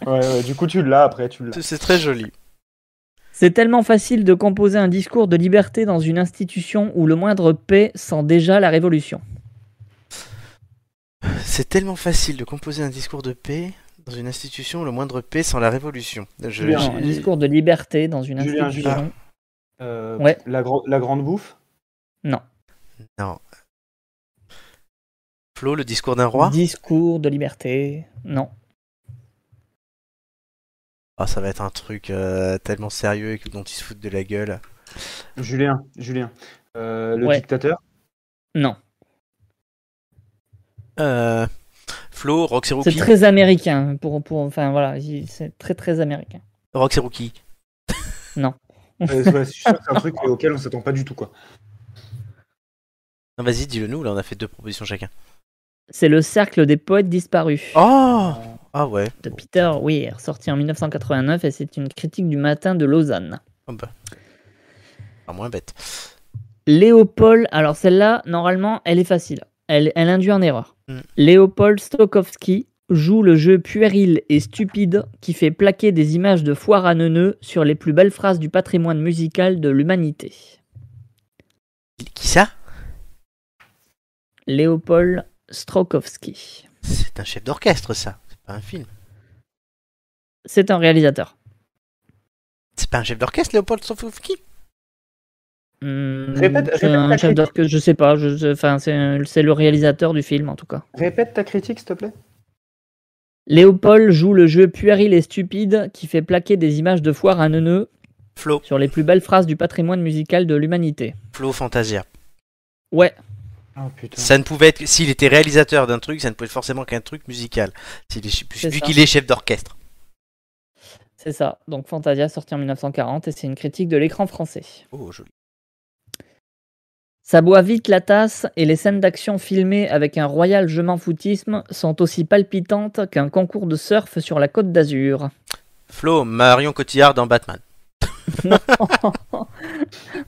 C: Ouais, ouais, du coup tu l'as après tu l'as.
A: C'est- C'est très joli.
B: C'est tellement facile de composer un discours de liberté dans une institution où le moindre paix sent déjà la révolution.
A: C'est tellement facile de composer un discours de paix dans une institution, où le moindre paix sans la révolution. Je-
C: Julien,
A: j'ai-
B: Un discours de liberté dans une
C: Julien,
B: institution.
C: Julien. Euh,
B: Ouais.
C: la, gro- la grande bouffe.
A: Non. Flo, le discours d'un roi
B: discours de liberté. Non.
A: Ah, Ça va être un truc euh, tellement sérieux et que- dont ils se foutent de la gueule.
C: Julien. Julien. Euh, le
B: Ouais.
C: dictateur.
B: Non.
A: Euh, Flo, Roxy
B: C'est
A: Rookie.
B: très américain. Pour, pour, enfin voilà, il- c'est très très américain.
A: Roxy Rookie.
C: Euh, ouais, je suis sûr que c'est un truc auquel on s'attend pas du tout quoi.
A: Non, Vas-y, dis-le nous, là on a fait deux propositions chacun.
B: C'est le cercle des poètes disparus.
A: Oh Ah ouais.
B: de Peter Weir, sorti en 1989 et c'est une critique du matin de Lausanne.
A: Ah bah. Pas Ah, moins bête.
B: Léopold, alors celle-là, normalement, elle est facile. Elle, elle induit en erreur.
A: Mm.
B: Léopold Stokowski joue le jeu puéril et stupide qui fait plaquer des images de foire à neuneux sur les plus belles phrases du patrimoine musical de l'humanité.
A: Qui ça
B: Léopold Stokowski.
A: C'est un chef d'orchestre, ça. C'est pas un film.
B: C'est un réalisateur.
A: C'est pas un chef d'orchestre, Léopold Stokowski
B: Hmm,
C: Répète-
B: c'est
C: répète
B: un
C: la
B: chef
C: critique.
B: d'orchestre, je sais pas, je- je- enfin, c'est un- c'est le réalisateur du film en tout cas.
C: Répète ta critique s'il te plaît.
B: Léopold joue le jeu puéril et stupide qui fait plaquer des images de foire à neuneux
A: Flo.
B: sur les plus belles phrases du patrimoine musical de l'humanité.
A: Flo Fantasia.
B: Ouais,
C: Oh putain.
A: Ça ne pouvait être. S'il était réalisateur d'un truc, ça ne pouvait être forcément qu'un truc musical. S'il est che-
B: C'est
A: Vu
B: ça.
A: qu'il est chef d'orchestre.
B: c'est ça. Donc Fantasia sorti en 1940 et c'est une critique de l'écran français.
A: Oh, joli.
B: Ça boit vite la tasse et les scènes d'action filmées avec un royal je m'en foutisme sont aussi palpitantes qu'un concours de surf sur la côte d'Azur.
A: Flo, Marion Cotillard dans Batman.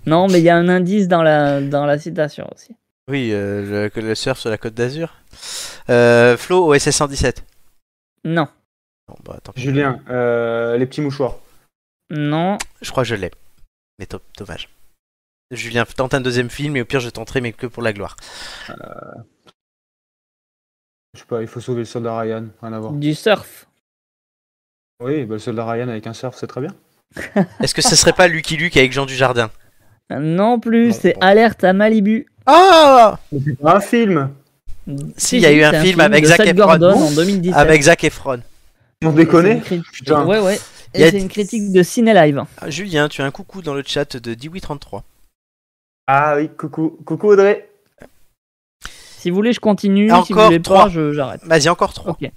B: non, mais il y a un indice dans la, dans la citation aussi.
A: Oui, euh, le, le surf sur la côte d'Azur. Euh, Flo, OSS 117.
B: Non,
A: Bon, bah, tant pis.
C: Julien. euh, les petits mouchoirs.
B: non,
A: Je crois que je l'ai. Mais to- dommage. Julien, tente un deuxième film et au pire, je tenterai, mais que pour la gloire.
C: Je sais pas. Il faut sauver le soldat Ryan. Rien à voir.
B: du surf.
C: Oui, bah, le soldat Ryan avec un surf c'est très bien.
A: Est-ce que ce serait pas Lucky Luke avec Jean Dujardin
B: Non plus,
A: Non,
B: c'est
A: bon.
B: alerte à Malibu.
A: Ah
C: Un film.
A: Si, il y a eu un
B: c'est
A: film avec
B: de
A: Zac
B: Seth
A: Efron.
B: Gordon en 2017.
A: Avec Zac Efron.
C: On
B: C'est une
C: déconne.
B: critique.
C: Putain.
B: Ouais, ouais.
A: Il y a-
B: Et c'est une critique de Ciné Live.
A: Ah, Julien, tu as un coucou dans le chat de 1833.
C: Ah oui, coucou, coucou Audrey.
B: Si vous voulez, je continue. si vous
A: Encore
B: voulez
A: trois.
B: pas, je- j'arrête.
A: Vas-y, encore trois.
B: Ok.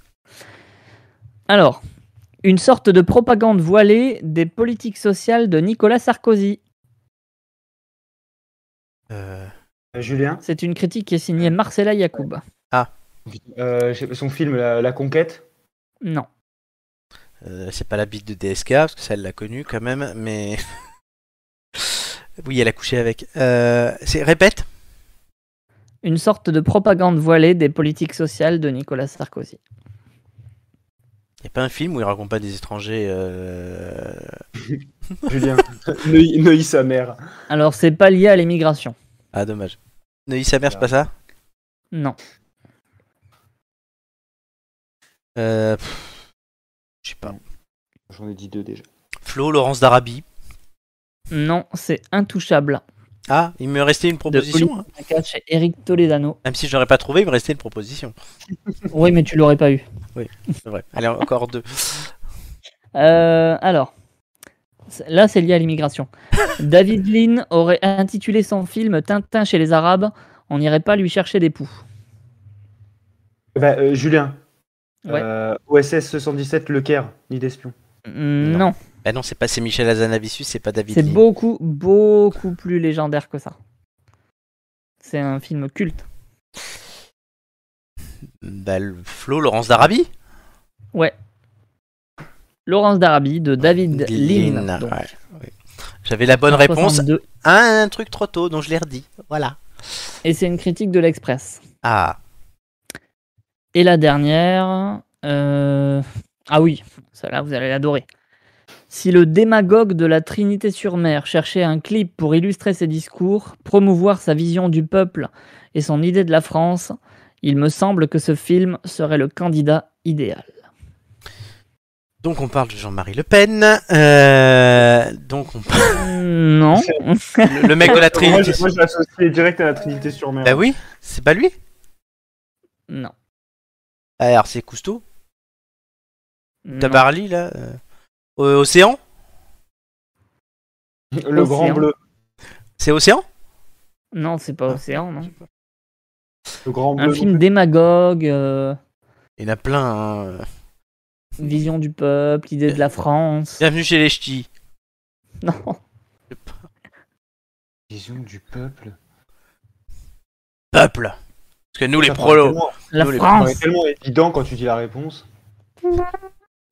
B: Alors, une sorte de propagande voilée des politiques sociales de Nicolas Sarkozy.
A: Euh,
C: Euh, Julien,
B: C'est une critique qui est signée Marcella Yacoub.
C: euh, j'ai- son film La, La Conquête.
B: Non.
A: euh, c'est pas la bite de DSK, parce que ça, elle l'a connue quand même, mais. oui, elle a couché avec. Euh, c'est... Répète
B: Une sorte de propagande voilée des politiques sociales de Nicolas Sarkozy.
A: Il a pas un film où il raconte pas des étrangers. euh,
C: Julien, Neuilly, Neuilly sa mère.
B: Alors, c'est pas lié à l'immigration.
A: Ah, dommage. Neuilly sa mère, c'est pas ça
B: Non.
A: euh... pff, Je sais pas.
C: J'en ai dit deux déjà.
A: Flo, Laurence d'Arabie.
B: Non, c'est intouchable.
A: Ah, il me restait une proposition. hein.
B: Un cas chez Eric Toledano.
A: Même si je l'aurais pas trouvé, il me restait une proposition.
B: Oui, mais tu l'aurais pas eu.
A: C'est vrai. Allez, encore deux.
B: Euh, alors, c'est- là, c'est lié à l'immigration. David Lynn aurait intitulé son film Tintin chez les Arabes. On n'irait pas lui chercher des poux.
C: Bah, euh, Julien,
B: Ouais.
C: euh, OSS 117 Le Caire, nid d'espion.
B: Mm,
A: non.
B: non,
A: Bah non, c'est pas c'est Michel Azanavicius, c'est pas David.
B: c'est
A: Lean.
B: beaucoup, beaucoup plus légendaire que ça. C'est un film culte.
A: Bah, le- Flo, Laurence d'Arabie
B: Laurence d'Arabie de David Lynn.
A: Lean,
B: donc,
A: ouais, ouais. J'avais la bonne réponse
B: 62.
A: à un truc trop tôt, donc je l'ai redit. Voilà.
B: Et c'est une critique de l'Express.
A: Ah,
B: Et la dernière. euh, Ah oui, celle-là, vous allez l'adorer. Si le démagogue de la Trinité-sur-Mer cherchait un clip pour illustrer ses discours, promouvoir sa vision du peuple et son idée de la France, il me semble que ce film serait le candidat idéal.
A: donc on parle de Jean-Marie Le Pen. euh, donc on parle...
B: Hmm, Non,
A: le, le mec de la
C: Moi,
A: Trinité.
C: je, moi, je l'associe direct à la Trinité sur mer.
A: bah oui, c'est pas lui.
B: non.
A: Alors c'est Cousteau,
B: non.
A: Tabarly là, euh, euh, Océan.
C: Le
A: hein.
C: Grand
B: Océan.
C: Bleu.
A: C'est Océan
B: Non, c'est
A: Ah.
B: pas Océan, non.
C: Le Grand Bleu.
B: Un film démagogue, euh,
A: Il y en a plein. hein.
B: vision du peuple, idée de la France.
A: Bienvenue chez les ch'tis.
B: Non,
C: Vision du peuple.
A: Peuple. Parce que nous les prolos.
B: la
A: Nous, les-
C: Ça paraît
B: France.
C: tellement évident quand tu dis la réponse.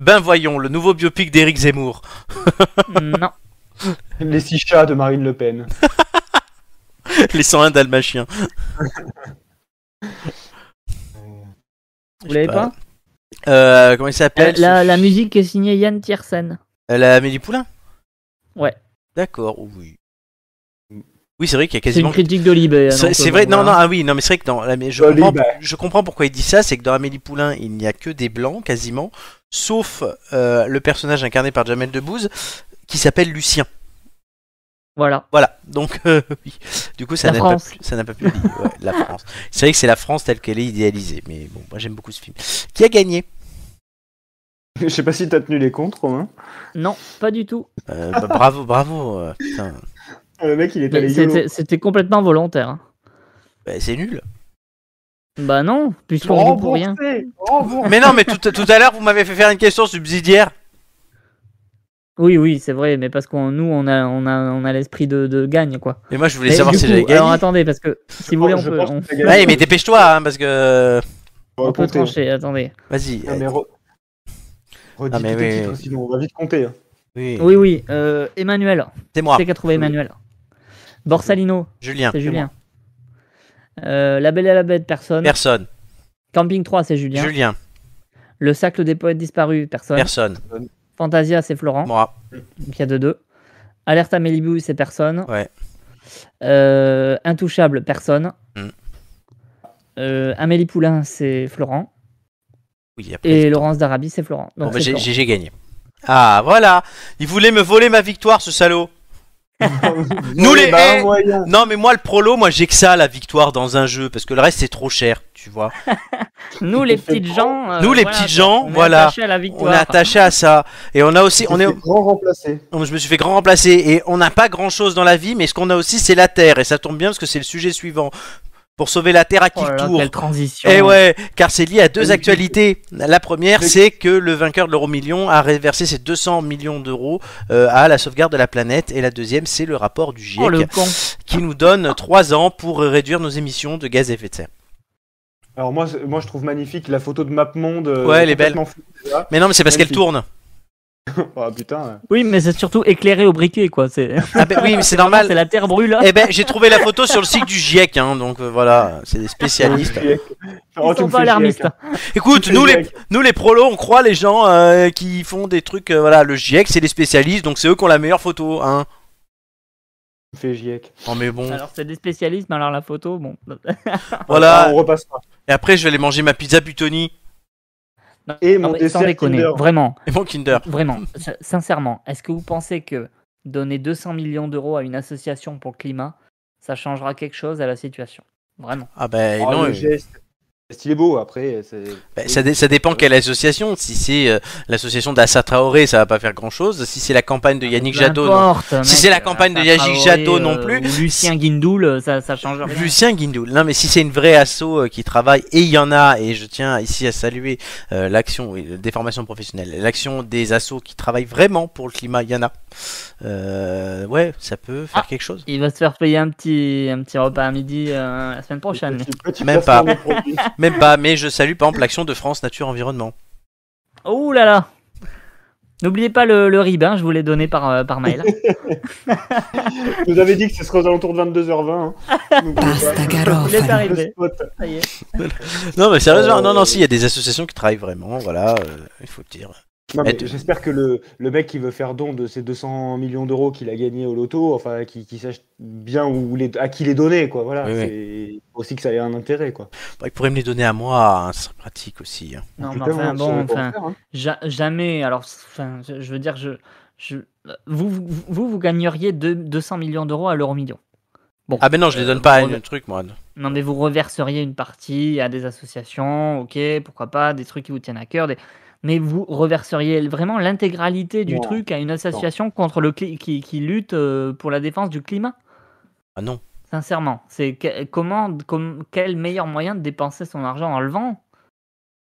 A: Ben voyons, le nouveau biopic d'Éric Zemmour.
B: Non,
C: Les six chats de Marine Le Pen.
A: les 101 dalmatiens.
B: vous l'avez
A: pas.
B: pas
A: Euh, comment il
B: Euh,
A: s'appelle
B: la,
A: ce-
B: la musique est signée Yann Tiersen.
A: Euh, La Amélie Poulain
B: Ouais.
A: D'accord, oui. Oui, c'est vrai qu'il y a
B: C'est une euh,
A: quasiment.
B: critique de Libé.
A: C'est c'est vrai, non, non, ah oui, non, mais c'est vrai que dans la- mais je,
C: Joli,
A: comprends,
C: bah.
A: je comprends pourquoi il dit ça, c'est que dans Amélie Poulain, il n'y a que des blancs quasiment, sauf euh, le personnage incarné par Jamel Debbouze qui s'appelle Lucien.
B: Voilà.
A: Voilà, donc euh, oui, du coup ça
B: La
A: n'a pas,
B: France.
A: pu- ça n'a pas pu lier. Ouais, la France. C'est vrai que c'est la France telle qu'elle est idéalisée, mais bon, moi j'aime beaucoup ce film. Qui a gagné
C: Je sais pas si t'as tenu les comptes, Romain.
B: Non, pas du tout.
A: Euh, bah, Bravo, bravo. euh, putain.
C: Le mec, il est
B: Mais
C: allé
B: C'était c'était complètement volontaire. hein.
A: Bah, c'est nul.
B: Bah non, puisqu'on joue pour rien. Oh,
C: Remboursé
A: Mais non, mais tout, tout à l'heure, vous m'avez fait faire une question subsidiaire.
B: Oui, oui, c'est vrai, mais parce qu'on nous, on a, on a, on a l'esprit de, de gagne, quoi.
A: Et moi, je voulais
B: Mais
A: savoir
B: du
A: si
B: coup,
A: j'avais
B: Alors
A: gagné.
B: attendez, parce que si vous voulez, on
C: je
B: peut,
C: pense
B: on,
C: que t'as gagné.
A: Ouais, mais dépêche-toi, hein, parce que.
B: on peut trancher. Attendez.
A: Vas-y. euh,
C: Non, mais re- redis
A: Ah, mais
C: tous tes
A: oui.
C: titres, hein, sinon on va vite compter.
A: Oui,
B: Oui, oui. euh, Emmanuel.
A: c'est moi,
B: C'est qu'a trouvé Emmanuel. Borsalino,
A: Julien.
B: c'est Julien. Euh, la Belle et la Bête, personne.
A: Personne.
B: Camping 3, c'est Julien.
A: Julien.
B: Le Sacle des Poètes Disparus, personne.
A: Personne.
B: Fantasia, c'est Florent.
A: Moi.
B: Donc il y a deux deux. Alerte à Malibu, c'est personne.
A: Ouais.
B: Euh, Intouchable, personne.
A: Mm.
B: Euh, Amélie Poulain, c'est Florent.
A: Oui, après.
B: Et Laurence d'Arabie, c'est Florent.
A: Bon,
B: Donc,
A: bah,
B: c'est
A: j'ai-
B: Florent.
A: j'ai j'ai gagné. Ah, voilà. Il voulait me voler ma victoire, ce salaud. Nous, les
C: bah,
A: haies.
C: moyens.
A: Non, mais moi, le prolo, moi, j'ai que ça, la victoire dans un jeu, parce que le reste, c'est trop cher, tu vois.
B: Nous, les petites gens. euh,
A: Nous, les petites gens,
B: on est
A: voilà.
B: attachés à la
A: On
B: victoire.
A: est attaché à ça. Et on a aussi, on est,
C: grand remplacé.
A: on- je me suis fait grand remplacer. Et on n'a pas grand chose dans la vie, mais ce qu'on a aussi, c'est la terre. Et ça tombe bien parce que c'est le sujet suivant. Pour sauver la terre à qui
B: Oh là
A: le
B: là,
A: tour
B: quelle transition.
A: Eh ouais, car c'est lié à deux actualités. La première, c'est que le vainqueur de l'euro million a reversé ses 200 millions d'euros euh, à la sauvegarde de la planète. Et la deuxième, c'est le rapport du GIEC
B: Oh le con.
A: qui nous donne trois ans pour réduire nos émissions de gaz à effet de serre.
C: Alors moi, c'est- moi je trouve magnifique la photo de MapMonde. euh,
A: Ouais, elle est
C: complètement
A: Mais non, mais c'est parce qu'elle
C: Magnifique.
A: tourne.
C: fou. Ah putain.
B: Oui, mais c'est surtout éclairé au briquet, quoi. C'est
A: Ah ben oui, mais c'est
B: c'est
A: normal.
B: la terre brûle.
A: Eh ben, j'ai trouvé la photo sur le site du GIEC, hein, donc euh, voilà, c'est des spécialistes.
C: Ils Oh,
B: Ils sont pas alarmistes.
C: hein.
B: hein.
A: Écoute, nous les, nous les prolos, on croit les gens euh, qui font des trucs, euh, voilà, le GIEC, c'est les spécialistes, donc c'est eux qui ont la meilleure photo, hein.
C: Fait GIEC.
A: Non mais bon,
B: Alors c'est des spécialistes, mais alors la photo, bon.
A: voilà.
C: Ah, on repasse pas.
A: Et après, je vais aller manger ma pizza Butoni
C: Et
B: Non,
C: mon
B: mais sans
C: dessert
B: déconner,
C: Kinder.
B: vraiment,
A: et mon Kinder.
B: vraiment, sin- sincèrement, est-ce que vous pensez que donner 200 millions d'euros à une association pour le climat, ça changera quelque chose à la situation Vraiment.
A: Ah ben
C: Ah,
A: non,
C: le
A: euh,
C: geste. Le geste, il est beau après. c'est- Euh,
A: ben, ça, dé- ça dépend quelle association. Si c'est euh, l'association d'Assa Traoré, ça va pas faire grand-chose. Si c'est la campagne de Yannick
B: Peu
A: Jadot, non.
B: importe, mec,
A: c'est la
B: euh,
A: campagne de
B: Vincent
A: Yannick
B: Traoré,
A: Jadot non
B: euh,
A: plus,
B: ou Lucien Guindoul, euh, ça, ça change rien.
A: Lucien Guindoul. Non, mais si c'est une vraie asso euh, qui travaille, et il y en a, et je tiens ici à saluer euh, l'action oui, des formations professionnelles, l'action des assos qui travaillent vraiment pour le climat, il y en a. Euh, ouais, ça peut faire quelque chose.
B: Il va se faire payer un petit, un petit repas à midi euh, la semaine prochaine.
C: Petit- petit
A: Même
C: placement de produit.
A: Même pas, mais je salue par exemple l'action de France Nature Environnement.
B: Oh là là N'oubliez pas le, le rib, hein, je vous l'ai donné par, euh, par mail.
C: Je vous avais dit que ce serait aux alentours de 22h20. hein. Donc,
G: Pasta
B: Il est
G: Garofalo.
C: le
B: arrivé.
C: spot.
B: ça y est.
A: Non, mais sérieusement,
C: Euh,
A: non, non, si, il y a des associations qui travaillent vraiment, voilà, euh, il faut le dire.
C: Non, mais
A: Et-
C: J'espère que le, le mec qui veut faire don de ces 200 millions d'euros qu'il a gagné au loto, enfin, qui, qui sache bien où les, à qui les donner, quoi. Voilà,
A: Oui, oui.
C: c'est aussi que ça ait un intérêt, quoi.
A: Bah, il pourrait me les donner à moi, hein, ce serait pratique aussi. hein.
B: Non, mais
C: Putain,
B: enfin,
C: on
B: bon,
C: saurait pas en
B: enfin,
C: faire, hein.
B: ja- jamais. Alors, enfin, je, je veux dire, je, je, vous, vous, vous, vous gagneriez deux- 200 millions d'euros à l'euro million.
A: Ah, mais non, je les donne pas à un truc, moi.
B: Non, mais vous reverseriez une partie à des associations, ok, pourquoi pas, des trucs qui vous tiennent à cœur. Des... Mais vous reverseriez vraiment l'intégralité du
C: Non.
B: truc à une association contre le cli- qui, qui lutte euh, pour la défense du climat
A: Ah non.
B: Sincèrement, c'est que- comment, com- quel meilleur moyen de dépenser son argent en le vend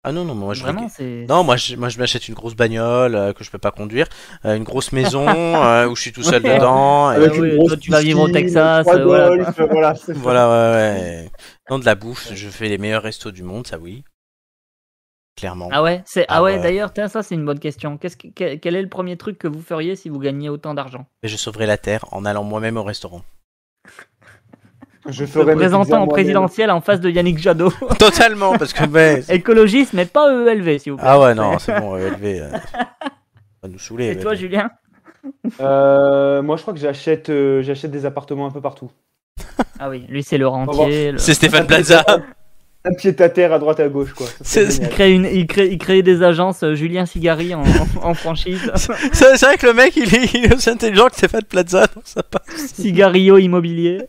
A: Ah non, non, moi je
B: Vraiment, c'est.
A: Non, moi je, moi, je m'achète une grosse bagnole euh, que je peux pas conduire, euh, une grosse maison euh, où je suis tout seul
B: Ah Ouais.
A: dedans. et-
B: Avec- oui, toi, tu vas vivre au
C: piscine,
B: Texas,
C: trois
B: euh, voilà.
C: golfs, euh, voilà, c'est ça.
A: Voilà, ouais, ouais. Non, de la bouffe, je fais les meilleurs restos du monde, ça oui. Clairement.
B: Ah ouais, c'est ah
A: Ah
B: ouais,
A: ouais.
B: d'ailleurs, tiens, ça c'est une bonne question. Qu'est-ce que- que- quel est le premier truc que vous feriez si vous gagniez autant d'argent
A: Et je sauverai la terre en allant moi-même au restaurant.
C: Je ferai
B: Le
C: mes pizzas
B: présentant en
C: moi-même.
B: présidentiel en face de Yannick Jadot.
A: Totalement, parce que. mais-
B: Écologiste, mais pas ELV, s'il vous plaît.
A: Ah ouais, non, c'est bon, euh, élevé. euh, ça va nous saouler.
B: Et toi,
A: élevé.
B: Julien
C: Euh, moi, je crois que j'achète euh, j'achète des appartements un peu partout.
B: Ah oui, lui c'est le rentier. le-
A: C'est Stéphane Plaza.
C: Un pied à terre à droite à gauche, quoi. Ça,
A: C'est-
C: c'est
B: Il
C: génial.
B: crée, une, il, crée, il crée des agences euh, Julien Cigari en, en- en franchise.
A: C'est c'est vrai que le mec, il est, il est aussi intelligent que Stéphane Plaza. donc ça passe.
B: Cigario immobilier.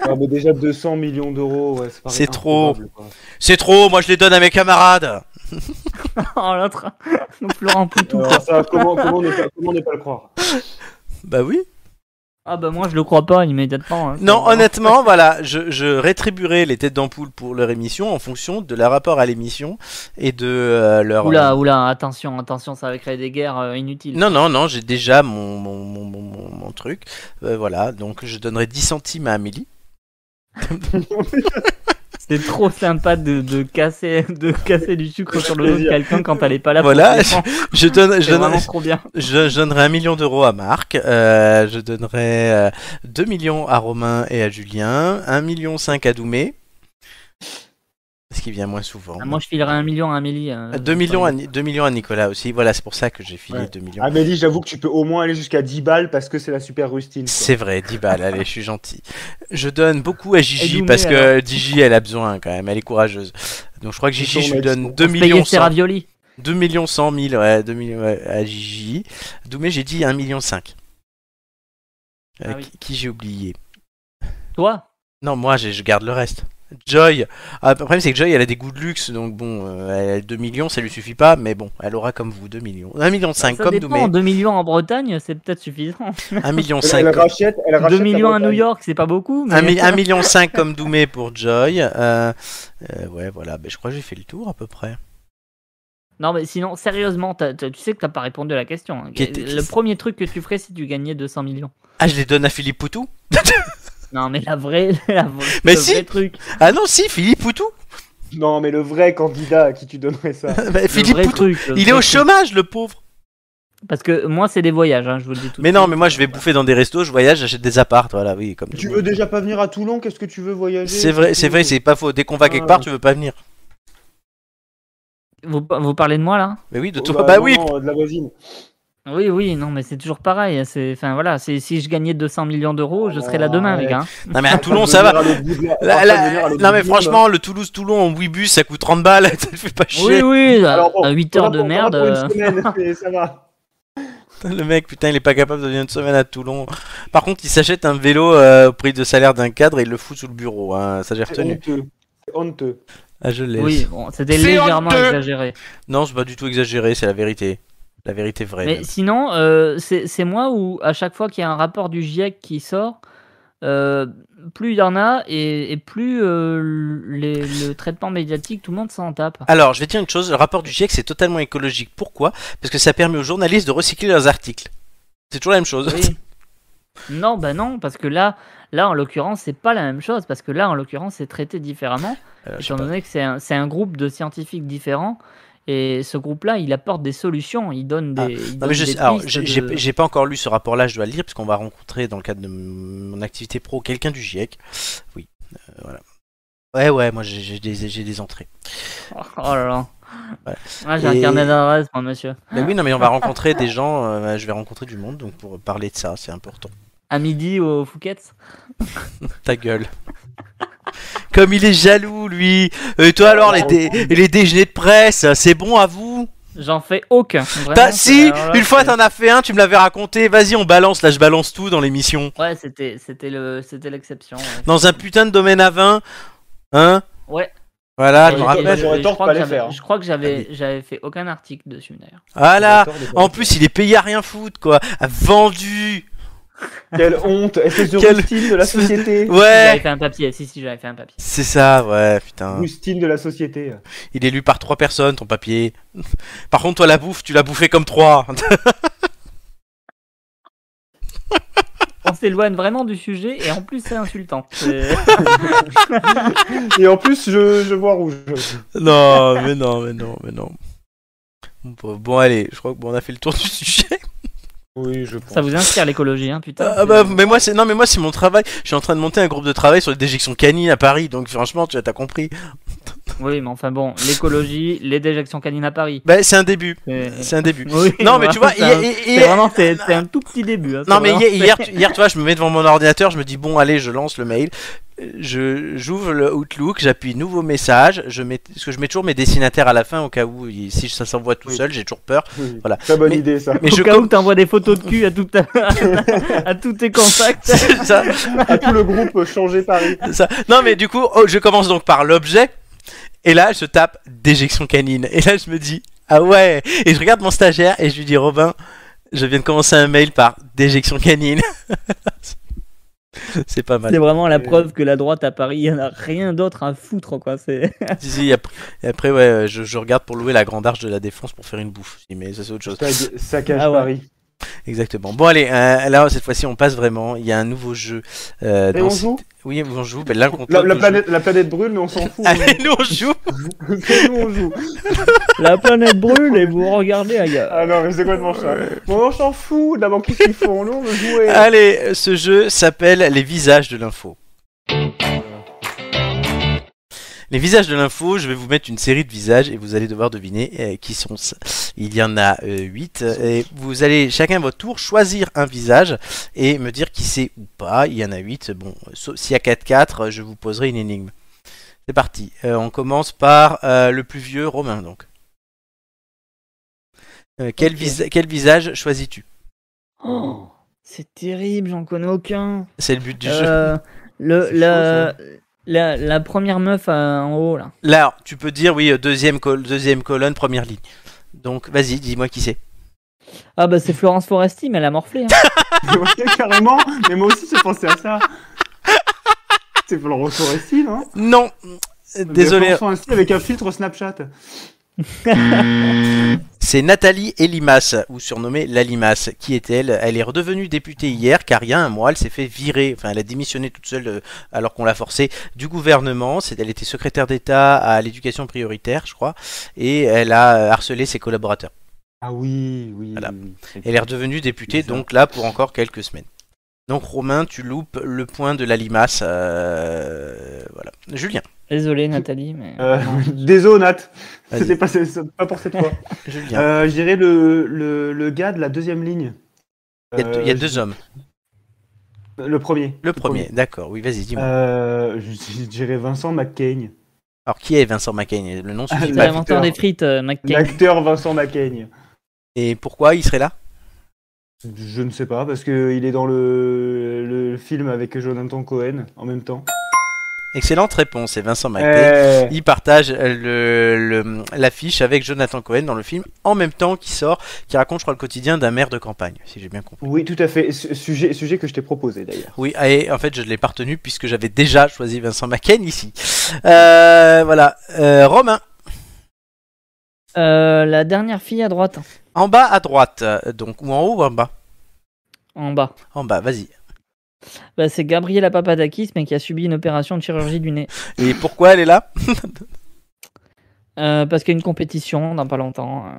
C: Ah, mais déjà 200 millions d'euros, ouais, pas-
A: C'est trop.
C: improbable, quoi.
A: C'est trop, moi je les donne à mes camarades.
B: Oh, l'autre. Donc Florent Poutou.
C: Alors,
B: quoi.
C: ça, comment, comment, ne pas, comment ne pas le croire
A: Bah oui.
B: Ah bah moi je le crois pas immédiatement. hein.
A: Non,
B: C'est-
A: honnêtement, voilà, je, je rétribuerai les têtes d'ampoule pour leur émission en fonction de leur rapport à l'émission et de euh, leur.
B: Oula, oula, attention, attention, ça va créer des guerres euh, inutiles.
A: Non, non, non, j'ai déjà mon, mon, mon, mon- mon- mon truc. Euh, voilà, donc je donnerai 10 centimes à Amélie.
B: C'est trop sympa de, de casser, de casser du sucre sur le dos de
C: plaisir.
B: quelqu'un quand elle est pas là. pour
A: Voilà,
B: le
A: je,
B: défendre.
A: je donne, je,
B: c'est vraiment
A: donnerai,
B: trop bien.
A: je, je donnerai un million d'euros à Marc, euh, je donnerai euh, 2 millions à Romain et à Julien, 1 million 5 à Doumé, parce qu'il vient moins souvent.
B: Ah, moi je filerais un million à Amélie. euh,
A: 2 Ah, millions, à, Ni- 2 millions à Nicolas aussi, voilà, c'est pour ça que j'ai filé
C: Ouais.
A: 2
B: Ah,
A: millions.
C: Amélie, Ah, j'avoue que tu peux au moins aller jusqu'à 10 balles parce que c'est la super rustine. quoi.
A: C'est vrai, 10 balles, allez, je suis gentil. Je donne beaucoup à
B: Et
A: Gigi
B: Doumé,
A: parce que
B: alors
A: Gigi, elle a besoin quand même, elle est courageuse. Donc je crois que Gigi,
C: Ils sont
A: je lui
C: honnêtes,
A: donne
C: ils
A: 2
B: se payer
A: millions,
B: ses
A: 100,
B: raviolis.
A: 2 millions 100 000 ouais, 2 millions, ouais, à Gigi. Doumé, j'ai dit 1 million 5. Euh,
B: Ah oui.
A: Qui, qui j'ai oublié
B: Toi
A: Non, moi, j'ai- je garde le reste. Joy. Ah, le problème, c'est que Joy, elle a des goûts de luxe, donc bon, euh, elle a 2 millions, ça lui suffit pas, mais bon, elle aura comme vous 2 millions. 1 million 5
B: Bah, Ça
A: comme
B: dépend,
A: Doumé.
B: 2 millions en Bretagne, c'est peut-être suffisant.
A: 1 million
C: Elle, elle
A: 5 comme...
C: rachète, elle rachète
B: 2
C: la
B: millions à New
C: Bretagne.
B: York, c'est pas beaucoup. Mais...
A: un mi- un million cinq comme Doumé pour Joy. Euh, euh, ouais, voilà, Ben, je crois que j'ai fait le tour à peu près.
B: Non, mais sinon, sérieusement, t'as- t'as- tu sais que t'as pas répondu à la question. hein.
A: Qui était-
B: Le premier truc que tu ferais si tu gagnais 200 millions.
A: Ah, je les donne à Philippe Poutou
B: Non, mais la vraie, la vraie
A: Mais
B: le
A: si.
B: vrai truc.
A: Ah non, si, Philippe Poutou
C: Non, mais le vrai candidat à qui tu donnerais ça.
A: Ben,
B: le
A: Philippe
B: vrai
A: Poutou
B: truc, le
A: Il est
B: vrai
A: au
B: truc.
A: chômage, le pauvre
B: Parce que moi, c'est des voyages, hein, je vous le dis tout de
A: Mais non,
B: suite.
A: mais moi je vais bouffer dans des restos, je voyage, j'achète des appartes, voilà, oui, comme tout
C: tu
A: le
C: veux
A: monde.
C: déjà pas venir à Toulon Qu'est-ce que tu veux voyager
A: C'est vrai, c'est vrai, c'est pas faux. Dès qu'on va
C: Ah.
A: quelque part, tu veux pas venir.
B: Vous, vous parlez de moi là
A: Mais oui, de
C: Oh,
A: toi. Bah,
C: non,
A: oui.
C: non, de la voisine.
B: Oui, oui, non, mais c'est toujours pareil. hein, C'est, enfin voilà, c'est, si je gagnais 200 millions d'euros, je serais là
C: Ah,
B: demain,
C: ouais.
B: les gars.
A: Non
C: Ah,
A: mais à Toulon, ça va. Là, là, non mais franchement, le Toulouse-Toulon en Ouibus, ça coûte 30 balles, ça fait pas
B: Oui,
A: chier.
B: oui, euh, à, 8 heures de merde. euh,
C: ça va.
A: Le mec, putain, il est pas capable de venir une semaine à Toulon. Par contre, il s'achète un vélo euh, au prix de salaire d'un cadre et il le fout sous le bureau. hein. Ça j'ai
C: C'est
A: retenu.
C: honteux. C'est honteux.
A: Ah je l'ai.
B: Euh, oh. Oui, bon, c'était
A: C'est
B: légèrement
A: honteux.
B: exagéré.
A: Non, c'est pas du tout exagéré, c'est la vérité. La vérité vraie.
B: Mais sinon, euh, c'est c'est moi où, à chaque fois qu'il y a un rapport du GIEC qui sort, euh, plus il y en a et, et plus euh, les- le traitement médiatique, tout le monde s'en tape.
A: Alors, je vais te dire une chose, le rapport du GIEC, c'est totalement écologique. Pourquoi Parce que ça permet aux journalistes de recycler leurs articles. C'est toujours la même chose.
B: Oui. Non, bah non, parce que là, là en l'occurrence, c'est pas la même chose, parce que là, en l'occurrence, c'est traité différemment,
A: Alors, Euh, je sais
B: étant
A: pas.
B: donné que c'est un, c'est un groupe de scientifiques différents, et ce groupe-là, il apporte des solutions, il donne des.
A: Ah,
B: il
A: Non,
B: donne
A: mais je
B: des
A: sais- alors,
B: pistes
A: j'ai
B: de-
A: j'ai- j'ai pas encore lu ce rapport-là, je dois le lire, parce qu'on va rencontrer dans le cadre de m- mon activité pro quelqu'un du GIEC. Oui, euh, voilà. Ouais, ouais, moi j'ai- j'ai des, j'ai des entrées.
B: Oh là là.
A: Ouais.
B: Ah, j'ai
A: Et-
B: un carnet d'adresses, moi, monsieur.
A: Mais oui, non, mais on va rencontrer des gens, euh, je vais rencontrer du monde, donc pour parler de ça, c'est important.
B: À midi au Fouquet's
A: Ta gueule. Comme il est jaloux, lui. Et toi alors, les, dé- les déjeuners de presse, c'est bon à vous
B: J'en fais aucun. vraiment,
A: T'as-
B: Bah c'est-
A: Bah, si,
B: alors là,
A: une fois
B: c'est-
A: t'en as fait un, tu me l'avais raconté. Vas-y, on balance. Là, je balance tout dans l'émission.
B: Ouais, c'était, c'était, le, c'était l'exception. ouais.
A: Dans un putain de domaine à 20. Hein
B: Ouais.
A: Voilà, Ah, je
C: Ouais,
A: me
C: il
A: rappelle.
C: dommage,
B: je-
C: j'aurais
B: je
C: tort de
B: crois
C: pas
B: que
C: les
B: j'avais-
C: faire. hein.
B: Je crois que j'avais, j'avais fait aucun article dessus d'ailleurs.
A: Voilà. Ah En plus, il est payé à rien foutre, quoi. À vendu.
C: Quelle honte Espèce de
A: Quel-
C: rustine de la société
B: J'avais
A: Ouais.
B: fait un papier. Si si, j'avais fait un papier.
A: C'est ça, ouais, putain.
C: Rustine de la société.
A: Il est lu par trois personnes, ton papier. Par contre, toi, la bouffe, tu l'as bouffé comme trois.
B: On s'éloigne vraiment du sujet et en plus c'est insultant. C'est-
C: Et en plus, je, je vois rouge.
A: non, mais non, mais non, mais non. Mon pauvre. Bon, allez, je crois que bon, on a fait le tour du sujet.
C: Oui, je pense.
B: Ça vous inspire l'écologie, hein, putain.
A: Ah,
B: c'est-
A: bah, mais moi, c'est non, mais moi, c'est mon travail. Je suis en train de monter un groupe de travail sur les déjections canines à Paris, donc franchement, tu as compris.
B: Oui, mais enfin bon, l'écologie, les déjections canines à Paris.
A: Ben, c'est un début.
B: C'est-
A: C'est un début.
B: Oui,
A: Non, mais
B: voilà,
A: tu vois,
B: c'est
A: hier,
B: un-
A: hier-
B: c'est
A: hier-
B: vraiment c'est, c'est un tout petit début. hein,
A: non,
B: c'est
A: mais
B: vraiment-
A: hier, hier, tu- hier, tu vois, je me mets devant mon ordinateur, je me dis bon, allez, je lance le mail, je j'ouvre le Outlook, j'appuie nouveau message, je mets, parce que je mets toujours mes destinataires à la fin au cas où il- si ça s'envoie tout
C: Oui.
A: seul, j'ai toujours peur.
C: Oui,
A: Voilà.
C: Très bonne
A: Mais-
C: idée, ça.
A: Mais
B: Au
A: je
B: cas où
A: com-
B: t'envoies des photos de cul à, tout ta- à tous tes contacts.
A: C'est ça,
C: À tout le groupe euh, Changer Paris.
A: c'est ça. Non, mais du coup, oh, je commence donc par l'objet, et là, je tape déjection canine, et là, je me dis ah ouais, et je regarde mon stagiaire et je lui dis Robin, je viens de commencer un mail par déjection canine. C'est pas mal.
B: C'est vraiment la
C: Euh.
B: preuve que la droite à Paris, il n'y en a rien d'autre à foutre, quoi. C'est...
A: Si, si, après, et après, ouais, euh, je, je regarde pour louer la grande arche de la défense pour faire une bouffe. Je dis, Mais ça, c'est autre chose.
C: Hashtag Saccage
B: Ah ouais.
C: Paris.
A: Exactement. Bon, allez, euh, là, cette fois-ci, on passe vraiment. Il y a un nouveau jeu. euh,
C: Et
A: dans
C: on
A: ce-
C: joue
A: Oui, on joue. Ah. Ben, l'un contre
C: la,
A: l'autre,
C: la
A: on
C: planète, la planète brûle, mais on s'en fout.
A: joue. Allez, nous, on joue.
C: C'est nous, on joue.
B: La planète brûle et vous regardez ailleurs.
C: Ah non, mais c'est quoi de mon chat Bon, on s'en fout. D'abord, qu'est-ce qu'ils font Nous, on veut jouer.
A: Allez, euh, ce jeu s'appelle Les visages de l'info. Les visages de l'info, je vais vous mettre une série de visages et vous allez devoir deviner euh, qui sont. ce- Il y en a 8 et vous allez chacun à votre tour choisir un visage et me dire qui c'est ou pas. Il y en a 8. Bon, sauf- s'il y a 4-4, euh, je vous poserai une énigme. C'est parti. Euh, on commence par euh, le plus vieux Romain donc. Euh, quel, visa- quel visage choisis-tu
B: Oh, c'est terrible, j'en connais aucun.
A: C'est le but du jeu.
B: Euh, le,
C: C'est
B: le, La, la première meuf euh, en haut, là.
A: Là, alors, tu peux dire, oui, euh, deuxième, col- deuxième colonne, première ligne. Donc, vas-y, dis-moi qui c'est.
B: Ah bah c'est Florence Foresti, mais elle a morflé. hein.
C: Ouais, carrément, mais moi aussi j'ai pensé à ça. C'est pour le retour ici, non
A: Non, euh, désolé,
C: Mais enfin, ainsi, avec un filtre Snapchat.
A: c'est Nathalie Elimas, ou surnommée La Limace. Qui est-elle Elle est redevenue députée hier, car il y a un mois, elle s'est fait virer, enfin, elle a démissionné toute seule, euh, alors qu'on l'a forcée, du gouvernement. C'est- Elle était secrétaire d'État à l'éducation prioritaire, je crois, et elle a euh, harcelé ses collaborateurs.
C: Ah oui, oui.
A: Voilà.
C: oui, oui.
A: Elle est redevenue députée,
C: Bizarre.
A: donc là pour encore quelques semaines. Donc Romain, tu loupes le point de la limace. euh, Voilà. Julien.
B: Désolé Nathalie, mais...
C: Euh, Désolé, Nat.
A: Vas-y.
C: C'était pas, c'est- c'est pas pour cette fois.
A: Julien.
C: Euh, je dirais le, le, le gars de la deuxième ligne.
A: il y a, deux- il y a
C: Euh,
A: deux hommes.
C: Le premier.
A: Le premier, d'accord, oui, vas-y, dis-moi.
C: Euh, je je dirais Vincent McCain.
A: Alors qui est Vincent McCain Le nom suffit
B: C'est
C: Ah,
A: pas.
C: bah-
B: l'inventeur des frites, euh, McCain.
C: L'acteur Vincent McCain.
A: Et pourquoi il serait là
C: Je ne sais pas, parce qu'il est dans le, le film avec Jonathan Cohen en même temps.
A: Excellente réponse, c'est Vincent McCain.
C: Euh,
A: Il partage le- le- l'affiche avec Jonathan Cohen dans le film en même temps qui sort, qui raconte, je crois, le quotidien d'un maire de campagne, si j'ai bien compris.
C: oui, tout à fait. Su- Sujet, sujet que je t'ai proposé d'ailleurs.
A: Oui, et en fait, je ne l'ai pas retenu puisque j'avais déjà choisi Vincent Macken ici. Euh, voilà. Euh, Romain,
B: Euh, la dernière fille à droite,
A: en bas à droite, euh, donc, ou en haut ou en bas
B: en bas.
A: En bas, vas-y.
B: Bah, c'est Gabriela Papadakis, mais qui a subi une opération de chirurgie du nez.
A: Et pourquoi elle est là
B: Euh, parce qu'il y a une compétition dans pas longtemps. euh,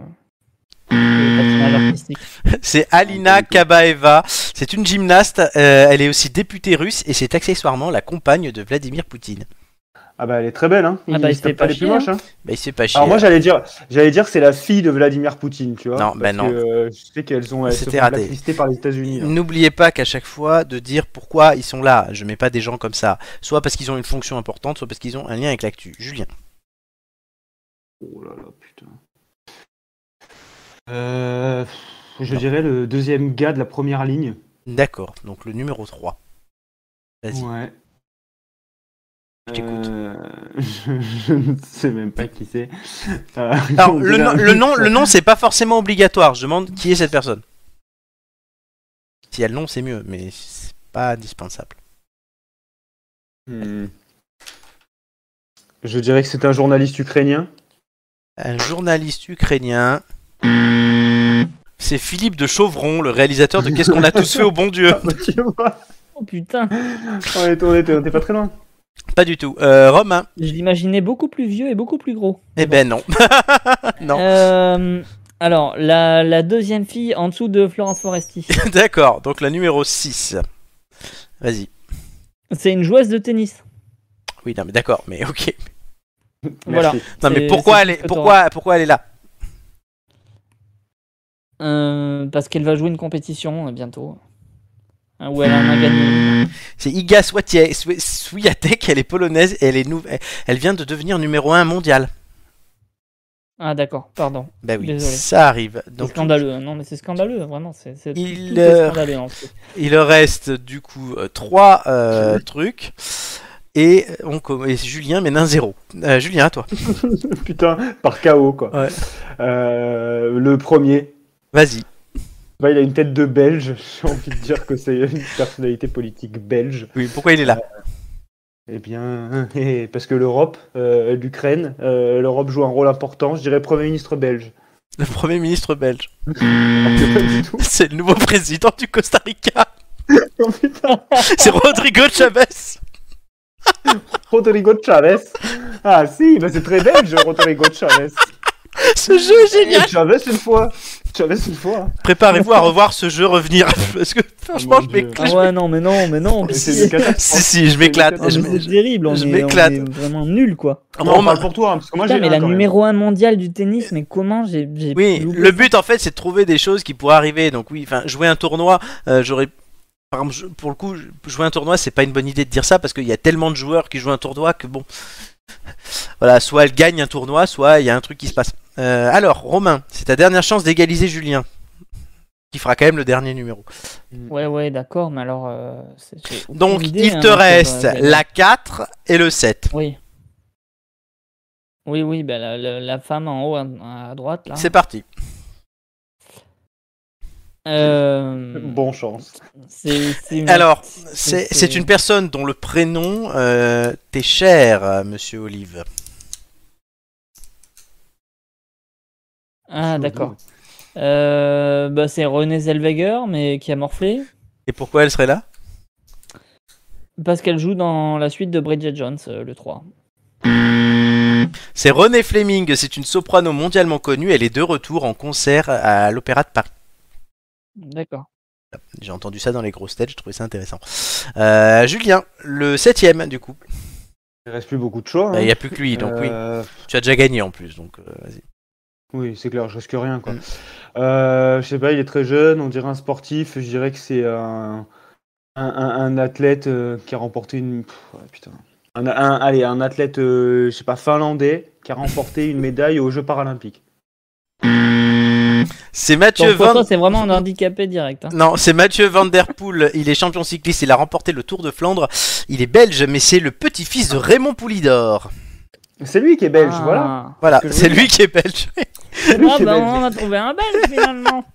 C: Hmm.
B: de patinage artistique.
A: C'est Alina Kabaeva. C'est une gymnaste. euh, elle est aussi députée russe et c'est accessoirement la compagne de Vladimir Poutine.
C: Ah bah elle est très belle, hein.
B: Ah bah, il se fait
C: tape pas
B: pas
C: les plus
B: chier,
C: moches, hein.
A: Bah, il se fait pas chier.
C: Alors moi j'allais dire, j'allais dire que c'est la fille de Vladimir Poutine, tu vois.
A: Non, bah
C: parce
A: non.
C: que, euh, je sais qu'elles ont, elles se
A: C'était
C: font
A: raté.
C: blacklistées par les États-Unis. là.
A: N'oubliez pas qu'à chaque fois de dire pourquoi ils sont là. Je mets pas des gens comme ça. Soit parce qu'ils ont une fonction importante, soit parce qu'ils ont un lien avec l'actu. Julien. Mm.
C: Oh là là, putain. Euh, je dirais le deuxième gars de la première ligne.
A: D'accord. Donc le numéro 3. Vas-y.
C: Ouais.
A: Je t'écoute.
C: Euh, je, je ne sais même pas qui c'est. Euh,
A: Alors,
C: on
A: le,
C: dirait
A: nom,
C: un-
A: le nom, le nom, c'est pas forcément obligatoire. Je demande qui est cette personne. Si elle a le nom, c'est mieux, mais c'est pas indispensable.
C: Hmm. Je dirais que c'est un journaliste ukrainien.
A: Un journaliste ukrainien. C'est Philippe de Chauvron, le réalisateur de Qu'est-ce qu'on a tous fait au bon Dieu
C: Bah, tu vois,
B: Oh putain,
C: on est- on était on était pas très loin.
A: Pas du tout. Euh, Romain
B: je l'imaginais beaucoup plus vieux et beaucoup plus gros.
A: Eh ben non. non.
B: Euh, alors, la, la deuxième fille en dessous de Florence Foresti,
A: D'accord, donc la numéro 6. Vas-y.
B: c'est une joueuse de tennis.
A: Oui, non, mais d'accord, mais ok.
B: Voilà.
C: Merci.
A: Non, mais
B: C'est-
A: pourquoi
B: c'est
A: elle,
B: tout ce
A: est,
B: que t'auras.
A: pourquoi, pourquoi elle est là
B: Euh, parce qu'elle va jouer une compétition euh, bientôt. Euh, Où elle en a gagné.
A: C'est Iga Swiatek, Swi- Swiatek, elle est polonaise et elle, est nou- elle vient de devenir numéro 1 mondial.
B: Ah d'accord, pardon.
A: Bah oui,
B: Désolé.
A: ça arrive.
B: C'est
A: Donc,
B: scandaleux. hein. Non mais c'est scandaleux, vraiment. C'est c'est-
A: Il,
B: tout est
A: euh,
B: scandaleux. en fait.
A: il reste du coup 3 trucs. Et, euh, on, com- et Julien mène un 0. Euh, Julien, à toi.
C: Putain, par KO quoi.
A: Ouais.
C: Euh, le premier,
A: Vas-y.
C: Bah, il a une tête de belge, j'ai envie de dire que c'est une personnalité politique belge.
A: Oui, pourquoi il est là
C: Eh bien, eh, parce que l'Europe, euh, l'Ukraine, euh, l'Europe joue un rôle important, je dirais Premier ministre belge.
A: Le Premier ministre belge.
C: Alors que pas du tout.
A: C'est le nouveau président du Costa Rica.
C: Oh, putain,
A: C'est Rodrigo Chavez.
C: Rodrigo Chavez. Ah si, bah, c'est très belge, Rodrigo Chavez.
A: Ce jeu est génial.
C: Et Chavez une fois. Chavez une fois.
A: Préparez-vous à revoir ce jeu revenir. Parce que franchement,
C: mon
A: je
C: Dieu.
A: m'éclate.
B: Ah ouais non mais non mais non.
C: Mais
B: mais
C: C'est une
B: si.
A: Si,
C: catastrophe.
A: si, je m'éclate.
C: Ah,
B: Non, Ah,
A: Je
B: mais C'est
A: m'é-
B: terrible. On
A: je
B: est, on
A: m'éclate.
B: est vraiment nul quoi.
C: Non, on
A: Romain-
C: parle pour toi, hein, parce que moi
B: Putain,
C: j'ai
B: mais
C: un,
B: la
C: quand même.
B: numéro 1 mondiale du tennis, mais comment j'ai j'ai
A: Oui,
B: loupé
A: le but en fait c'est de trouver des choses qui pourraient arriver. Donc oui, enfin jouer un tournoi, euh, j'aurais par exemple, je- pour le coup je- jouer un tournoi c'est pas une bonne idée de dire ça parce qu'il y a tellement de joueurs qui jouent un tournoi que bon, voilà, soit elle gagne un tournoi, soit il y a un truc qui se passe. Euh, alors Romain, c'est ta dernière chance d'égaliser Julien. qui fera quand même le dernier numéro.
B: Ouais, ouais, d'accord, mais alors. euh, c'est- j'ai aucune
A: Donc
B: idée,
A: il
B: hein,
A: te
B: parce que,
A: reste
B: euh, ben,
A: la 4 et le 7.
B: Oui. Oui, oui, ben, la, la- la femme en haut à, à droite, là.
A: C'est parti.
B: Euh,
C: Bon chance.
B: c'est- c'est une-
A: Alors, c'est
B: c'est-
A: c'est une personne dont le prénom euh, t'est cher, euh, monsieur Olive.
B: Ah, d'accord. Euh, bah, c'est René Zellweger, mais qui a morflé.
A: Et pourquoi elle serait là
B: Parce qu'elle joue dans la suite de Bridget Jones, euh, le 3.
A: C'est René Fleming, c'est une soprano mondialement connue. Elle est de retour en concert à l'Opéra de Paris.
B: D'accord.
A: J'ai entendu ça dans les grosses têtes, j'ai trouvé ça intéressant. Euh, Julien, le septième du coup.
C: Il reste plus beaucoup de choix.
A: Bah, Il
C: hein.
A: n'y a plus que lui, donc oui.
C: Euh,
A: Tu as déjà gagné en plus, donc euh, vas-y.
C: Oui, c'est clair, je risque rien, quoi.
A: Mm.
C: Euh, je sais pas, il est très jeune, on dirait un sportif, je dirais que c'est un, un, un- un athlète euh, qui a remporté une... pff, ouais, putain. Un, un- allez, un athlète, euh, je sais pas, finlandais, qui a remporté une médaille aux Jeux Paralympiques.
A: C'est Mathieu
B: Donc, pour
A: Van.
B: toi, c'est vraiment un handicapé direct. hein.
A: Non, c'est Mathieu Van Der Poel. Il est champion cycliste. Il a remporté le Tour de Flandre. Il est belge, mais c'est le petit-fils de Raymond Poulidor.
C: C'est lui qui est Euh, belge,
B: Ah.
C: voilà.
A: Voilà,
C: Parce que
A: c'est
C: oui.
A: lui qui est belge.
C: C'est lui
B: Ah,
C: qui est
B: bah,
C: belge.
B: on a trouvé un belge finalement.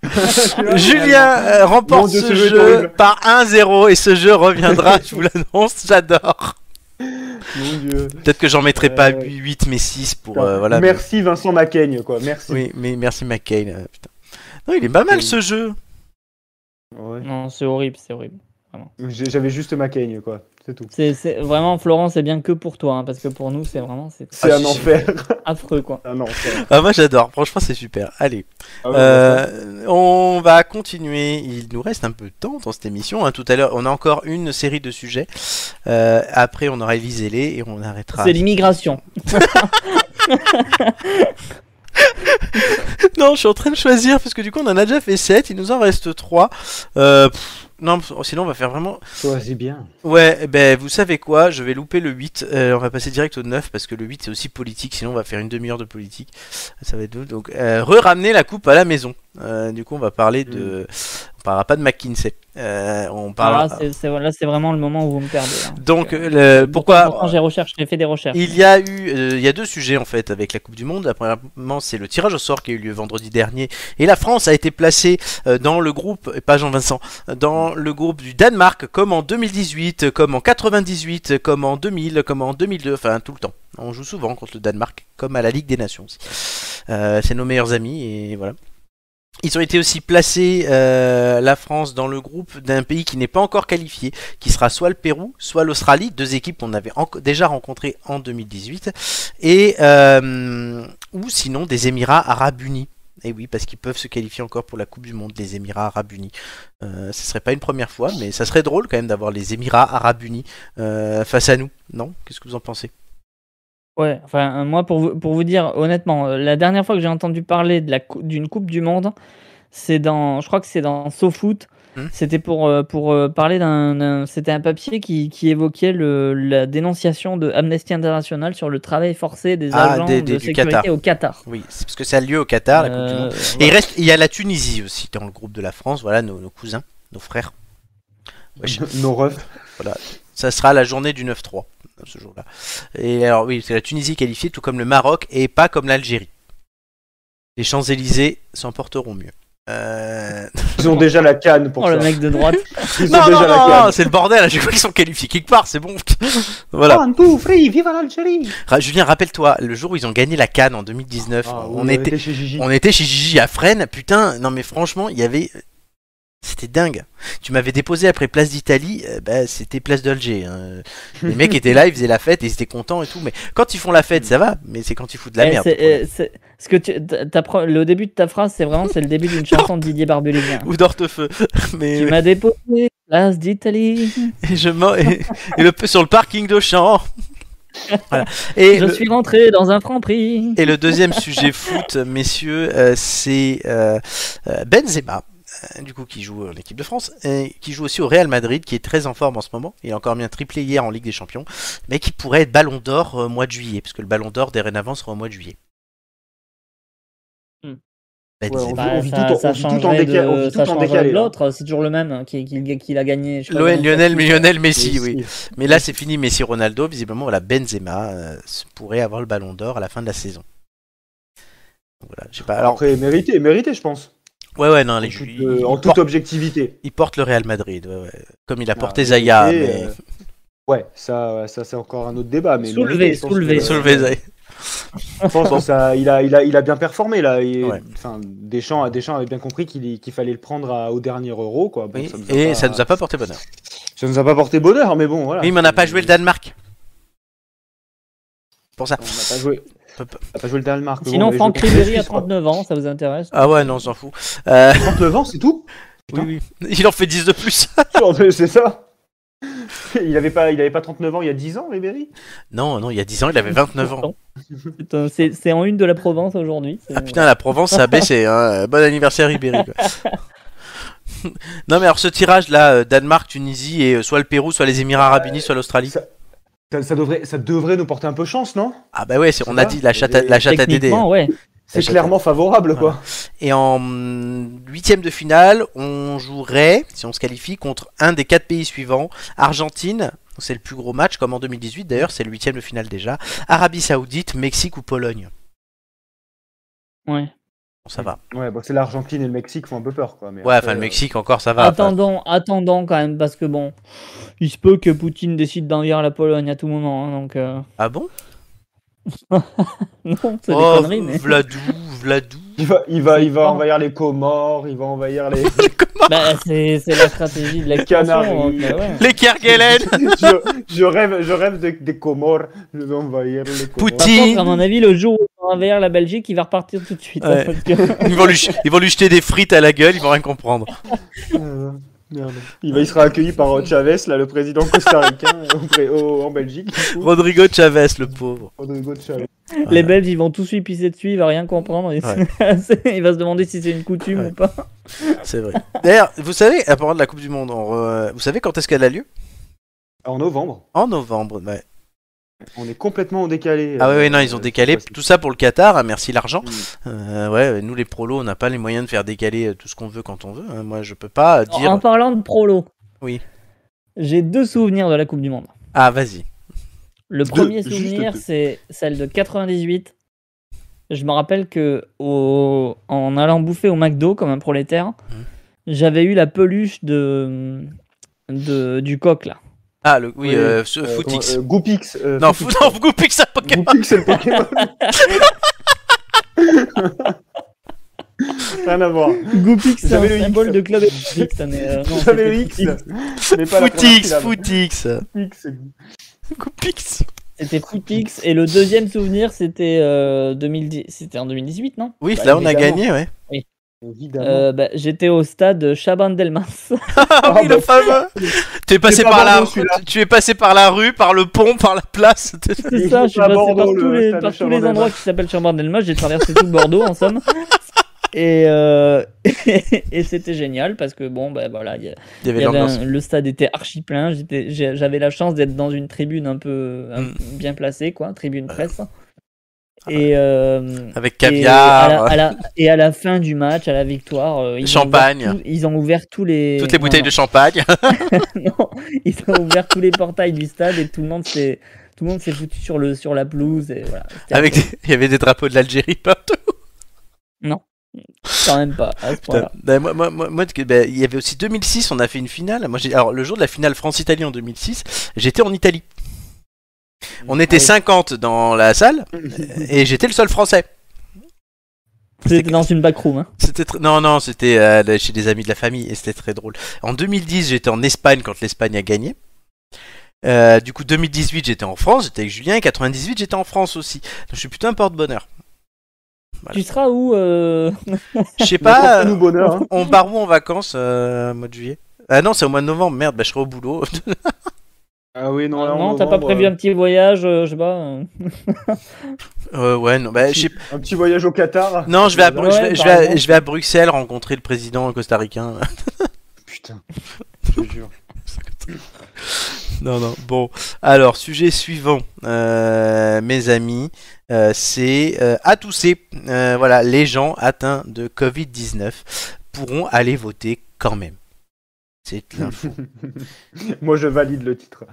A: Julien euh,
C: Mon
A: remporte
C: Dieu,
A: ce
C: ce jeu est
A: jeu
C: horrible.
A: par 1-0 et ce jeu reviendra, je vous l'annonce, j'adore.
C: Mon Dieu.
A: Peut-être que j'en mettrai pas
C: Euh,
A: 8 mais 6 pour... euh, voilà, mais-
C: Ah, Merci Vincent Macaigne, quoi, merci.
A: Oui, mais merci McCain. euh, putain. Non, il est pas mal
C: Oui.
A: ce jeu.
C: Ouais.
B: Non, c'est horrible, c'est horrible.
C: J'ai- J'avais juste Macaigne, quoi, c'est
A: Ah,
C: tout.
B: C'est, c'est- Vraiment, Florent, c'est bien que pour toi, hein, parce que pour nous, c'est vraiment c'est
C: C'est
A: Ah,
C: un
A: si, si.
C: enfer,
B: affreux quoi.
C: un enfer.
A: Ah, moi j'adore, franchement c'est super. Allez,
C: Ah ouais,
A: euh, on va continuer. Il nous reste un peu de temps dans cette émission. hein. Tout à l'heure, on a encore une série de sujets. Euh, après, on aura Élisée les et on arrêtera.
B: C'est l'immigration.
A: Non, je suis en train de choisir parce que du coup, on en a déjà fait 7, il nous en reste 3. non, sinon, on va faire vraiment.
C: Choisis bien.
A: Ouais, ben vous savez quoi, je vais louper le 8. euh, on va passer direct au 9 parce que le 8 c'est aussi politique, sinon on va faire une demi-heure de politique. Ça va être doux. Donc, euh, re-ramener la coupe à la maison. Euh, du coup, on va parler de. On parlera pas de McKinsey. Euh, on
B: Alors
A: parlera.
B: là, Ah, c'est, c'est- là, c'est vraiment le moment où vous me perdez. hein.
A: Donc, le- pourquoi.
B: Pourtant, j'ai recherché, j'ai fait des recherches.
A: Il y a eu, euh, il y a deux sujets en fait avec la Coupe du Monde. La premièrement, c'est le tirage au sort qui a eu lieu vendredi dernier, et la France a été placée euh, dans le groupe, et pas Jean-Vincent, dans le groupe du Danemark, comme en 2018, comme en 98, comme en 2000, comme en 2002, enfin tout le temps. On joue souvent contre le Danemark, comme à la Ligue des Nations. aussi. Euh, c'est nos meilleurs amis et voilà. Ils ont été aussi placés, euh, la France, dans le groupe d'un pays qui n'est pas encore qualifié, qui sera soit le Pérou, soit l'Australie, deux équipes qu'on avait enco- déjà rencontrées en 2018, et euh, ou sinon des Émirats Arabes Unis. Et oui, parce qu'ils peuvent se qualifier encore pour la Coupe du Monde, les Émirats Arabes Unis. Euh, ce serait pas une première fois, mais ça serait drôle quand même d'avoir les Émirats Arabes Unis euh, face à nous, non Qu'est-ce que vous en pensez
B: Ouais, enfin, euh, moi, pour vous, pour vous dire, honnêtement, euh, la dernière fois que j'ai entendu parler de la cou- d'une Coupe du Monde, c'est dans, je crois que c'est dans SoFoot.
A: Hmm.
B: C'était pour, euh, pour euh, parler d'un. d'un- C'était un papier qui, qui évoquait le, la dénonciation de Amnesty International sur le travail forcé des
A: Ah,
B: agents
A: des-
B: de
A: des- du
B: sécurité
A: Qatar.
B: au Qatar.
A: Oui, c'est parce que ça a lieu au Qatar, la Coupe du
B: Euh,
A: Monde. Et il reste, il y a la Tunisie aussi dans le groupe de la France, voilà nos, nos cousins, nos frères.
C: Bah,
A: Wesh.
C: Nos refs.
A: Ça sera la journée du 9-3, euh, ce jour-là. Et alors, oui, c'est la Tunisie qualifiée, tout comme le Maroc, et pas comme l'Algérie. Les Champs-Élysées s'en porteront mieux. Euh,
C: Ils ont déjà la canne pour
B: Oh,
C: ça.
B: le mec de droite.
C: Ils
A: Non,
C: ont
A: non,
C: déjà la
A: non,
C: canne.
A: non, c'est le bordel, à chaque fois qu'ils sont qualifiés quelque part, c'est bon. voilà.
C: One, two, three, vive l'Algérie
A: Ra- Julien, rappelle-toi, le jour où ils ont gagné la Cannes en 2019,
C: Ah,
A: on, était,
C: chez Gigi.
A: on était chez Gigi à Fresnes, putain, non mais franchement, il y avait. C'était dingue. Tu m'avais déposé après Place d'Italie, euh, bah, c'était Place d'Alger. hein. Les mecs étaient là, ils faisaient la fête, ils étaient contents et tout. Mais quand ils font la fête, ça va. Mais c'est quand ils foutent de la
B: Eh,
A: merde.
B: c'est-
A: le problème.
B: eh, c'est- ce que tu, ta- ta pro- le début de ta phrase, c'est vraiment c'est le début d'une chanson de Didier Barbelivien.
A: Ou d'ortefeu. Mais
B: Tu m'as déposé, place d'Italie.
A: et je m'en- et, et le sur le parking d'Auchan. voilà. Et
B: Je
A: le-
B: suis rentré dans un franc prix.
A: Et le deuxième sujet foot, messieurs, euh, c'est euh, euh, Benzema, euh, du coup, qui joue en équipe de France, et qui joue aussi au Real Madrid, qui est très en forme en ce moment. Il a encore bien triplé hier en Ligue des Champions, mais qui pourrait être Ballon d'Or euh, au mois de juillet, puisque le Ballon d'Or, dorénavant, sera au mois de juillet.
B: Hmm.
A: Bah,
C: Ouais,
A: disait-
C: on-
B: Bah,
C: vit
B: ça-
C: tout en- on
B: ça
C: vit tout en
B: changerait
C: décalé- on vit
B: de-
C: tout
B: ça
C: en
B: changerait
C: décalé,
B: de
C: là.
B: l'autre, c'est toujours le même hein, qui, qui, qui l'a gagné. je euh, sais pas
A: Bah, Lionel,
B: comment
A: Lionel,
B: il s'appelle.
A: Lionel Messi, oui. Mais là, c'est fini. Messi, Ronaldo, visiblement, voilà, Benzema euh, se- pourrait avoir le Ballon d'Or à la fin de la saison. Voilà, je sais pas. Alors,
C: Après, mérité, mérité, je pense.
A: ouais, ouais, non, les
C: en toute,
A: il,
C: euh, en
A: porte,
C: toute objectivité.
A: il porte le Real Madrid, ouais, ouais. comme il a
C: Ah,
A: porté
C: mais
A: Zaya.
C: écoutez,
A: mais-
C: euh, Ouais, ça, ça c'est encore un autre débat. Mais
B: Soulevé,
C: mérité, je pense
B: soulevé.
C: que-
A: Soulevé Zaya.
C: Je pense que ça, il a, il a, il a bien performé là. Et,
A: Ouais.
C: enfin, Deschamps, Deschamps avait bien compris qu'il qu'il fallait le prendre à- au dernier euro, quoi. Bon,
A: Oui,
C: ça nous a
A: et
C: pas-
A: ça nous a pas porté bonheur.
C: ça nous a pas porté bonheur, mais bon, voilà.
A: Oui, mais on n'a pas joué le Danemark. Pour ça.
C: On n'a pas joué.
A: Peu- peu.
C: on n'a pas joué le Danemark. mais bon, on
B: Sinon,
C: avait
B: Franck
C: joué contre les
B: Ribéry à
C: Suisses, quoi.
B: 39 ans, ça vous intéresse
A: Ah ouais, non, on s'en fout. Euh,
C: 39 ans, c'est tout
A: oui, oui. Il en fait 10 de plus.
C: Genre, mais C'est ça il avait, pas, il avait pas 39 ans il y a 10 ans, Ribéry
A: non, non, il y a 10 ans, il avait 29 ans.
B: C'est un- C'est c'est en une de la Provence aujourd'hui. c'est-
A: Ah putain, la Provence, ça a baissé. hein. Bon anniversaire, Ribéry. quoi. non, mais alors ce tirage-là, euh, Danemark, Tunisie, et euh, soit le Pérou, soit les Émirats Arabes Unis, soit l'Australie.
C: ça- ça, ça devrait, ça devrait nous porter un peu chance, non
A: Ah bah ouais, c'est- on
C: ça
A: a
C: va.
A: dit la chatte à,
C: Et
A: la chatte à Dédé. hein.
B: Techniquement, ouais.
C: C'est
A: chatte-
C: clairement favorable, quoi.
A: Et en hum, huitième de finale, on jouerait, si on se qualifie, contre un des quatre pays suivants. Argentine, c'est le plus gros match, comme en 2018 d'ailleurs, c'est le huitième de finale déjà. Arabie Saoudite, Mexique ou Pologne.
B: ouais.
A: Bon, ça va.
C: Ouais, bon, c'est l'Argentine et le Mexique font un peu peur, quoi. mais
A: Ouais,
C: après,
A: enfin le
C: euh,
A: Mexique encore, ça va. Enfin,
B: Attendons, attendons quand même, parce que bon, il se peut que Poutine décide d'envahir la Pologne à tout moment. hein, donc, euh,
A: Ah bon
B: non, c'est
A: Oh,
B: des conneries, mais.
A: Vladou, Vladou.
C: Il va, il va, il
B: C'est
C: va
B: pas-
C: envahir les Comores, il va envahir les.
B: Bah, c'est c'est la stratégie de
C: Les
B: l'expansion.
C: Canaries.
B: donc, euh, ouais.
A: Les Kerguelen
C: je, je rêve, je rêve de- des Comores. Je vais envahir les Comores.
B: Par
A: Poutine.
B: contre, à mon avis, le jour où on va envahir la Belgique, il va repartir tout de suite. hein,
A: Ouais.
B: parce que-
A: ils vont, lui, ch- ils vont lui jeter des frites à la gueule, ils vont rien comprendre.
C: Euh, merde. Il, va, il sera accueilli par euh, Chavez, là, le président costaricain au pré- au- en Belgique. du coup.
A: Rodrigo Chavez, le pauvre.
C: Rodrigo Chavez.
B: Les Belges, ils vont tous lui pisser dessus, il va rien comprendre. et c'est- il va se demander si c'est une coutume
A: Ouais.
B: ou pas.
A: C'est vrai. D'ailleurs, vous savez, à part de la Coupe du Monde, on re- vous savez quand est-ce qu'elle a lieu
C: En novembre,
A: En novembre. bah, ouais.
C: on est complètement décalé.
A: Ah
C: euh,
A: ouais, ouais, non, ils ont
C: euh, Mm.
A: décalé
C: cette
A: tout ça pour le Qatar. hein, merci l'argent.
C: fois-ci.
A: Euh, ouais, nous les prolos, on n'a pas les moyens de faire décaler euh, tout ce qu'on veut quand on veut. hein. Moi, je peux pas euh, dire.
B: En parlant de prolo,
A: Oui.
B: j'ai deux souvenirs de la Coupe du Monde.
A: Ah, vas-y.
B: Le
C: Deux,
B: premier
C: juste
B: souvenir,
C: deux.
B: c'est celle de 98. Je me rappelle que au- en allant bouffer au McDo comme un prolétaire,
C: Mmh.
B: j'avais eu la peluche de... de du coq là.
A: Ah, le, oui,
C: Oui,
A: euh, ce-
C: Euh,
A: Footix.
C: comment- euh, Goopix. euh,
A: non,
C: Footix.
A: Foot- non, Goopix, ça Pokémon.
C: Goopix, c'est le Pokémon. Rien à voir.
B: Goopix, hein, c'est
C: J'avais le
B: un
C: X.
B: symbole de club. Goopix, ça n'est, euh, non,
C: J'avais le
B: c'était
C: X.
B: Footix.
C: mais pas la première
A: Footix,
C: syllabe.
A: Footix.
C: Goopix, c'est-
A: Goopix.
B: C'était Footix. Et le deuxième souvenir, c'était euh, 2010. C'était en 2018, non
A: Oui,
C: Bah,
A: là, on a
C: évidemment.
A: gagné, ouais.
C: Évidemment.
B: Euh, bah, J'étais au stade Chaban Delmas.
A: Ah oui,
C: Ah,
A: le
C: bah,
A: fameux T'es passé
C: pas
A: par la
C: Bordeaux, celui-là.
A: tu es passé par la rue, par le pont, par la place.
B: C'est
C: Il
B: ça,
C: joue
B: je suis
C: à
B: passé
C: Bordeaux,
B: par
C: le
B: tous les,
C: stade
B: par
C: de
B: tous les
C: Chaban-Delmas.
B: endroits qui s'appellent Chaban-Delmas. J'ai traversé tout Bordeaux, en somme. Et, euh, et c'était génial parce que, bon, bah, voilà, il y a-
A: Il y avait
B: il y avait
A: l'ambiance.
B: un- le stade était archi plein. J'étais- j'ai- J'avais la chance d'être dans une tribune un peu un-
A: Mm.
B: bien placée, quoi, tribune presse. Et, euh,
A: Avec
B: Et à, la,
A: caviar, euh,
B: à la- et à la fin du match, à la victoire, euh, ils
A: Champagne.
B: Ont ouvert tout- ils ont ouvert tous les.
A: toutes les
B: non,
A: bouteilles
B: non.
A: de champagne.
B: Non, ils ont ouvert tous les portails du stade et tout le monde s'est. Tout le monde s'est foutu sur, le, sur la pelouse et voilà. C'était
A: Avec des- il y avait des drapeaux de l'Algérie partout.
B: quand même pas à ce point-là.
A: Ben, moi, moi, moi, moi, que- ben, il y avait aussi 2006, on a fait une finale. Moi, j'ai- alors le jour de la finale France-Italie en 2006, j'étais en Italie. On était 50 dans la salle et j'étais le seul français.
B: C'était dans une backroom. Hein.
A: C'était tr- non non c'était euh, là, chez des amis de la famille et c'était très drôle. En 2010 j'étais en Espagne quand l'Espagne a gagné. Euh, du coup 2018 j'étais en France j'étais avec Julien 98 j'étais en France aussi. Donc, je suis plutôt un porte-bonheur. Voilà.
B: Tu seras où euh,
A: Je sais
C: Mais
A: pas. euh,
C: porte-nous bonheur. hein.
A: on part où en vacances euh, au mois de juillet Ah non c'est au mois de novembre merde bah, je serai au boulot.
C: Ah oui, non, là, en
B: Non, t'as pas
C: novembre,
B: prévu
C: euh,
B: un petit voyage, euh, je sais pas. euh,
A: Euh, ouais non bah, je sais-
C: Un petit voyage au Qatar.
A: non je vais à Bru-
B: Ouais,
A: je vais- je
B: par
A: vais à-
B: exemple.
A: je vais à Bruxelles rencontrer le président costaricain.
C: Putain, je te jure.
A: non, non. Bon, alors, sujet suivant, euh, mes amis, euh, c'est euh, à tousser. Euh, voilà, les gens atteints de Covid-19 pourront aller voter quand même. C'est de l'info.
C: Moi, je valide le titre.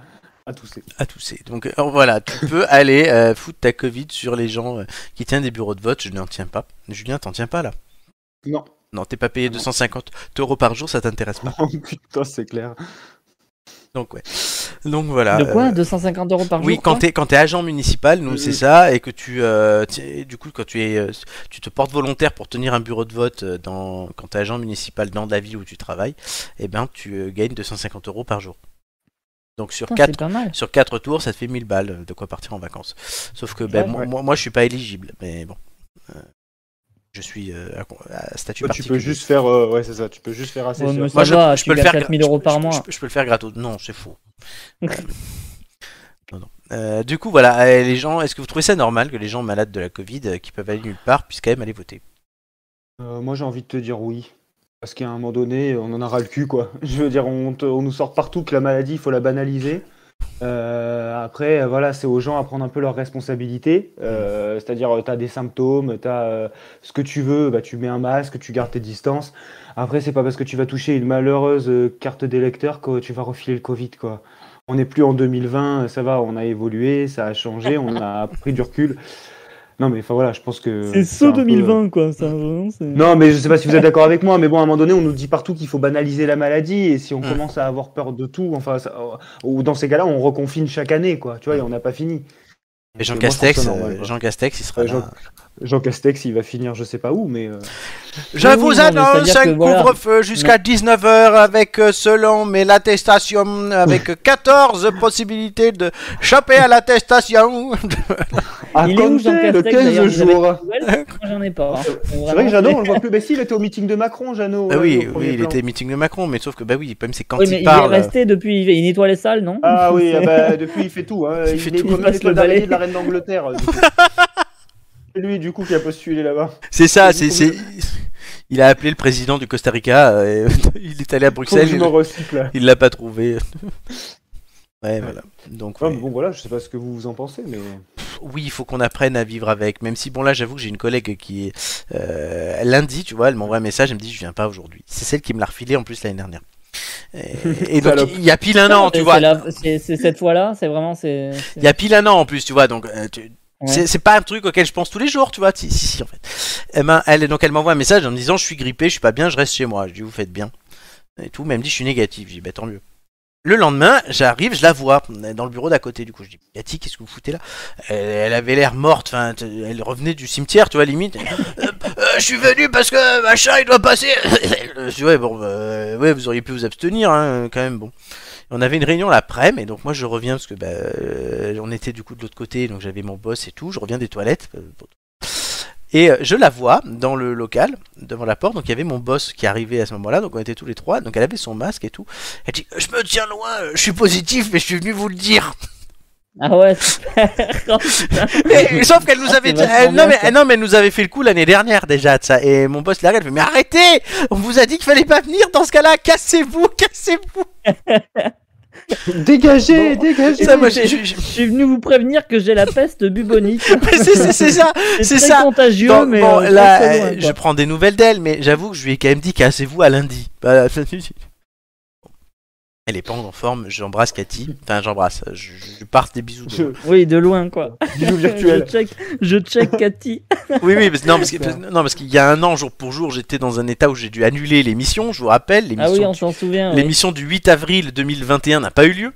C: À tousser.
A: à tousser. Donc euh, voilà, tu peux aller euh, foutre ta Covid sur les gens euh, qui tiennent des bureaux de vote. Je n'en tiens pas. Julien, t'en tiens pas là
C: Non.
A: Non, t'es pas payé 250 euros par jour, ça t'intéresse pas.
C: Oh putain, c'est clair.
A: Donc ouais. Donc voilà.
B: De quoi
A: euh,
B: 250 euros par jour
A: Oui, quand
B: quoi
A: t'es quand t'es agent municipal, nous
C: Oui,
A: c'est
C: oui.
A: ça, et que tu euh, t'es- du coup quand tu es euh, tu te portes volontaire pour tenir un bureau de vote euh, dans quand t'es agent municipal dans la ville où tu travailles, eh ben tu euh, gagnes 250 euros par jour. Donc sur
B: Putain,
A: quatre
B: C'est pas mal.
A: Sur 4 tours, ça te fait 1000 balles de quoi partir en vacances. Sauf que ben,
B: Ouais,
A: moi,
C: ouais.
A: moi, moi, je suis pas éligible, mais bon. Euh, je suis euh, à, con- à statut
C: Toi, Bah, tu
A: particulier.
C: peux juste faire. euh, ouais, c'est ça. Tu peux juste faire assez.
B: Ouais,
C: sûr.
B: mais
A: Moi,
B: Ça va,
A: je, je
B: tu
A: peux le
B: gagnes
A: faire
B: 4000
A: je-
B: euros
A: je-
B: par
A: je-
B: mois.
A: Je, je peux le faire gratos. Non, c'est faux. Euh, Non, non. Euh, du coup, voilà, euh, les gens, est-ce que vous trouvez ça normal que les gens malades de la Covid euh, qui peuvent aller nulle part puissent quand même aller voter
C: Euh, moi, j'ai envie de te dire oui. Parce qu'à un moment donné, on en aura le cul, quoi. Je veux dire, on, te- on nous sort partout que la maladie, il faut la banaliser. Euh, après, euh, voilà, c'est aux gens à prendre un peu leurs responsabilités. Euh, C'est-à-dire, tu as des symptômes, tu as ce que tu veux, bah, tu mets un masque, tu gardes tes distances. Après, c'est pas parce que tu vas toucher une malheureuse euh, carte d'électeur que tu vas refiler le Covid, quoi. On n'est plus en 2020, euh, ça va, on a évolué, ça a changé, on a pris du recul. Non, mais enfin voilà, je pense que.
B: C'est
C: un
B: saut
C: peu, euh,
B: 2020, quoi. C'est un- vraiment, c'est-
C: non, mais je sais pas si vous êtes d'accord avec moi, mais bon, à un moment donné, on nous dit partout qu'il faut banaliser la maladie, et si on
A: Mm.
C: commence à avoir peur de tout, enfin, ça- ou dans ces cas-là, on reconfine chaque année, quoi, tu vois, et on n'a pas fini.
A: Et Jean
C: Donc, moi, je trouve
A: Castex,
C: ça normal,
A: euh,
C: quoi.
A: Jean Castex, il sera
C: Ouais,
A: là.
C: Jean- Jean Castex, il va finir, je sais pas où, mais. euh,
A: Je
B: Oui,
A: vous
B: non, mais
A: annonce
B: c'est-à-dire
A: un
B: que voilà.
A: couvre-feu jusqu'à 19h avec, euh, selon mais l'attestation, avec 14 possibilités de choper à l'attestation.
C: À
B: Il est où, Jean
C: compter Ah, le
B: Castex, d'ailleurs,
C: 15
B: vous avez-
C: jours.
B: Ouais, Moi, j'en ai pas. hein.
C: C'est vrai que Jeanot, on le voit plus. Mais si, il était au meeting de Macron, Jeanot.
A: Ah
C: euh,
A: oui,
C: au
A: oui,
C: premier
A: il
C: plan.
A: était meeting de Macron, mais sauf que, bah oui, le problème c'est quand
B: Oui, mais
A: il
B: il est
A: parle.
B: resté depuis. Il nettoie les salles, non
C: Ah oui, ah bah, depuis, il fait tout. Hein.
A: Il
C: Il,
A: fait
C: est
A: tout.
C: premier
B: Il passe
C: étoile
B: le
C: d'araignée
B: balai.
C: de la reine d'Angleterre. euh, du coup. C'est lui, du coup, qui a postulé là-bas.
A: C'est ça, c'est,
C: Il-
A: c'est. Il a appelé le président du Costa Rica, euh, et il est allé à
C: Faut que
A: Bruxelles,
C: je me
A: il,
C: recycle.
A: il l'a pas trouvé. Ouais, voilà. Donc,
C: Ouais,
A: oui.
C: mais Ah, bon, voilà, je sais pas ce que vous vous en pensez, mais. euh,
A: oui, il faut qu'on apprenne à vivre avec. Même si, bon, là, j'avoue que j'ai une collègue qui est euh, lundi, tu vois, elle m'envoie un message, elle me dit, je viens pas aujourd'hui. C'est celle qui me l'a refilé en plus l'année dernière. Et, et donc,
C: Salope.
A: il y a pile un an, tu
B: C'est
A: vois.
B: la- c'est- c'est cette fois-là, c'est vraiment. c'est- c'est-
A: Il y a pile un an en plus, tu vois. Donc, euh, tu-
B: Ouais.
A: c'est c'est pas un truc auquel je pense tous les jours, tu vois. Si, si, si, en fait. Eh ben, elle, donc, elle m'envoie un message en me disant, je suis grippé, je suis pas bien, je reste chez moi. Je dis, vous faites bien. Et tout, mais elle me dit, je suis négatif. Je dis, bah, tant mieux. Le lendemain, j'arrive, je la vois dans le bureau d'à côté. Du coup, je dis, Cathy, qu'est-ce que vous foutez là elle, elle avait l'air morte, enfin, t- elle revenait du cimetière, tu vois, limite. Euh, euh, je suis venu parce que machin, il doit passer. je dis, ouais, bon, euh, ouais, vous auriez pu vous abstenir, hein, quand même, bon. On avait une réunion l'après-midi, et donc moi je reviens parce que bah, euh, on était du coup de l'autre côté, donc j'avais mon boss et tout, je reviens des toilettes. euh, pour- Et euh, je la vois dans le local, devant la porte, donc il y avait mon boss qui arrivait à ce moment-là, donc on était tous les trois, donc elle avait son masque et tout. Elle dit, je me tiens loin, euh, je suis positif, mais je suis venu vous le dire.
B: Ah ouais, super. Oh, putain.
A: Mais- sauf qu'elle nous
B: Ah,
A: avait
B: c'est vachement
A: elle- non,
B: bien,
A: mais,
B: ça.
A: non mais elle nous avait fait le coup l'année dernière déjà de ça et mon boss là elle fait mais arrêtez on vous a dit qu'il fallait pas venir dans ce cas-là cassez-vous cassez-vous
C: Dégagez, dégagez.
A: ça moi j'ai j'ai- j'ai-
B: Je suis venu vous prévenir que j'ai la peste bubonique.
A: mais c'est c'est- c'est ça c'est
B: C'est très
A: ça.
B: contagieux,
A: Dans-
B: mais
A: bon,
B: euh, très,
A: là
B: très loin,
A: euh,
B: quoi.
A: je prends des nouvelles d'elle mais j'avoue que je lui ai quand même dit cassez-vous à lundi Bah, ça suffit. elle est pas en forme j'embrasse Cathy enfin j'embrasse euh, je, je lui parte des bisous de-
C: Je-
B: Oui, de loin, quoi.
C: Bisous
B: je
C: virtuels.
B: check, je check Cathy.
A: Oui, oui, parce, non, parce que- parce- non, parce qu'il y a un an, jour pour jour, j'étais dans un état où j'ai dû annuler l'émission. Je vous rappelle,
B: Ah oui,
A: l'émission
B: on s'en souvient. oui.
A: L'émission du 8 avril 2021 n'a pas eu lieu.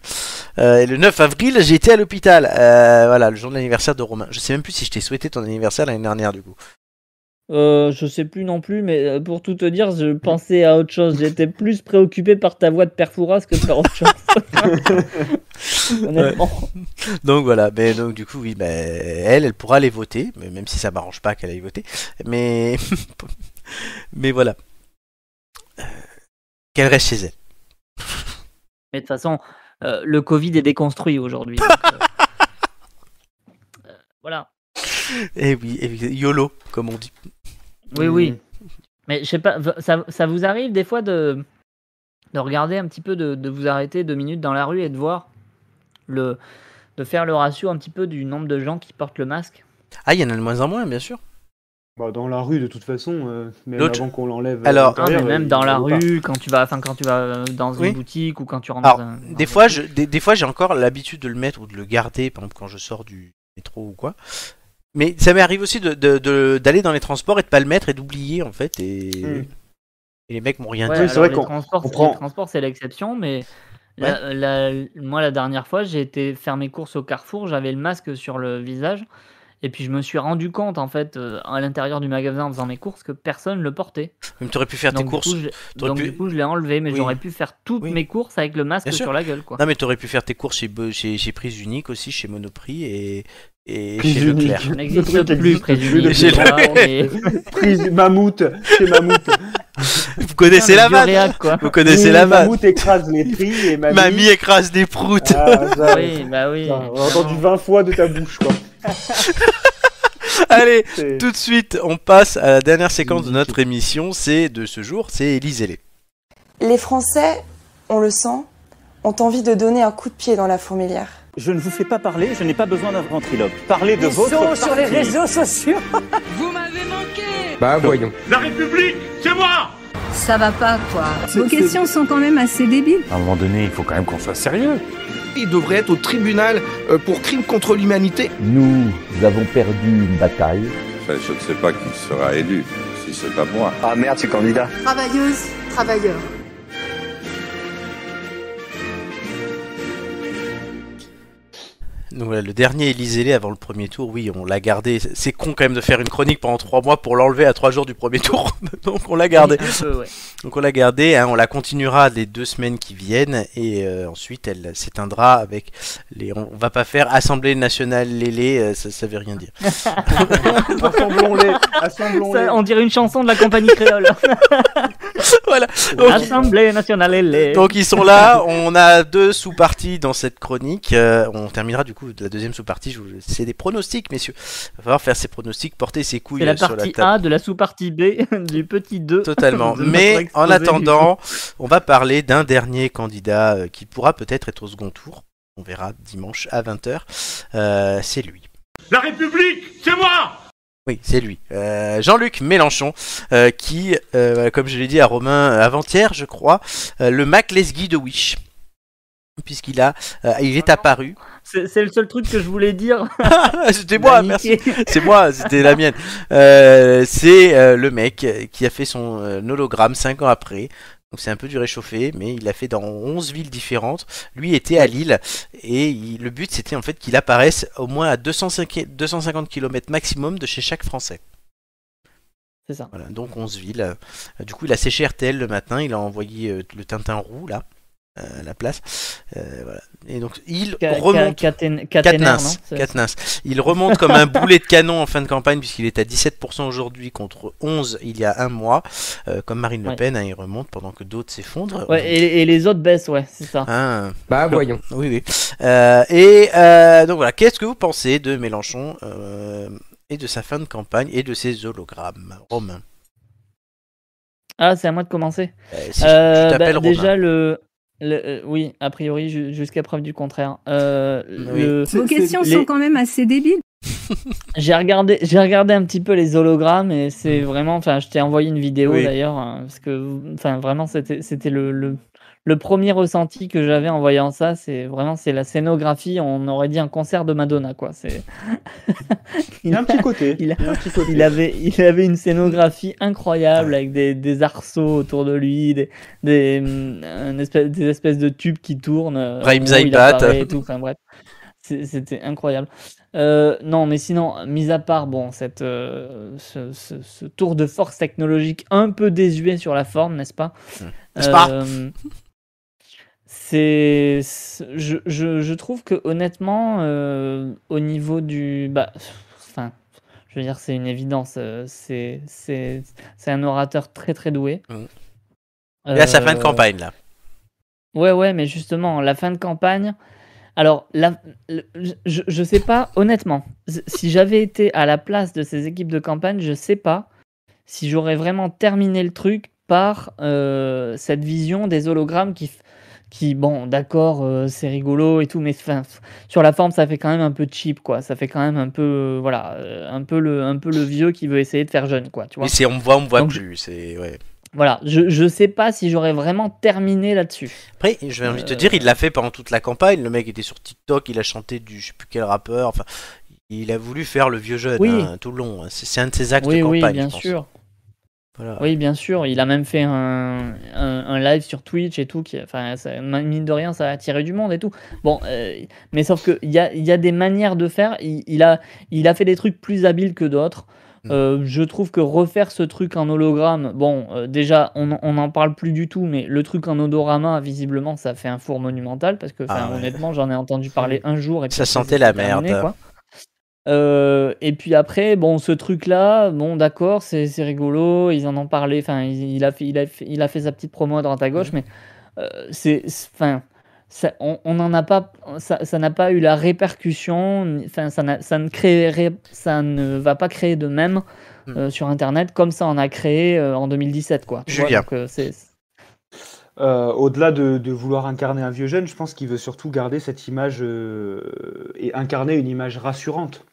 A: Euh, et le 9 avril, j'étais à l'hôpital. Euh, voilà, le jour de l'anniversaire de Romain. Je sais même plus si je t'ai souhaité ton anniversaire l'année dernière, du coup.
B: Euh, je sais plus non plus, mais euh, pour tout te dire, je pensais à autre chose. J'étais plus préoccupé par ta voix de perfouras que par autre chose. Honnêtement.
A: Donc voilà, mais donc du coup, oui, bah, elle, elle pourra aller voter, mais même si ça m'arrange pas qu'elle aille voter. Mais, mais voilà. Euh, Qu'elle reste chez elle.
B: Mais de toute façon, euh, le Covid est déconstruit aujourd'hui. donc, euh, euh, voilà.
A: Eh oui, eh oui, YOLO, comme on dit.
B: Oui, oui. Mais je sais pas, v- ça, ça vous arrive des fois de, de regarder un petit peu, de, de vous arrêter deux minutes dans la rue et de voir le, de faire le ratio un petit peu du nombre de gens qui portent le masque.
A: Ah, il y en a de moins en moins, bien sûr.
C: Bah, dans la rue, de toute façon, euh, même
A: L'autre-
C: avant qu'on l'enlève. euh,
A: Alors-
B: Ah, mais même dans la
C: rue
B: rue, quand tu vas, enfin, quand tu vas euh, dans une
A: Oui.
B: boutique ou quand tu rentres
A: Alors,
B: dans un. dans
A: des
B: un-
A: fois, je, des, des fois, j'ai encore l'habitude de le mettre ou de le garder, par exemple quand je sors du métro ou quoi. Mais ça m'arrive aussi de, de- de- d'aller dans les transports et de pas le mettre et d'oublier en fait. Et,
C: Mm.
A: et les mecs m'ont rien
B: Ouais,
A: dit.
C: Oui, c'est
B: alors
C: vrai
B: les
C: qu'on-
B: transports,
C: on prend-
B: les transports, c'est l'exception, mais la- la- moi, la dernière fois, j'ai été faire mes courses au Carrefour, j'avais le masque sur le visage, et puis je me suis rendu compte, en fait, euh, à l'intérieur du magasin en faisant mes courses, que personne ne le portait.
A: Même t'aurais pu faire
B: donc
A: tes
B: du
A: courses.
B: coup, je-
A: t'aurais
B: donc,
A: pu-
B: du coup, je l'ai enlevé, mais
A: Oui.
B: j'aurais pu faire toutes
A: Oui.
B: mes courses avec le masque
A: Bien sûr.
B: sur la gueule, quoi.
A: Non mais t'aurais pu faire tes courses chez, Be- chez, chez Prise Unique aussi, chez Monoprix et, et
C: Prise
A: chez
C: Unique.
A: Leclerc.
B: Ça n'existe
C: Le truc
B: plus,
C: n'existe plus
B: présumé.
A: depuis J'ai
B: voilà, on est-
C: Prise Mammouth, chez Mammouth.
A: Vous connaissez la
B: le vieux
A: vanne
B: réac, quoi.
A: Vous connaissez
C: Oui,
A: la vanne
C: Mammouth écrase les prix et Mamie.
A: Mamie écrase des proutes.
C: Ah, ça,
B: Oui, bah oui.
C: putain, on a entendu 20 fois de ta bouche, quoi. Ah.
A: Allez,
C: C'est-
A: tout de suite, on passe à la dernière séquence de notre émission. C'est de ce jour, c'est Élise et les.
G: Les Français, on le sent, ont envie de donner un coup de pied dans la fourmilière.
H: Je ne vous fais pas parler, je n'ai pas besoin d'un ventriloque. Parlez de votre sur les réseaux sociaux.
I: Vous m'avez manqué
J: Bah voyons.
I: Ça va pas, quoi. Vos questions sont quand même assez débiles.
H: À un moment donné, il faut quand même qu'on soit sérieux.
J: Il devrait être au tribunal euh, pour crimes contre l'humanité.
H: Nous avons perdu une bataille.
E: je ne sais pas qui sera élu, si c'est pas moi.
J: Ah merde, c'est candidat.
I: Travailleuses, travailleurs.
A: Donc voilà, le dernier Élise avant le premier tour, oui, on l'a gardé. C'est con quand même de faire une chronique pendant trois mois pour l'enlever à trois jours du premier tour. Donc on l'a gardé.
B: Oui, un peu, ouais.
A: Donc on l'a gardé, hein, on la continuera les deux semaines qui viennent et euh, ensuite elle s'éteindra avec les. On va pas faire Assemblée nationale lélé, euh, ça, ça veut rien dire.
C: Assemblons-les, assemblons-les.
B: Ça, on dirait une chanson de la compagnie créole.
A: voilà. Donc,
B: Assemblée nationale, elle est-
A: donc ils sont là, on a deux sous-parties dans cette chronique. euh, on terminera du coup de la deuxième sous-partie. je vous- C'est des pronostics, messieurs. Va falloir faire ses pronostics, porter ses couilles
B: C'est la
A: euh, sur la
B: partie
A: table.
B: A de la sous-partie B du petit 2.
A: Totalement.
B: de notre
A: Mais
B: exposé
A: en
B: du-
A: attendant, on va parler d'un dernier candidat euh, qui pourra peut-être être au second tour. On verra dimanche à 20h. Euh, c'est lui.
F: La République, c'est moi
A: Oui, c'est lui. Euh, Jean-Luc Mélenchon, euh, qui, euh, comme je l'ai dit à Romain euh, avant-hier, je crois, euh, le Mac Lesguy de Wish. Puisqu'il a, euh, il est apparu. Ah,
B: C'est c'est le seul truc que je voulais dire.
A: C'était moi,
B: Bah,
A: merci.
B: niqué.
A: C'est moi, c'était la mienne. Euh, c'est euh, le mec qui a fait son euh, hologramme 5 ans après. Donc c'est un peu du réchauffé, mais il l'a fait dans 11 villes différentes. Lui était à Lille et il- le but c'était en fait qu'il apparaisse au moins à 250, 250 km maximum de chez chaque Français.
B: C'est ça.
A: Voilà, donc 11 villes. Euh, Du coup, il a séché RTL le matin, il a envoyé euh, le Tintin roux là, euh, à la place. Euh, voilà. Et donc il
B: Ca- ca-
A: remonte.
B: caten- caténaire,
A: Katnins,
B: non C'est-
A: Katnins. Il remonte comme un boulet de canon en fin de campagne puisqu'il est à 17% aujourd'hui contre 11 il y a un mois. Euh, comme Marine Le
B: Ouais.
A: Pen, hein, il remonte pendant que d'autres s'effondrent.
B: Ouais, et, et les autres baissent, ouais, c'est ça.
A: Hein,
J: Bah voyons.
A: oui, oui. Euh, et euh, donc voilà, qu'est-ce que vous pensez de Mélenchon euh, et de sa fin de campagne et de ses hologrammes Romain,
B: Ah, c'est à moi de commencer.
A: Euh, si je-
B: Euh,
A: je
B: bah,
A: t'appelle Romain.
B: déjà le, le- euh, oui a priori ju- jusqu'à preuve du contraire Euh,
A: Oui.
B: le-
I: Vos questions
B: les-
I: sont quand même assez débiles.
B: j'ai regardé j'ai regardé un petit peu les hologrammes et c'est vraiment enfin je t'ai envoyé une vidéo
A: Oui.
B: d'ailleurs hein, parce que enfin vraiment c'était c'était le, le le premier ressenti que j'avais en voyant ça c'est vraiment c'est la scénographie on aurait dit un concert de Madonna quoi c'est
C: Il y a un petit côté.
B: Il a-
C: y un petit côté.
B: Il avait, il avait une scénographie incroyable avec des, des arceaux autour de lui, des, des, hum, un espèce- des espèces de tubes qui tournent. euh,
A: Brahim
B: au moment où il
A: Zaibat.
B: apparaît et tout, enfin, bref. C'est- C'était incroyable. Euh, non, mais sinon, mis à part bon, cette, euh, ce, ce- ce tour de force technologique un peu désuet sur la forme, n'est-ce pas
A: N'est-ce pas
B: Euh, c'est, c'est- je, je- je trouve que honnêtement, euh, au niveau du, bah, enfin, je veux dire, c'est une évidence. euh, C'est, c'est, c'est un orateur très très doué.
A: Mhm. Et à sa fin de
B: Euh,
A: campagne là.
B: Ouais, ouais, mais justement, la fin de campagne. Alors, la- le- je, je sais pas, honnêtement, si j'avais été à la place de ces équipes de campagne, je sais pas si j'aurais vraiment terminé le truc par euh, cette vision des hologrammes qui, f- qui, bon, d'accord, euh, c'est rigolo et tout, mais enfin, f- sur la forme, ça fait quand même un peu cheap, quoi. Ça fait quand même un peu, euh, voilà, euh, un peu le, un peu le vieux qui veut essayer de faire jeune, quoi. Tu vois.
A: Mais c'est on me voit, on me voit
B: Donc, je-
A: plus. C'est ouais.
B: Voilà, je, je sais pas si j'aurais vraiment terminé là-dessus.
A: Après, je vais envie de te
B: Euh,
A: dire, il l'a fait pendant toute la campagne. Le mec était sur TikTok, il a chanté du je sais plus quel rappeur. Enfin, il a voulu faire le vieux jeune
B: Oui.
A: hein, tout le long. hein. C'est c'est un de ses actes
B: Oui,
A: de
B: oui,
A: campagne.
B: bien
A: je pense.
B: sûr.
A: Voilà.
B: Oui, bien sûr. Il a même fait un, un- un live sur Twitch et tout. Qui, enfin, ça- mine de rien, ça a attiré du monde et tout. Bon, euh, mais sauf qu'il y a, il y a des manières de faire. Il, il a, il a fait des trucs plus habiles que d'autres.
A: Mm.
B: Euh, je trouve que refaire ce truc en hologramme, bon, euh, déjà, on n'en on en parle plus du tout, mais le truc en odorama, visiblement, ça fait un four monumental parce que, enfin,
A: Ah ouais.
B: honnêtement, j'en ai entendu parler un jour. Et puis
A: Ça
B: après,
A: sentait la
B: s'est terminé,
A: merde.
B: quoi. Euh, et puis après, bon, ce truc-là, bon, d'accord, c'est c'est rigolo, ils en ont parlé, enfin, il, il a fait, il, a fait, il a fait sa petite promo à droite à gauche, mais euh, c'est, c'est- enfin, ça, on on n'en a pas, ça ça n'a pas eu la répercussion, ni- enfin, ça, n'a- ça ne créerait, ça ne va pas créer de même
A: Mm.
B: euh, sur Internet comme ça en a créé euh, en 2017, quoi. Tu vois,
A: Julien.
B: donc, euh, c'est-
C: Euh, Au-delà de, de vouloir incarner un vieux jeune, je pense qu'il veut surtout garder cette image euh, et incarner une image rassurante.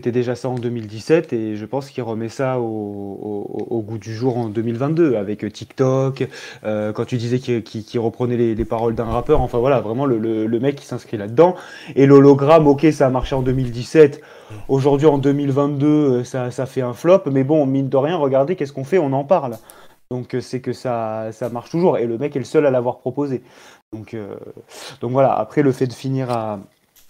C: C'était déjà ça en 2017 et je pense qu'il remet ça au, au- au goût du jour en 2022 avec TikTok, euh, quand tu disais qu'il qu'il- qu'il reprenait les, les paroles d'un rappeur, enfin voilà, vraiment le, le- le mec qui s'inscrit là-dedans. Et l'hologramme, ok, ça a marché en 2017, aujourd'hui en 2022, euh, ça, ça fait un flop, mais bon, mine de rien, regardez, qu'est-ce qu'on fait On en parle. Donc euh, c'est que ça, ça marche toujours. Et le mec est le seul à l'avoir proposé. Donc, euh, donc voilà, après le fait de finir à,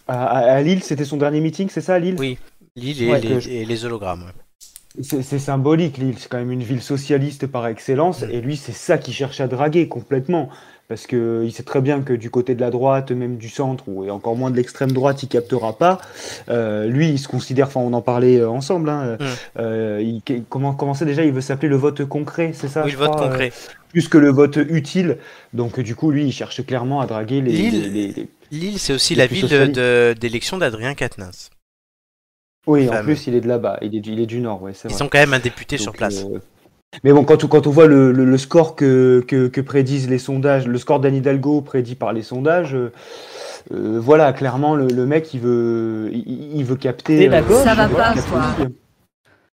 C: à, à- à Lille, c'était son dernier meeting, c'est ça, à Lille
A: Oui. Lille et,
C: Ouais,
A: les,
C: que je-
A: et les hologrammes. ouais.
C: C'est c'est symbolique, Lille, c'est quand même une ville socialiste par excellence. Et lui, c'est ça qu'il cherche à draguer complètement. Parce qu'il sait très bien que du côté de la droite, même du centre, ou et encore moins de l'extrême droite, il captera pas. Euh, lui, il se considère, enfin, on en parlait euh, ensemble, hein,
A: Mm.
C: euh, il, comment commencer déjà, il veut s'appeler le vote concret, c'est ça
A: Oui,
C: je
A: le vote
C: crois, euh,
A: concret.
C: plus que le vote utile. Donc euh, du coup, lui, il cherche clairement à draguer les.
A: Lille.
C: les- les- les-
A: Lille, c'est aussi
C: le
A: la
C: plus
A: ville de-
C: socialiste.
A: de- d'élection d'Adrien Quatennens.
C: Oui, en
A: Fameux.
C: plus, il est de là-bas. Il est, du- il est du Nord, ouais, c'est
A: Ils
C: vrai.
A: ont quand même un député sur
C: Donc,
A: place.
C: euh, Mais bon, quand on, quand on voit le, le- le score que, que, que prédisent les sondages, le score d'Anne Hidalgo prédit par les sondages, euh, euh, voilà, clairement, le, le mec, il veut, il, il veut
B: T'es
C: capter.
B: la gauche,
I: Ça va
C: voilà,
I: pas,
C: capter
I: quoi.
C: aussi.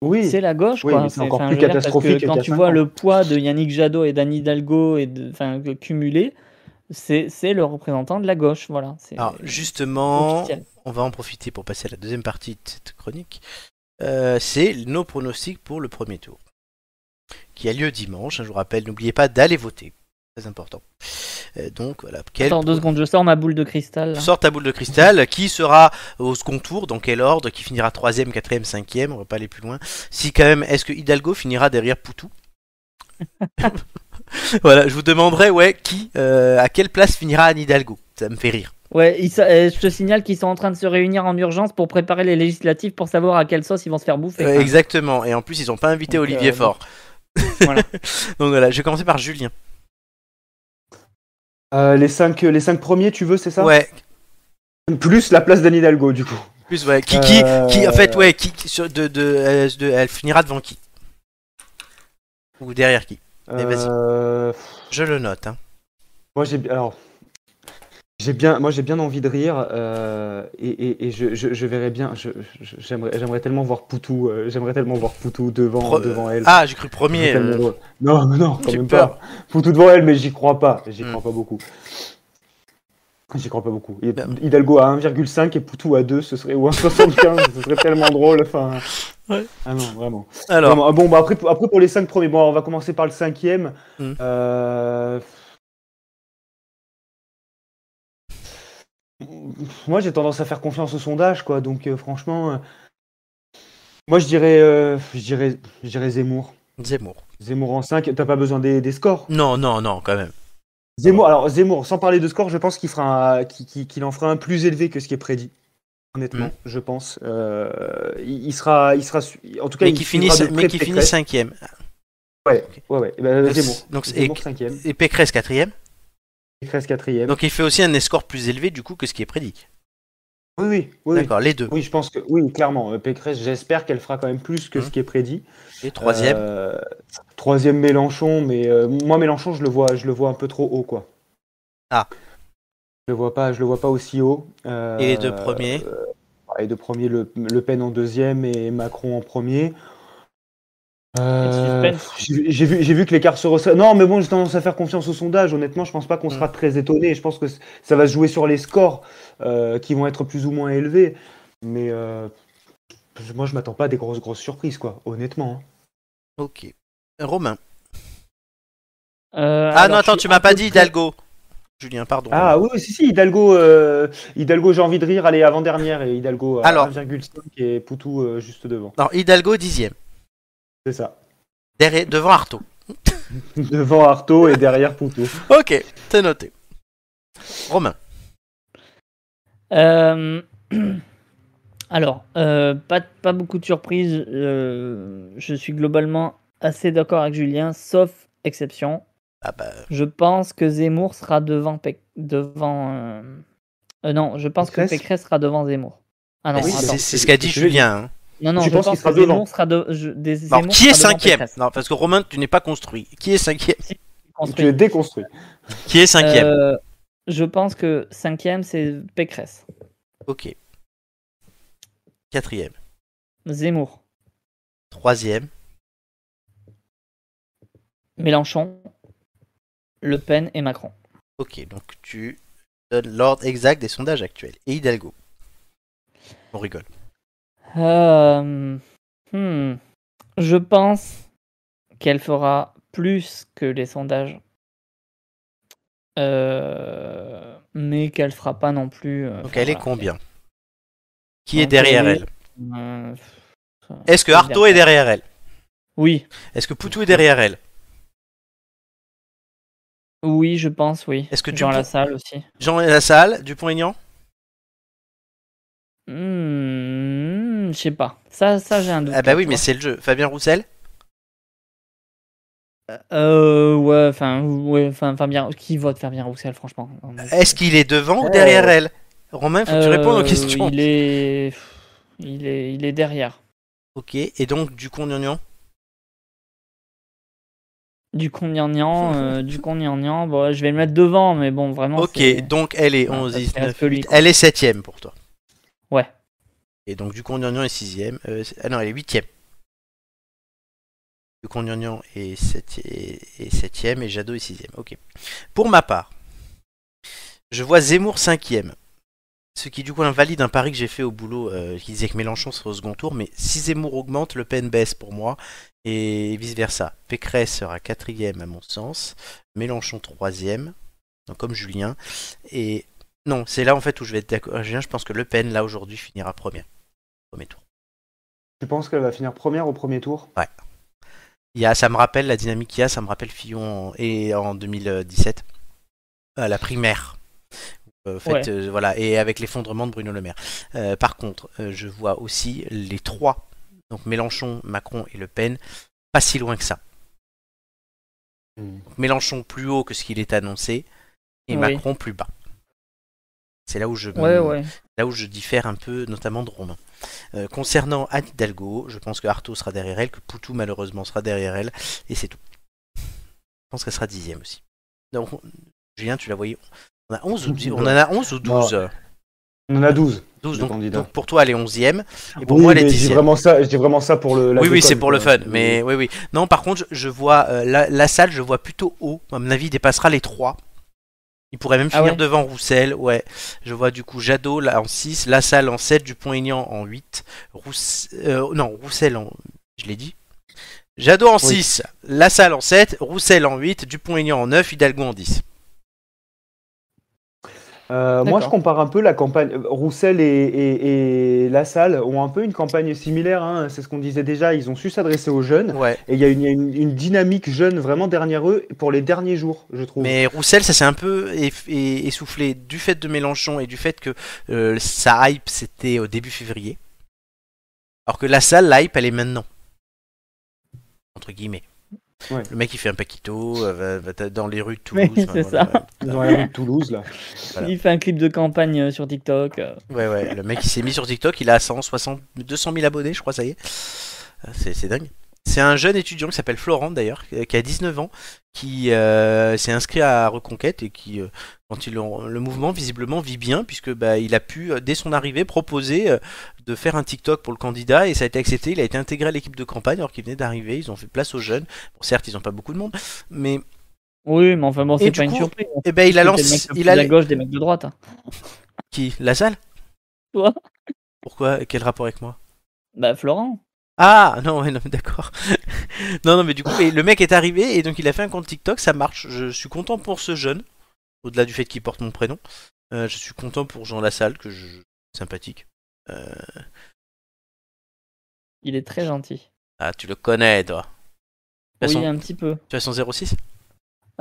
C: Oui.
B: C'est la gauche,
C: Oui,
B: quoi.
C: mais c'est encore
B: enfin,
C: plus
B: je veux dire, parce que
C: catastrophique qu'il y a
B: Quand tu
C: cinq
B: vois
C: ans.
B: le poids de Yannick Jadot et d'Anne Hidalgo et de, enfin, que- cumulé, c'est c'est le représentant de la gauche, voilà. c'est-
A: Alors, justement,
B: officiel.
A: on va en profiter pour passer à la deuxième partie de cette chronique. Euh, c'est nos pronostics pour le premier tour, qui a lieu dimanche. hein, Je vous rappelle, n'oubliez pas d'aller voter. Très important. Euh, donc, voilà. Quel...
B: Attends deux secondes, hein. je sors ma boule de cristal. là.
A: Sort ta boule de cristal, qui sera au second tour, dans quel ordre, qui finira troisième, quatrième, cinquième, on va pas aller plus loin. Si quand même, est-ce que Hidalgo finira derrière Poutou Voilà, je vous demanderai, ouais, qui, euh, à quelle place finira Anne Hidalgo Ça me fait rire.
B: Ouais, ils sa- euh, je te signale qu'ils sont en train de se réunir en urgence pour préparer les législatives pour savoir à quelle sauce ils vont se faire bouffer.
A: Euh,
B: quoi.
A: exactement, et en plus ils ont pas invité
B: Donc,
A: Olivier
B: euh,
A: Faure.
B: Voilà.
A: Donc voilà, je vais commencer par Julien.
C: Euh, les, cinq, les cinq premiers, tu veux, c'est ça
A: Ouais,
C: Plus la place d'Anne Hidalgo, du coup.
A: plus ouais, qui, qui,
C: Euh,
A: qui, en fait, ouais, qui, qui- sur- de, de, euh, de- elle finira devant qui Ou derrière qui mais Eh, vas-y.
C: Euh,
A: Je le note, hein.
C: Moi j'ai alors j'ai bien moi j'ai bien envie de rire euh, et, et, et je, je, je verrais bien je- je- j'aimerais j'aimerais tellement voir Poutou euh, j'aimerais tellement voir Poutou devant
A: Pro-
C: devant elle.
A: Ah, j'ai cru
C: C'est
A: premier.
C: tellement
A: euh,
C: drôle. Non non non quand
A: j'ai
C: même
A: peur.
C: pas. Poutou devant elle mais j'y crois pas j'y
A: Hmm.
C: crois pas beaucoup. J'y crois pas beaucoup. Et
A: Ben.
C: Hidalgo à 1,5 et Poutou à 2, ce serait ou à 1,75, ce serait tellement drôle. Enfin,
A: Ouais.
C: ah non, vraiment.
A: Alors,
C: Vraiment, ah bon, bah après, pour- après pour les cinq premiers, bon, on va commencer par le cinquième.
A: Hmm.
C: Euh, Moi, j'ai tendance à faire confiance au sondage, quoi. Donc, euh, franchement, euh, moi, je dirais, euh, je dirais, je dirais Zemmour.
A: Zemmour.
C: Zemmour en 5, t'as pas besoin des, des scores.
A: Non, non, non, quand même.
C: Zemmour, alors Zemmour, sans parler de score, je pense qu'il fera un- qu'il- qu'il- qu'il en fera un plus élevé que ce qui est prédit. Honnêtement,
A: Hmm.
C: je pense. Euh, il, il sera, il sera, su- en tout cas,
A: Mais
C: il
A: qui
C: suivra
A: finissent,
C: de
A: mais
C: près
A: qui
C: Pécresse.
A: finissent cinquième.
C: Ouais, ouais, eh ben,
A: Donc,
C: Zemmour.
A: donc, c'est-
C: Zemmour cinquième,
A: Et Pécresse quatrième.
C: Pécresse quatrième.
A: Donc il fait aussi un escore plus élevé du coup que ce qui est prédit.
C: oui, oui, oui, oui.
A: D'accord, les deux.
C: Oui, je pense que oui, clairement. euh, Pécresse, j'espère qu'elle fera quand même plus que
A: Mhm.
C: ce qui est prédit.
A: Et troisième.
C: Euh, troisième Mélenchon, mais euh, moi Mélenchon, je le vois, je le vois un peu trop haut, quoi.
A: Ah.
C: Je le vois pas, je le vois pas aussi haut. Euh,
A: Et les deux premiers
C: euh, ouais, Les deux premiers, le, le Pen en deuxième et Macron en premier. Euh,
B: Et Steve Penn.
C: J'ai j'ai vu, j'ai vu que l'écart se resserre. Non, mais bon, j'ai tendance à faire confiance au sondage. Honnêtement, je pense pas qu'on sera très étonné. Je pense que c- ça va se jouer sur les scores euh, qui vont être plus ou moins élevés. Mais euh, moi, je m'attends pas à des grosses, grosses surprises, quoi. Honnêtement. hein.
A: Ok. Romain.
B: Euh,
A: Ah non,
B: alors,
A: attends,
B: je
A: tu
B: suis un
A: m'as pas
B: peu
A: dit
B: près-
A: Hidalgo. Julien, pardon.
C: Ah oui, si, si, Hidalgo, euh, Hidalgo j'ai envie de rire, allez, avant-dernière. Et Hidalgo euh, à
A: Alors.
C: 1,5 et Poutou euh, juste devant.
A: Non, Hidalgo dixième.
C: C'est ça.
A: Derrière, devant Artaud.
C: Devant Artaud et derrière Poutou.
A: Ok, c'est noté. Romain.
B: Euh, Alors, euh, pas, pas beaucoup de surprises. euh, je suis globalement assez d'accord avec Julien, sauf exception.
A: Ah bah,
B: Je pense que Zemmour sera devant. Pec- devant euh, euh, non, je pense que
C: Pécresse
B: Pécresse sera devant Zemmour. Ah non,
A: c'est-
B: attends.
A: c'est c'est ce qu'a dit
C: je l'ai dit.
A: Julien. hein.
B: Non, non,
C: Tu
B: je
C: penses
B: pense,
C: qu'il sera
B: que Zemmour
C: devant
B: sera de- je- des-
A: Non,
B: Zemmour
A: qui est
B: sera devant
A: cinquième
B: Pécresse.
A: Non, parce que Romain, tu n'es pas construit. Qui est cinquième
C: Tu es
B: Construit.
C: déconstruit.
A: Qui est cinquième
B: Euh, je pense que cinquième, c'est Pécresse.
A: Euh, Ok. Quatrième.
B: Zemmour.
A: Troisième.
B: Mélenchon. Le Pen et Macron.
A: Ok, donc tu donnes l'ordre exact des sondages actuels. Et Hidalgo. On rigole.
B: Euh, hmm. Je pense qu'elle fera plus que les sondages. Euh, mais qu'elle fera pas non plus. euh,
A: Donc
B: enfin,
A: elle est
B: voilà.
A: combien Qui est
B: Donc,
A: derrière
B: euh,
A: elle
B: Euh, pff,
A: Est-ce que
B: c'est
A: Artaud est derrière elle
B: Oui,
A: Est-ce que Poutou est derrière elle
B: oui, je pense, oui.
A: Est-ce que tu
B: Jean
A: peux-
B: Lassalle aussi.
A: Jean Lassalle, Dupont-Aignan
B: Hmm, je sais pas. Ça, ça j'ai un doute.
A: Ah bah
B: là,
A: oui,
B: tu
A: mais
B: vois.
A: c'est le jeu. Fabien Roussel
B: Euh, ouais, enfin, ouais, enfin, Fabien- Qui vote Fabien Roussel, franchement
A: Est-ce qu'il est devant ou derrière elle Romain, Eh, faut que tu répondes aux
B: Euh,
A: questions.
B: Il est... Il, est... il est derrière.
A: Ok, et donc du coup, Aignan
B: Du congnagnan, euh, du congnagnan. Bon, je vais le mettre devant, mais bon, vraiment.
A: Ok,
B: c'est-
A: donc elle est
B: Ouais,
A: 11,
B: ça
A: 10,
B: reste
A: 9,
B: que lui,
A: 8.
B: quoi.
A: Elle est 7ème pour toi.
B: Ouais.
A: Et donc du Aignan est 6ème. ah non, elle est 8ème. Du Aignan est 7ème et Jadot est 6ème. Ok. Pour ma part, je vois Zemmour 5ème. Ce qui du coup invalide un pari que j'ai fait au boulot euh, qui disait que Mélenchon serait au second tour. Mais si Zemmour augmente, le PN baisse pour moi. Et vice-versa. Pécresse sera 4ème à mon sens. Mélenchon 3ème. Donc comme Julien. Et non, c'est là en fait où je vais être d'accord. Julien, je pense que Le Pen, là aujourd'hui, finira première. Premier tour.
C: Tu penses qu'elle va finir première au premier tour
A: Il y a, ça me rappelle la dynamique qu'il y a, ça me rappelle Fillon en, et en 2017, à la primaire. Euh, en fait,
B: Ouais.
A: euh, voilà, et avec l'effondrement de Bruno Le Maire. Euh, par contre, euh, je vois aussi les trois, donc Mélenchon, Macron et Le Pen, pas si loin que ça.
C: Hmm.
A: Donc, Mélenchon plus haut que ce qu'il est annoncé, et
B: Oui.
A: Macron plus bas. C'est là où je me-
C: Euh,
B: Ouais, ouais.
A: là où je diffère un peu, notamment de Romain. Euh, concernant Anne Hidalgo, je pense que Artaud sera derrière elle, que Poutou malheureusement sera derrière elle, et c'est tout. Je pense qu'elle sera dixième aussi. Donc, on- Julien, tu la voyais. On, a 11 ou dix- on en a 11 ou 12 euh,
C: On en a 12.
A: 12,
C: Le
A: donc,
C: candidat.
A: donc pour toi, elle est onzième, et pour
C: Oui,
A: moi, elle est
C: mais je dis
A: dixième.
C: vraiment ça, je dis vraiment ça pour le. la
A: Oui, oui,
C: déconne,
A: c'est pour le
C: quoi.
A: fun, mais oui, oui. Non, par contre, je, je vois euh, la, la salle, je vois plutôt haut. À mon avis, il dépassera les 3. Il pourrait même
B: Ah
A: finir
B: ouais
A: devant Roussel, ouais. Je vois du coup Jadot là en 6, La salle en 7, Dupont-Aignan en 8, Rousse... euh, non, Roussel en. Je l'ai dit. Jadot en
C: Oui.
A: 6, La salle en 7, Roussel en 8, Dupont-Aignan en 9, Hidalgo en 10.
C: Euh, moi, je
B: D'accord.
C: compare un peu la campagne. euh, Roussel et, et, et Lassalle ont un peu une campagne similaire. hein, C'est ce qu'on disait déjà. Ils ont su s'adresser aux jeunes.
A: Ouais.
C: Et il y a une, il y a une- une dynamique jeune vraiment derrière eux pour les derniers jours, je trouve.
A: Mais Roussel, ça s'est un peu eff- et- essoufflé du fait de Mélenchon et du fait que euh, sa hype, c'était au début février. Alors que la salle, la hype, elle est maintenant. Entre guillemets.
C: Ouais.
A: Le mec, il fait un paquito euh, va- va t- dans les rues de Toulouse.
B: Oui,
A: enfin,
B: c'est
A: voilà,
B: ça.
A: ouais.
C: Dans la rue de Toulouse, là.
A: Voilà.
B: Il fait un clip de campagne euh, sur TikTok. euh.
A: Ouais, ouais, le mec il s'est mis sur TikTok, il a 160, 200 000 abonnés, je crois, ça y est. Euh, C'est, c'est dingue. C'est- c'est un jeune étudiant qui s'appelle Florent d'ailleurs, euh, qui a 19 ans, qui euh, s'est inscrit à Reconquête et qui, euh, quand il, le mouvement visiblement vit bien, puisque bah, il a pu, euh, dès son arrivée, proposer euh, de faire un TikTok pour le candidat et ça a été accepté. Il a été intégré à l'équipe de campagne alors qu'il venait d'arriver. Ils ont fait place aux jeunes. Bon, certes, ils n'ont pas beaucoup de monde, mais
B: Oui, mais enfin bon,
A: Et
B: c'est
A: du
B: pas une
A: coup,
B: surprise.
A: eh ben, il a
B: C'était le
A: lancé.
B: mec le plus
A: Il a...
B: à gauche des mecs de droite. hein.
A: Qui La salle
B: Toi
A: Pourquoi Quel rapport avec moi
B: Bah, Florent.
A: Ah non, ouais, non mais d'accord. non, non, mais du coup, mais le mec est arrivé et donc il a fait un compte TikTok, ça marche. Je suis content pour ce jeune, au-delà du fait qu'il porte mon prénom. Euh, je suis content pour Jean Lassalle, que je. sympathique. Euh,
B: Il est très gentil.
A: Ah, tu le connais, toi. De toute
B: Oui,
A: façon-
B: un petit peu.
A: Tu as son 06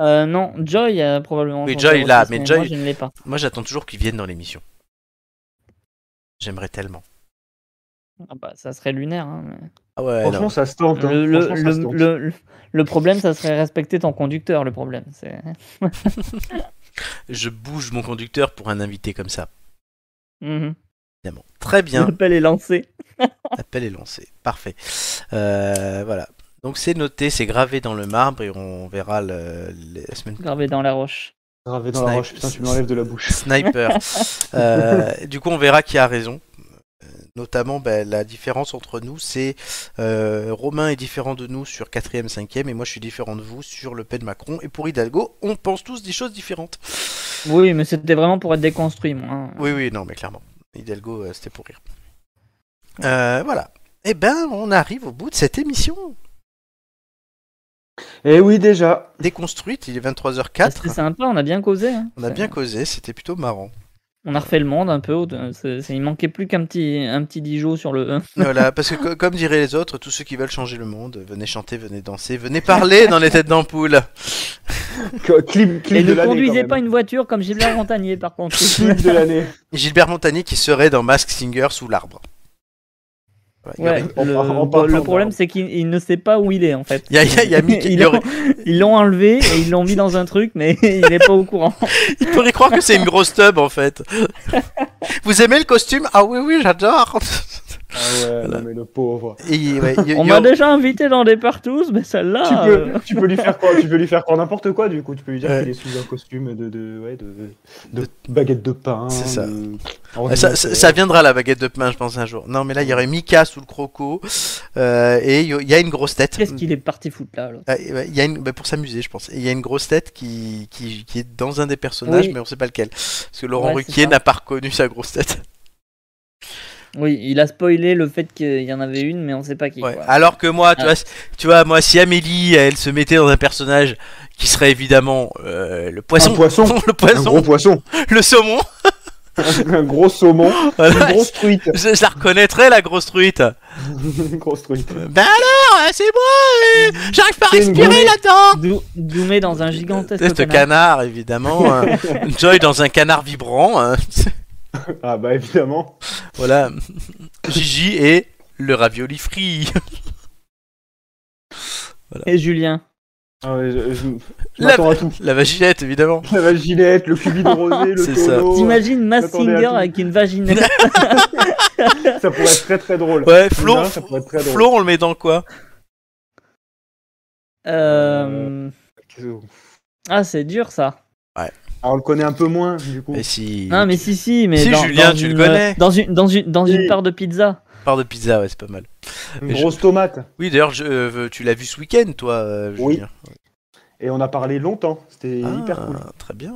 B: Euh, non, Joy a probablement.
A: Oui,
B: son
A: Joy
B: numéro
A: l'a,
B: six,
A: mais Joy-
B: Moi, je ne l'ai pas.
A: Moi, j'attends toujours qu'il vienne dans l'émission. J'aimerais tellement.
B: Ah bah, ça serait lunaire. hein, mais-
A: Ah ouais,
C: Franchement,
A: non.
C: ça se tente. hein.
B: Le, le-
C: Franchement, ça
B: le-
C: se tente.
B: le- le- le problème, ça serait respecter ton conducteur, le problème. c'est-
A: je bouge mon conducteur pour un invité comme ça.
B: Mhm.
A: Évidemment. Très bien.
B: L'appel est lancé.
A: L'appel est lancé. Parfait. Euh, voilà. Donc c'est noté, c'est gravé dans le marbre et on verra le- la semaine
B: Gravé dans la roche.
C: Gravé dans
A: Snipe.
C: la roche, putain, tu me l'enlèves de la bouche.
A: Sniper. Euh, du coup, on verra qui a raison. Euh, Notamment, ben, la différence entre nous, c'est euh, Romain est différent de nous sur 4ème, 5ème, et moi je suis différent de vous sur Le Pen Macron. Et pour Hidalgo, on pense tous des choses différentes.
B: Oui, mais c'était vraiment pour être déconstruit, moi. hein.
A: Oui, oui, non, mais clairement. Hidalgo, euh, c'était pour rire. Euh, voilà. Eh ben, on arrive au bout de cette émission.
C: Eh oui, déjà.
A: Déconstruite, il est
B: Ah, C'était
A: 23h04.
B: sympa, on a bien causé. hein.
A: On a bien causé, c'était plutôt marrant.
B: On a refait le monde un peu. c'est- c'est- Il manquait plus qu'un petit, un petit Dijon sur le.
A: Voilà, parce que co- comme diraient les autres, tous ceux qui veulent changer le monde, venez chanter, venez danser, venez parler dans les têtes d'ampoule.
C: Cl- Clip, clip
B: Et
C: de
B: ne
C: l'année.
B: conduisez
C: quand
B: pas
C: même.
B: une voiture comme Gilbert Montagnier, par contre.
C: Clip de l'année.
A: Gilbert Montagnier qui serait dans Mask Singer sous l'arbre. Ouais, il y
B: Ouais,
A: aurait-
C: En
B: le,
C: par- en
B: le
C: parlant
B: problème,
C: d'arbre.
B: c'est qu'il il ne sait pas où il est en fait.
A: Il y a, il y a- il y a Mickey-
B: Ils
A: il y aurait-
B: l'ont- Ils l'ont enlevé et ils l'ont mis dans un truc, mais il n'est pas au courant.
A: il pourrait croire que c'est une grosse tub en fait. Vous aimez le costume Ah oui, oui, j'adore.
C: Ah ouais, non, mais le pauvre.
A: Et ouais, il y-
B: On
A: il y
B: m'a
A: aurait-
B: déjà invité dans des partous, mais celle-là.
C: Tu
B: euh,
C: peux, tu peux lui faire quoi Tu peux lui faire croire n'importe quoi du coup. Tu peux lui dire
A: Ouais.
C: qu'il est sous un costume de de, ouais, de, de baguette de pain.
A: C'est ça.
C: de-
A: Ah, ça, ça- ça viendra la baguette de pain, je pense, un jour. Non, mais là, il y aurait Mika sous le croco. euh, et il y- il y a une grosse tête.
B: Qu'est-ce qu'il est parti foutre là l'autre
A: Ah, et ouais, il y a une, bah, pour s'amuser, je pense. Et il y a une grosse tête qui, qui, qui est dans un des personnages,
B: Oui.
A: mais on sait pas lequel. Parce que Laurent
B: Ouais, c'est
A: Ruquier
B: ça.
A: n'a pas reconnu sa grosse tête.
B: Oui, il a spoilé le fait qu'il y en avait une, mais on sait pas qui.
A: Ouais.
B: quoi.
A: Alors que moi, tu,
B: Ah.
A: vois, si- tu vois, moi, si Amélie, elle se mettait dans un personnage qui serait évidemment euh, le poisson,
C: Un poisson.
A: le
C: Un
A: poisson,
C: gros poisson.
A: le saumon,
C: un gros saumon.
A: voilà,
C: Une grosse truite.
A: je, je la reconnaîtrais, la grosse truite.
C: une grosse truite.
A: Ben alors, euh, c'est moi, euh, j'arrive pas à
C: C'est une
A: respirer
C: grosse-
A: là-dedans.
B: Dou- Doumé dans un
A: Euh,
B: gigantesque
A: canard,
B: canard.
A: évidemment. hein. Joy dans un canard vibrant. hein.
C: Ah bah évidemment.
A: Voilà. Gigi et le ravioli frit.
B: Et Julien.
C: Ah ouais, je, je- je
A: La-
C: m'attends à tout.
A: La vaginette, évidemment.
C: La vaginette, le cubide rosé, le
A: C'est ça.
C: tonneau.
B: T'imagines Mass
C: Oh. Attendez,
B: Singer
C: attends.
B: avec une vaginette
C: Ça pourrait être très très drôle.
A: Ouais, Flo,
C: Non, ça pourrait être très drôle.
A: Flo, on le met dans quoi
B: euh... Ah, c'est dur ça.
C: Alors Ah, on le connaît un peu moins du coup.
A: Et si.
C: Ah,
B: Non, mais si, si, mais.
A: Si,
B: dans,
A: Julien,
B: dans
A: tu le
B: une-
A: connais.
B: Dans une, dans une, dans une
C: Oui.
B: part de pizza.
A: Part de pizza, ouais, c'est pas mal.
C: Une
A: mais je-
C: grosse tomate.
A: Oui, d'ailleurs, je- euh, tu l'as vu ce week-end, toi, euh,
C: Oui.
A: Julien.
C: Et on a parlé longtemps. C'était
A: Ah,
C: hyper cool.
A: Très bien.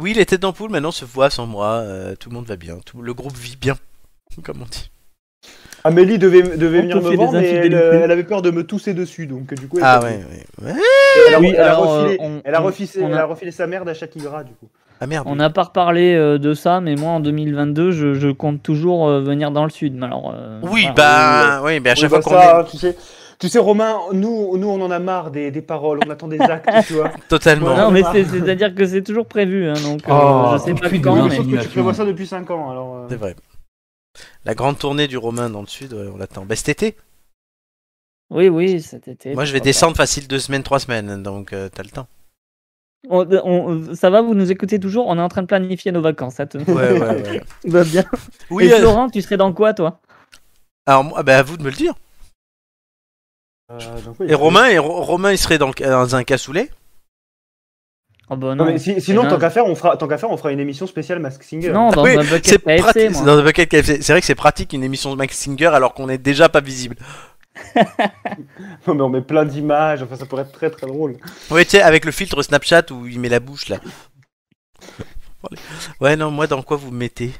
A: Oui, les têtes d'ampoule maintenant se voient sans moi. euh, tout le monde va bien. Tout... Le groupe vit bien. Comme on dit.
C: Amélie devait, devait
B: On te
C: venir me
B: fait
C: voir,
B: des
C: mais elle,
B: infidélités.
C: euh, elle avait peur de me tousser dessus, donc du coup. elle
A: Ah
C: a-
A: ouais, ouais. ouais.
C: Elle a,
B: Oui,
C: elle a
B: alors,
C: refilé,
B: euh, on-
C: elle a
B: on-
C: refilé-
B: on a-
C: elle a refilé sa merde à Shakira, du coup.
A: Ah merde.
B: On n'a pas reparlé euh, de ça, mais moi en 2022, je, je compte toujours euh, venir dans le sud. mais Alors, euh,
A: Oui,
B: voilà.
A: bah, oui, mais à
C: Oui,
A: chaque
C: bah,
A: fois qu'on
C: ça,
A: est.
C: hein, tu sais. Tu sais, Romain, nous, nous, on en a marre des, des paroles, on attend des actes, tu vois.
A: Totalement.
B: Non, mais c'est- c'est-à-dire que c'est toujours prévu, hein, donc euh,
C: Oh,
B: je sais pas
J: depuis
B: quand,
J: demain,
B: mais
J: c'est
C: Sauf que tu
J: Animation.
C: prévois ça depuis 5 ans, alors. euh,
A: C'est vrai. La grande tournée du Romain dans le sud, ouais, on l'attend. Bah, cet été.
B: oui, oui, cet été.
A: Moi, je vais
B: pourquoi pas.
A: descendre facile deux semaines, trois semaines, donc euh, t'as le temps.
B: On- on- ça va, vous nous écoutez toujours On est en train de planifier nos vacances, ça te
A: Ouais, ouais, ouais.
B: tout va Bah, bien.
A: Oui,
B: Et
A: euh,
B: Florent, tu serais dans quoi, toi
A: alors, moi, bah, à vous de me le dire.
C: Euh, donc, oui,
A: Et Romain, et Ro- Romain, il serait dans, le- dans un cassoulet.
B: Oh bah
C: Non,
B: non.
C: mais si- sinon,
B: c'est
C: tant
B: dingue.
C: qu'à faire, on fera, tant qu'à faire, on fera une émission spéciale Mask Singer.
B: Non, dans
A: Ah, Oui,
B: un
A: C'est
B: bucket
A: pratique.
B: KFC,
A: C'est
B: moi.
A: dans un bucket KFC. C'est vrai que c'est pratique une émission de Max Singer alors qu'on est déjà pas visible.
C: Non, mais on met plein d'images. Enfin, ça pourrait être très très drôle.
A: Ouais, tu sais, avec le filtre Snapchat où il met la bouche là. Ouais, non, moi dans quoi vous me mettez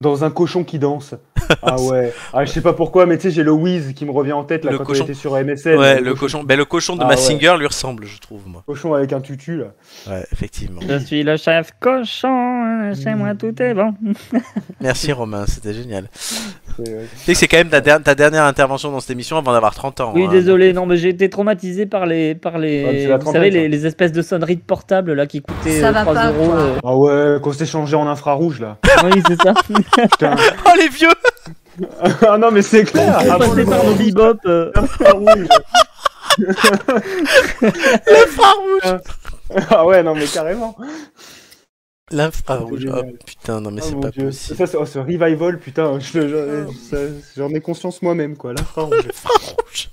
C: Dans un cochon qui danse. Ah ouais. Ah, je sais pas pourquoi, mais tu sais, j'ai le Wiz qui me revient en tête là
A: Le
C: quand
A: cochon.
C: on était sur MSN.
A: Ouais, le cochon. Ben, le cochon de
C: Ah,
A: Max
C: ouais.
A: Singer lui ressemble, je trouve, moi.
C: Cochon avec un tutu là.
A: Ouais, effectivement.
B: Je suis le chef cochon, hein, chez moi tout est bon.
A: Merci Romain, c'était génial.
C: C'est, euh,
A: Tu sais que c'est quand même ta, der- ta dernière intervention dans cette émission avant d'avoir 30
C: Oh,
A: ans.
B: Oui,
A: hein.
B: désolé, non, mais j'ai été traumatisé par les, par
C: Ouais, mais
B: les,
C: c'est la
B: vous savez,
C: trentaine, ça.
B: les, les espèces de sonneries de portable là qui coûtaient
I: Ça
B: euh,
I: va
B: 3
I: pas,
B: euros.
I: quoi.
B: euh.
C: Ah ouais, qu'on s'est changé en infrarouge là.
B: Oui, c'est ça.
C: Putain.
A: Oh les vieux
C: ah non, mais c'est clair.
B: On
C: Ah, bon,
B: passait
C: le
B: par nos bebop. euh.
C: infrarouge.
A: L'infrarouge
C: Ah ouais, non, mais carrément.
A: L'infrarouge,
C: C'est
A: oh
C: génial.
A: putain, non mais
C: Ah,
A: c'est
C: mon
A: pas
C: Dieu.
A: possible.
C: Ça, c'est- oh, ce revival, putain, je le-
B: Oh.
C: je- ça- j'en ai conscience moi-même quoi. L'infrarouge.
A: L'infrarouge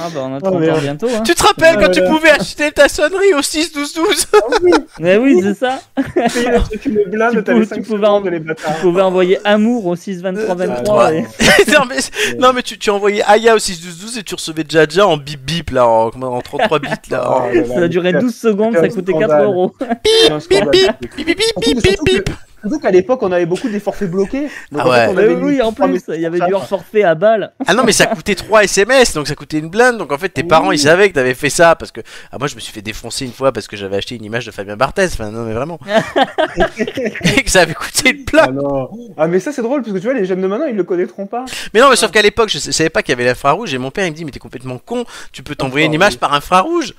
B: Ah bah on a
C: Oh,
B: 30 ans
C: merde.
B: bientôt. Hein.
A: Tu te rappelles
C: Ouais,
A: quand tu
C: ouais.
A: pouvais acheter ta sonnerie au 6-12-12
B: Mais oui, c'est ça.
C: payer le truc une
B: Tu
C: blinde, t'avais
B: pouvais-
C: 5
B: tu
C: secondes
B: pouvais en-
C: de les
B: Vous
C: bâtards.
B: pouvez envoyer amour au 6 23 23
C: Euh,
B: et-
A: non, mais, non mais tu, tu envoyais Aya au 6-12-12 et tu recevais Jaja en bip bip là, en, en 33 bits là. en-
C: Oh là là,
B: Ça a duré
C: mais
B: 12 secondes, ça
C: Quel
B: coûtait 4
C: scandale.
B: euros.
C: c'est un scandale.
A: Bip bip bip
C: Surtout-
A: bip bip
C: surtout
A: bip
C: que- Surtout qu'à l'époque, on avait beaucoup des forfaits bloqués.
A: Ah
C: Donc, en fait,
A: ouais.
C: on
B: Mais
C: avait
B: Eh oui,
C: une-
B: en
C: Ah, mais
B: plus,
C: c'est
B: il y avait
C: ça.
B: du hors forfait à balles.
A: Ah non, mais ça coûtait 3 SMS, donc ça coûtait une blinde. Donc en fait, tes parents, ils savaient que t'avais fait ça. Parce que ah, moi, je me suis fait défoncer une fois parce que j'avais acheté une image de Fabien Barthez. Enfin, non, mais vraiment. Et que ça avait coûté une blinde.
C: Ah, non. ah, mais ça, c'est drôle, parce que tu vois, les jeunes de maintenant, ils le connaîtront pas.
A: Mais non, mais sauf qu'à l'époque, je sa- savais pas qu'il y avait l'infrarouge. Et mon père, il me dit, mais t'es complètement con. Tu peux t'envoyer une image par infrarouge.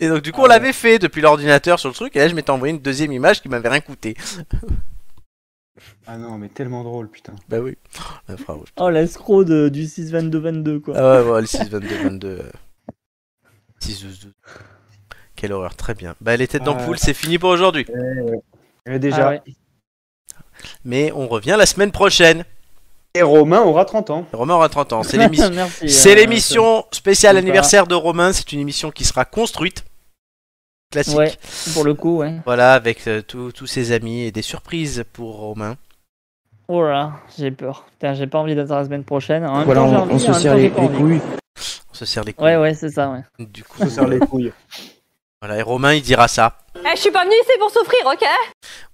A: Et donc, du coup, on
C: Ah ouais.
A: l'avait fait depuis l'ordinateur sur le truc. Et là, je m'étais envoyé une deuxième image qui m'avait rien coûté.
C: Ah non, mais tellement drôle, putain.
A: Bah oui, l'infrarouge.
B: Oh, l'escroc de- du 6 22 22 quoi.
A: Ah ouais, ouais, le 6, 22, 22. euh, 6, 12, 12. Quelle horreur, très bien. Bah, les têtes
C: Ah
A: d'ampoule, c'est fini pour aujourd'hui.
C: Et Eh ben, déjà,
B: Ah ouais.
A: Mais on revient la semaine prochaine.
C: et Romain aura 30 ans.
A: Romain aura 30 ans. C'est l'émission.
B: Merci,
A: C'est
B: euh,
A: l'émission spéciale
B: Voilà.
A: anniversaire de Romain. C'est une émission qui sera construite. Classique.
B: Ouais, pour le coup, ouais.
A: Voilà, avec euh, tous tous ses amis et des surprises pour Romain.
B: Oh là, j'ai peur. Putain, j'ai pas envie d'être à la semaine prochaine. En même
J: Voilà,
B: temps, j'ai
J: on,
B: envie,
J: on
B: en
J: se
B: même
J: serre
B: temps,
J: les,
B: j'ai pas
J: les
B: envie.
J: couilles.
A: On se serre les couilles.
B: Ouais, ouais, c'est ça, ouais.
A: Du coup,
C: Ça serre les couilles.
A: voilà. Et Romain, il dira ça.
D: Eh, je suis pas venue ici pour souffrir, ok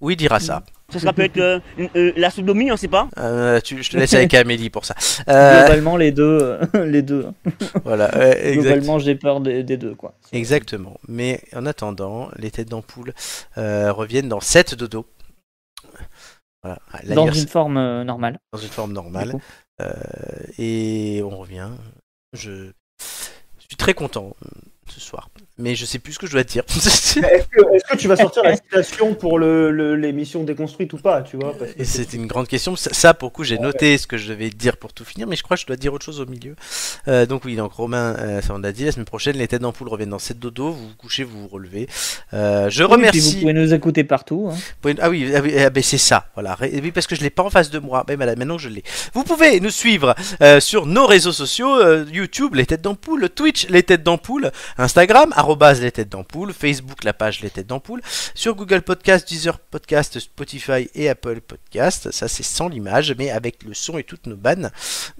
A: Oui, il dira ça.
H: Ça sera peut-être euh, une- euh, la sodomie, on sait pas.
A: Euh, tu- je te laisse avec Amélie pour ça. Euh,
B: Globalement, les deux. euh, les deux.
A: voilà, ouais, exact-
B: Globalement, j'ai peur des, des deux, quoi.
A: exactement. Mais en attendant, les têtes d'ampoule euh, reviennent dans 7 dodo. Voilà, Ah,
B: Dans
A: l'anniversaire-
B: une forme euh, normale.
A: dans une forme
B: du
A: normale.
B: coup.
A: Euh, et on revient. Je suis très content euh, ce soir, mais je sais plus ce que je dois dire.
C: Est-ce que, est-ce que tu vas sortir la citation pour le- le- l'émission déconstruite ou pas, tu vois parce que
A: Et C'est une grande question. Ça, ça, pour le coup, j'ai noté ce que je devais dire pour tout finir, mais je crois que je dois dire autre chose au milieu. Euh, donc oui, donc Romain, euh, ça on l'a dit, la semaine prochaine, les têtes d'ampoule reviennent dans 7 dodo, vous vous couchez, vous vous relevez. Euh, je
B: Oui, puis
A: remercie...
B: vous pouvez nous écouter partout. hein.
A: Point- Ah oui, ah oui, ah ben c'est ça. Voilà. Ré- Oui, parce que je l'ai pas en face de moi. Ben madame, maintenant je l'ai. Vous pouvez nous suivre euh, sur nos réseaux sociaux euh, YouTube, les têtes d'ampoule, Twitch, les têtes d'ampoule, Instagram, arrobase les têtes d'ampoule, Facebook, la page les têtes d'ampoule, sur Google Podcast, Deezer Podcast, Spotify et Apple Podcast. Ça, c'est sans l'image, mais avec le son et toutes nos bannes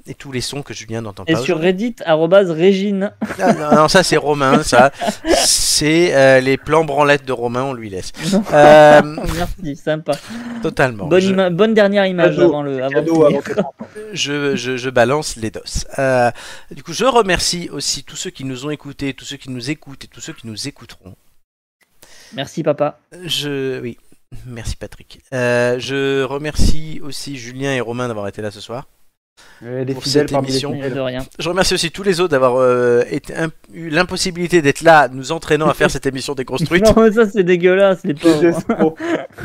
A: et tous les sons que Julien n'entend pas.
B: Et sur
A: aujourd'hui.
B: Reddit, arrobase Régine.
A: Ah, non, non, ça c'est Romain, ça. C'est euh, les plans branlettes de Romain, on lui laisse. Euh,
B: Merci, sympa.
A: totalement.
B: bonne,
A: Je-
B: ima- bonne dernière image
C: Cadeau,
B: avant le. Avant de
C: cadeau
B: finir.
C: avant tes 30 ans.
A: je, je- je balance les dos. Euh, du coup, je remercie aussi tous ceux qui nous ont écoutés, tous ceux qui nous écoutent et tous ceux qui nous écouteront.
B: Merci, papa.
A: Je, oui, merci Patrick. Euh, je remercie aussi Julien et Romain d'avoir été là ce soir.
C: Ouais, euh, Les
A: Pour
C: fidèles
A: cette
C: parmi les
A: émission.
B: Il y a
C: fidèles.
B: De rien.
A: Je remercie aussi tous les autres d'avoir euh, été- imp- eu l'impossibilité d'être là, nous entraînant à faire cette émission déconstruite.
B: Non, mais ça c'est dégueulasse, les
C: Les
B: pauvres. hein.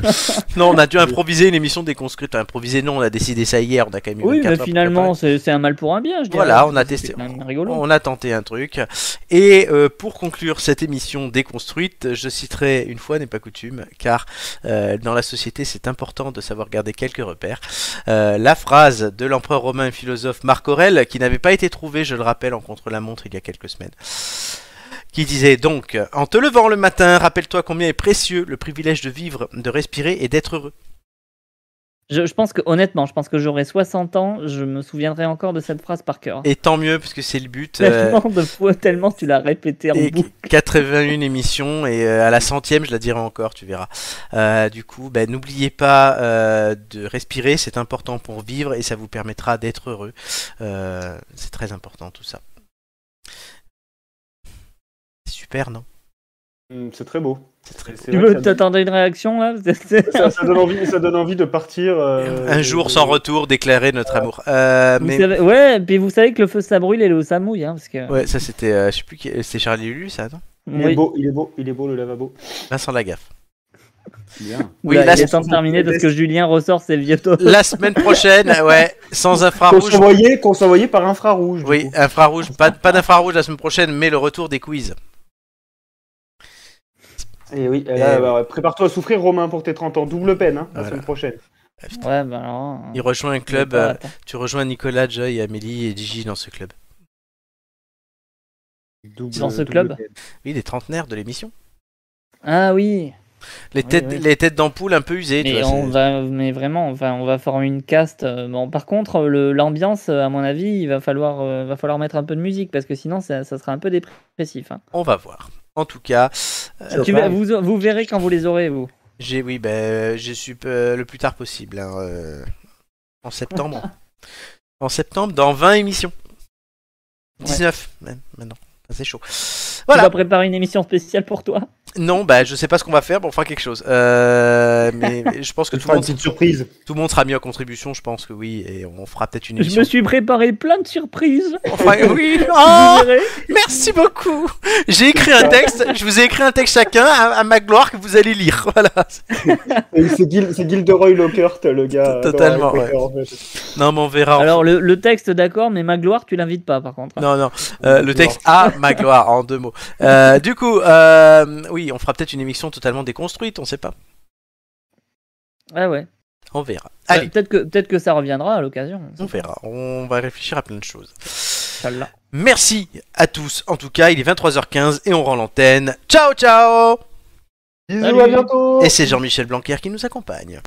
C: escrocs.
A: non, on a dû improviser une émission déconstruite. Enfin, improviser, non, on a décidé ça hier, on a quand même eu
B: Oui,
A: 24 heures
B: mais
A: pour
B: finalement, c'est c'est un mal pour un bien, je dirais.
A: Voilà, on a
B: C'est
A: testé.
B: quand même rigolo.
A: On a tenté un truc. Et euh, pour conclure cette émission déconstruite, je citerai une fois n'est pas coutume, car euh, dans la société c'est important de savoir garder quelques repères. Euh, la phrase de l'empereur romain un philosophe, Marc Aurel, qui n'avait pas été trouvé, je le rappelle, en contre-la-montre il y a quelques semaines. Qui disait donc En te levant le matin, rappelle-toi combien est précieux le privilège de vivre, de respirer et d'être heureux.
B: Je, je pense que, honnêtement, je pense que j'aurai 60 ans, je me souviendrai encore de cette phrase par cœur.
A: Et tant mieux, puisque c'est le but. euh,
B: Tellement de fois, tellement tu l'as répété en
A: et
B: boucle.
A: 81 émissions et euh, à la centième je la dirai encore tu verras Euh, du coup ben, n'oubliez pas euh, de respirer c'est important pour vivre et ça vous permettra d'être heureux Euh, c'est très important tout ça C'est super non
C: Hum, C'est très beau.
A: C'est très
C: C'est-
A: beau.
C: c'est
B: Tu
C: vrai
B: veux
C: que ça,
B: t'attendre une réaction là
C: ça- ça donne envie, ça donne envie de partir. euh,
A: un
C: de-
A: jour sans retour déclarer notre amour Euh,
B: Vous
A: mais
B: savez- Ouais, puis vous savez que le feu ça brûle et l'eau ça mouille. Hein, parce que...
A: ouais ça c'était euh, je sais plus qui... c'était Charlie Lulu ça non
C: Il est
B: Oui.
C: beau, il est beau, il est beau le lavabo.
A: Vincent Lagaffe
H: Bien.
A: oui
B: Là,
A: la,
B: il est temps de terminer parce que Julien ressort ses vieux tomes.
A: la semaine prochaine ouais sans
C: Qu'on
A: infrarouge
C: s'envoyait, qu'on s'envoyait par infrarouge. du
A: Oui,
C: coup.
A: infrarouge, pas, pas d'infrarouge la semaine prochaine, mais le retour des quiz.
C: Et oui, et là,
A: Et-
C: bah, prépare-toi à souffrir, Romain, pour tes 30 ans. Double peine, hein,
A: Voilà.
C: la semaine prochaine.
B: Ouais, bah alors.
A: Il rejoint un club,
B: Bah,
A: euh,
B: attends.
A: tu rejoins Nicolas, Joy, Amélie et Gigi dans ce club.
B: Dans ce club
A: Oui, les trentenaires de l'émission.
B: Ah oui.
A: Les
B: Oui,
A: têtes,
B: oui.
A: les têtes d'ampoule un peu usées. tu
B: Mais
A: vois,
B: on
A: c'est-
B: va, mais vraiment, on va, on va former une caste. euh, Bon, par contre, le- l'ambiance, euh, à mon avis, il va falloir, euh, va falloir mettre un peu de musique parce que sinon, ça, ça sera un peu dépressif. hein.
A: on va voir. En tout cas, euh,
B: Ah, Tu vas- vous, vous verrez quand vous les aurez, vous.
A: j'ai, oui, ben, je suis euh, le plus tard possible. hein, euh, en septembre. en septembre, dans 20 émissions.
B: Ouais.
A: 19, même, maintenant. Ça, C'est chaud.
B: Voilà.
A: Voilà.
B: Tu vas préparer une émission spéciale pour toi.
A: Non, bah, je sais pas ce qu'on va faire, mais on fera quelque chose. Euh, mais je pense que
C: Tu
A: tout le
C: feras une
A: monde
C: petite surprise.
A: Tout le monde sera mis en contribution, je pense que oui, et on fera peut-être une
B: Je
A: émission.
B: me suis préparé plein de surprises.
A: On fera- Oui,
B: Vous
A: oh,
B: verrez.
A: merci beaucoup. J'ai écrit un texte, je vous ai écrit un texte chacun à, à ma gloire que vous allez lire. Voilà.
C: Et C'est Gil- c'est Gilderoy Lockhart, le gars. euh, dans
A: Totalement,
C: Harry Potter,
A: ouais.
C: en fait.
A: Non, mais on verra.
B: Alors le, le texte d'accord, mais Magloire, tu l'invites pas par contre.
A: Non, non, euh, le texte à ma gloire en deux mots. Euh, du coup, euh, oui, on fera peut-être une émission totalement déconstruite, on sait pas.
B: Ah ouais.
A: On verra.
B: Bah,
A: Allez,
B: Peut-être que peut-être que ça reviendra à l'occasion.
A: on verra. On va réfléchir à plein de choses.
B: Inch'Allah.
A: Merci à tous. En tout cas, il est 23h15 et on rend l'antenne. Ciao, ciao.
C: Bisous,
B: Salut.
C: à bientôt.
A: Et c'est Jean-Michel Blanquer qui nous accompagne.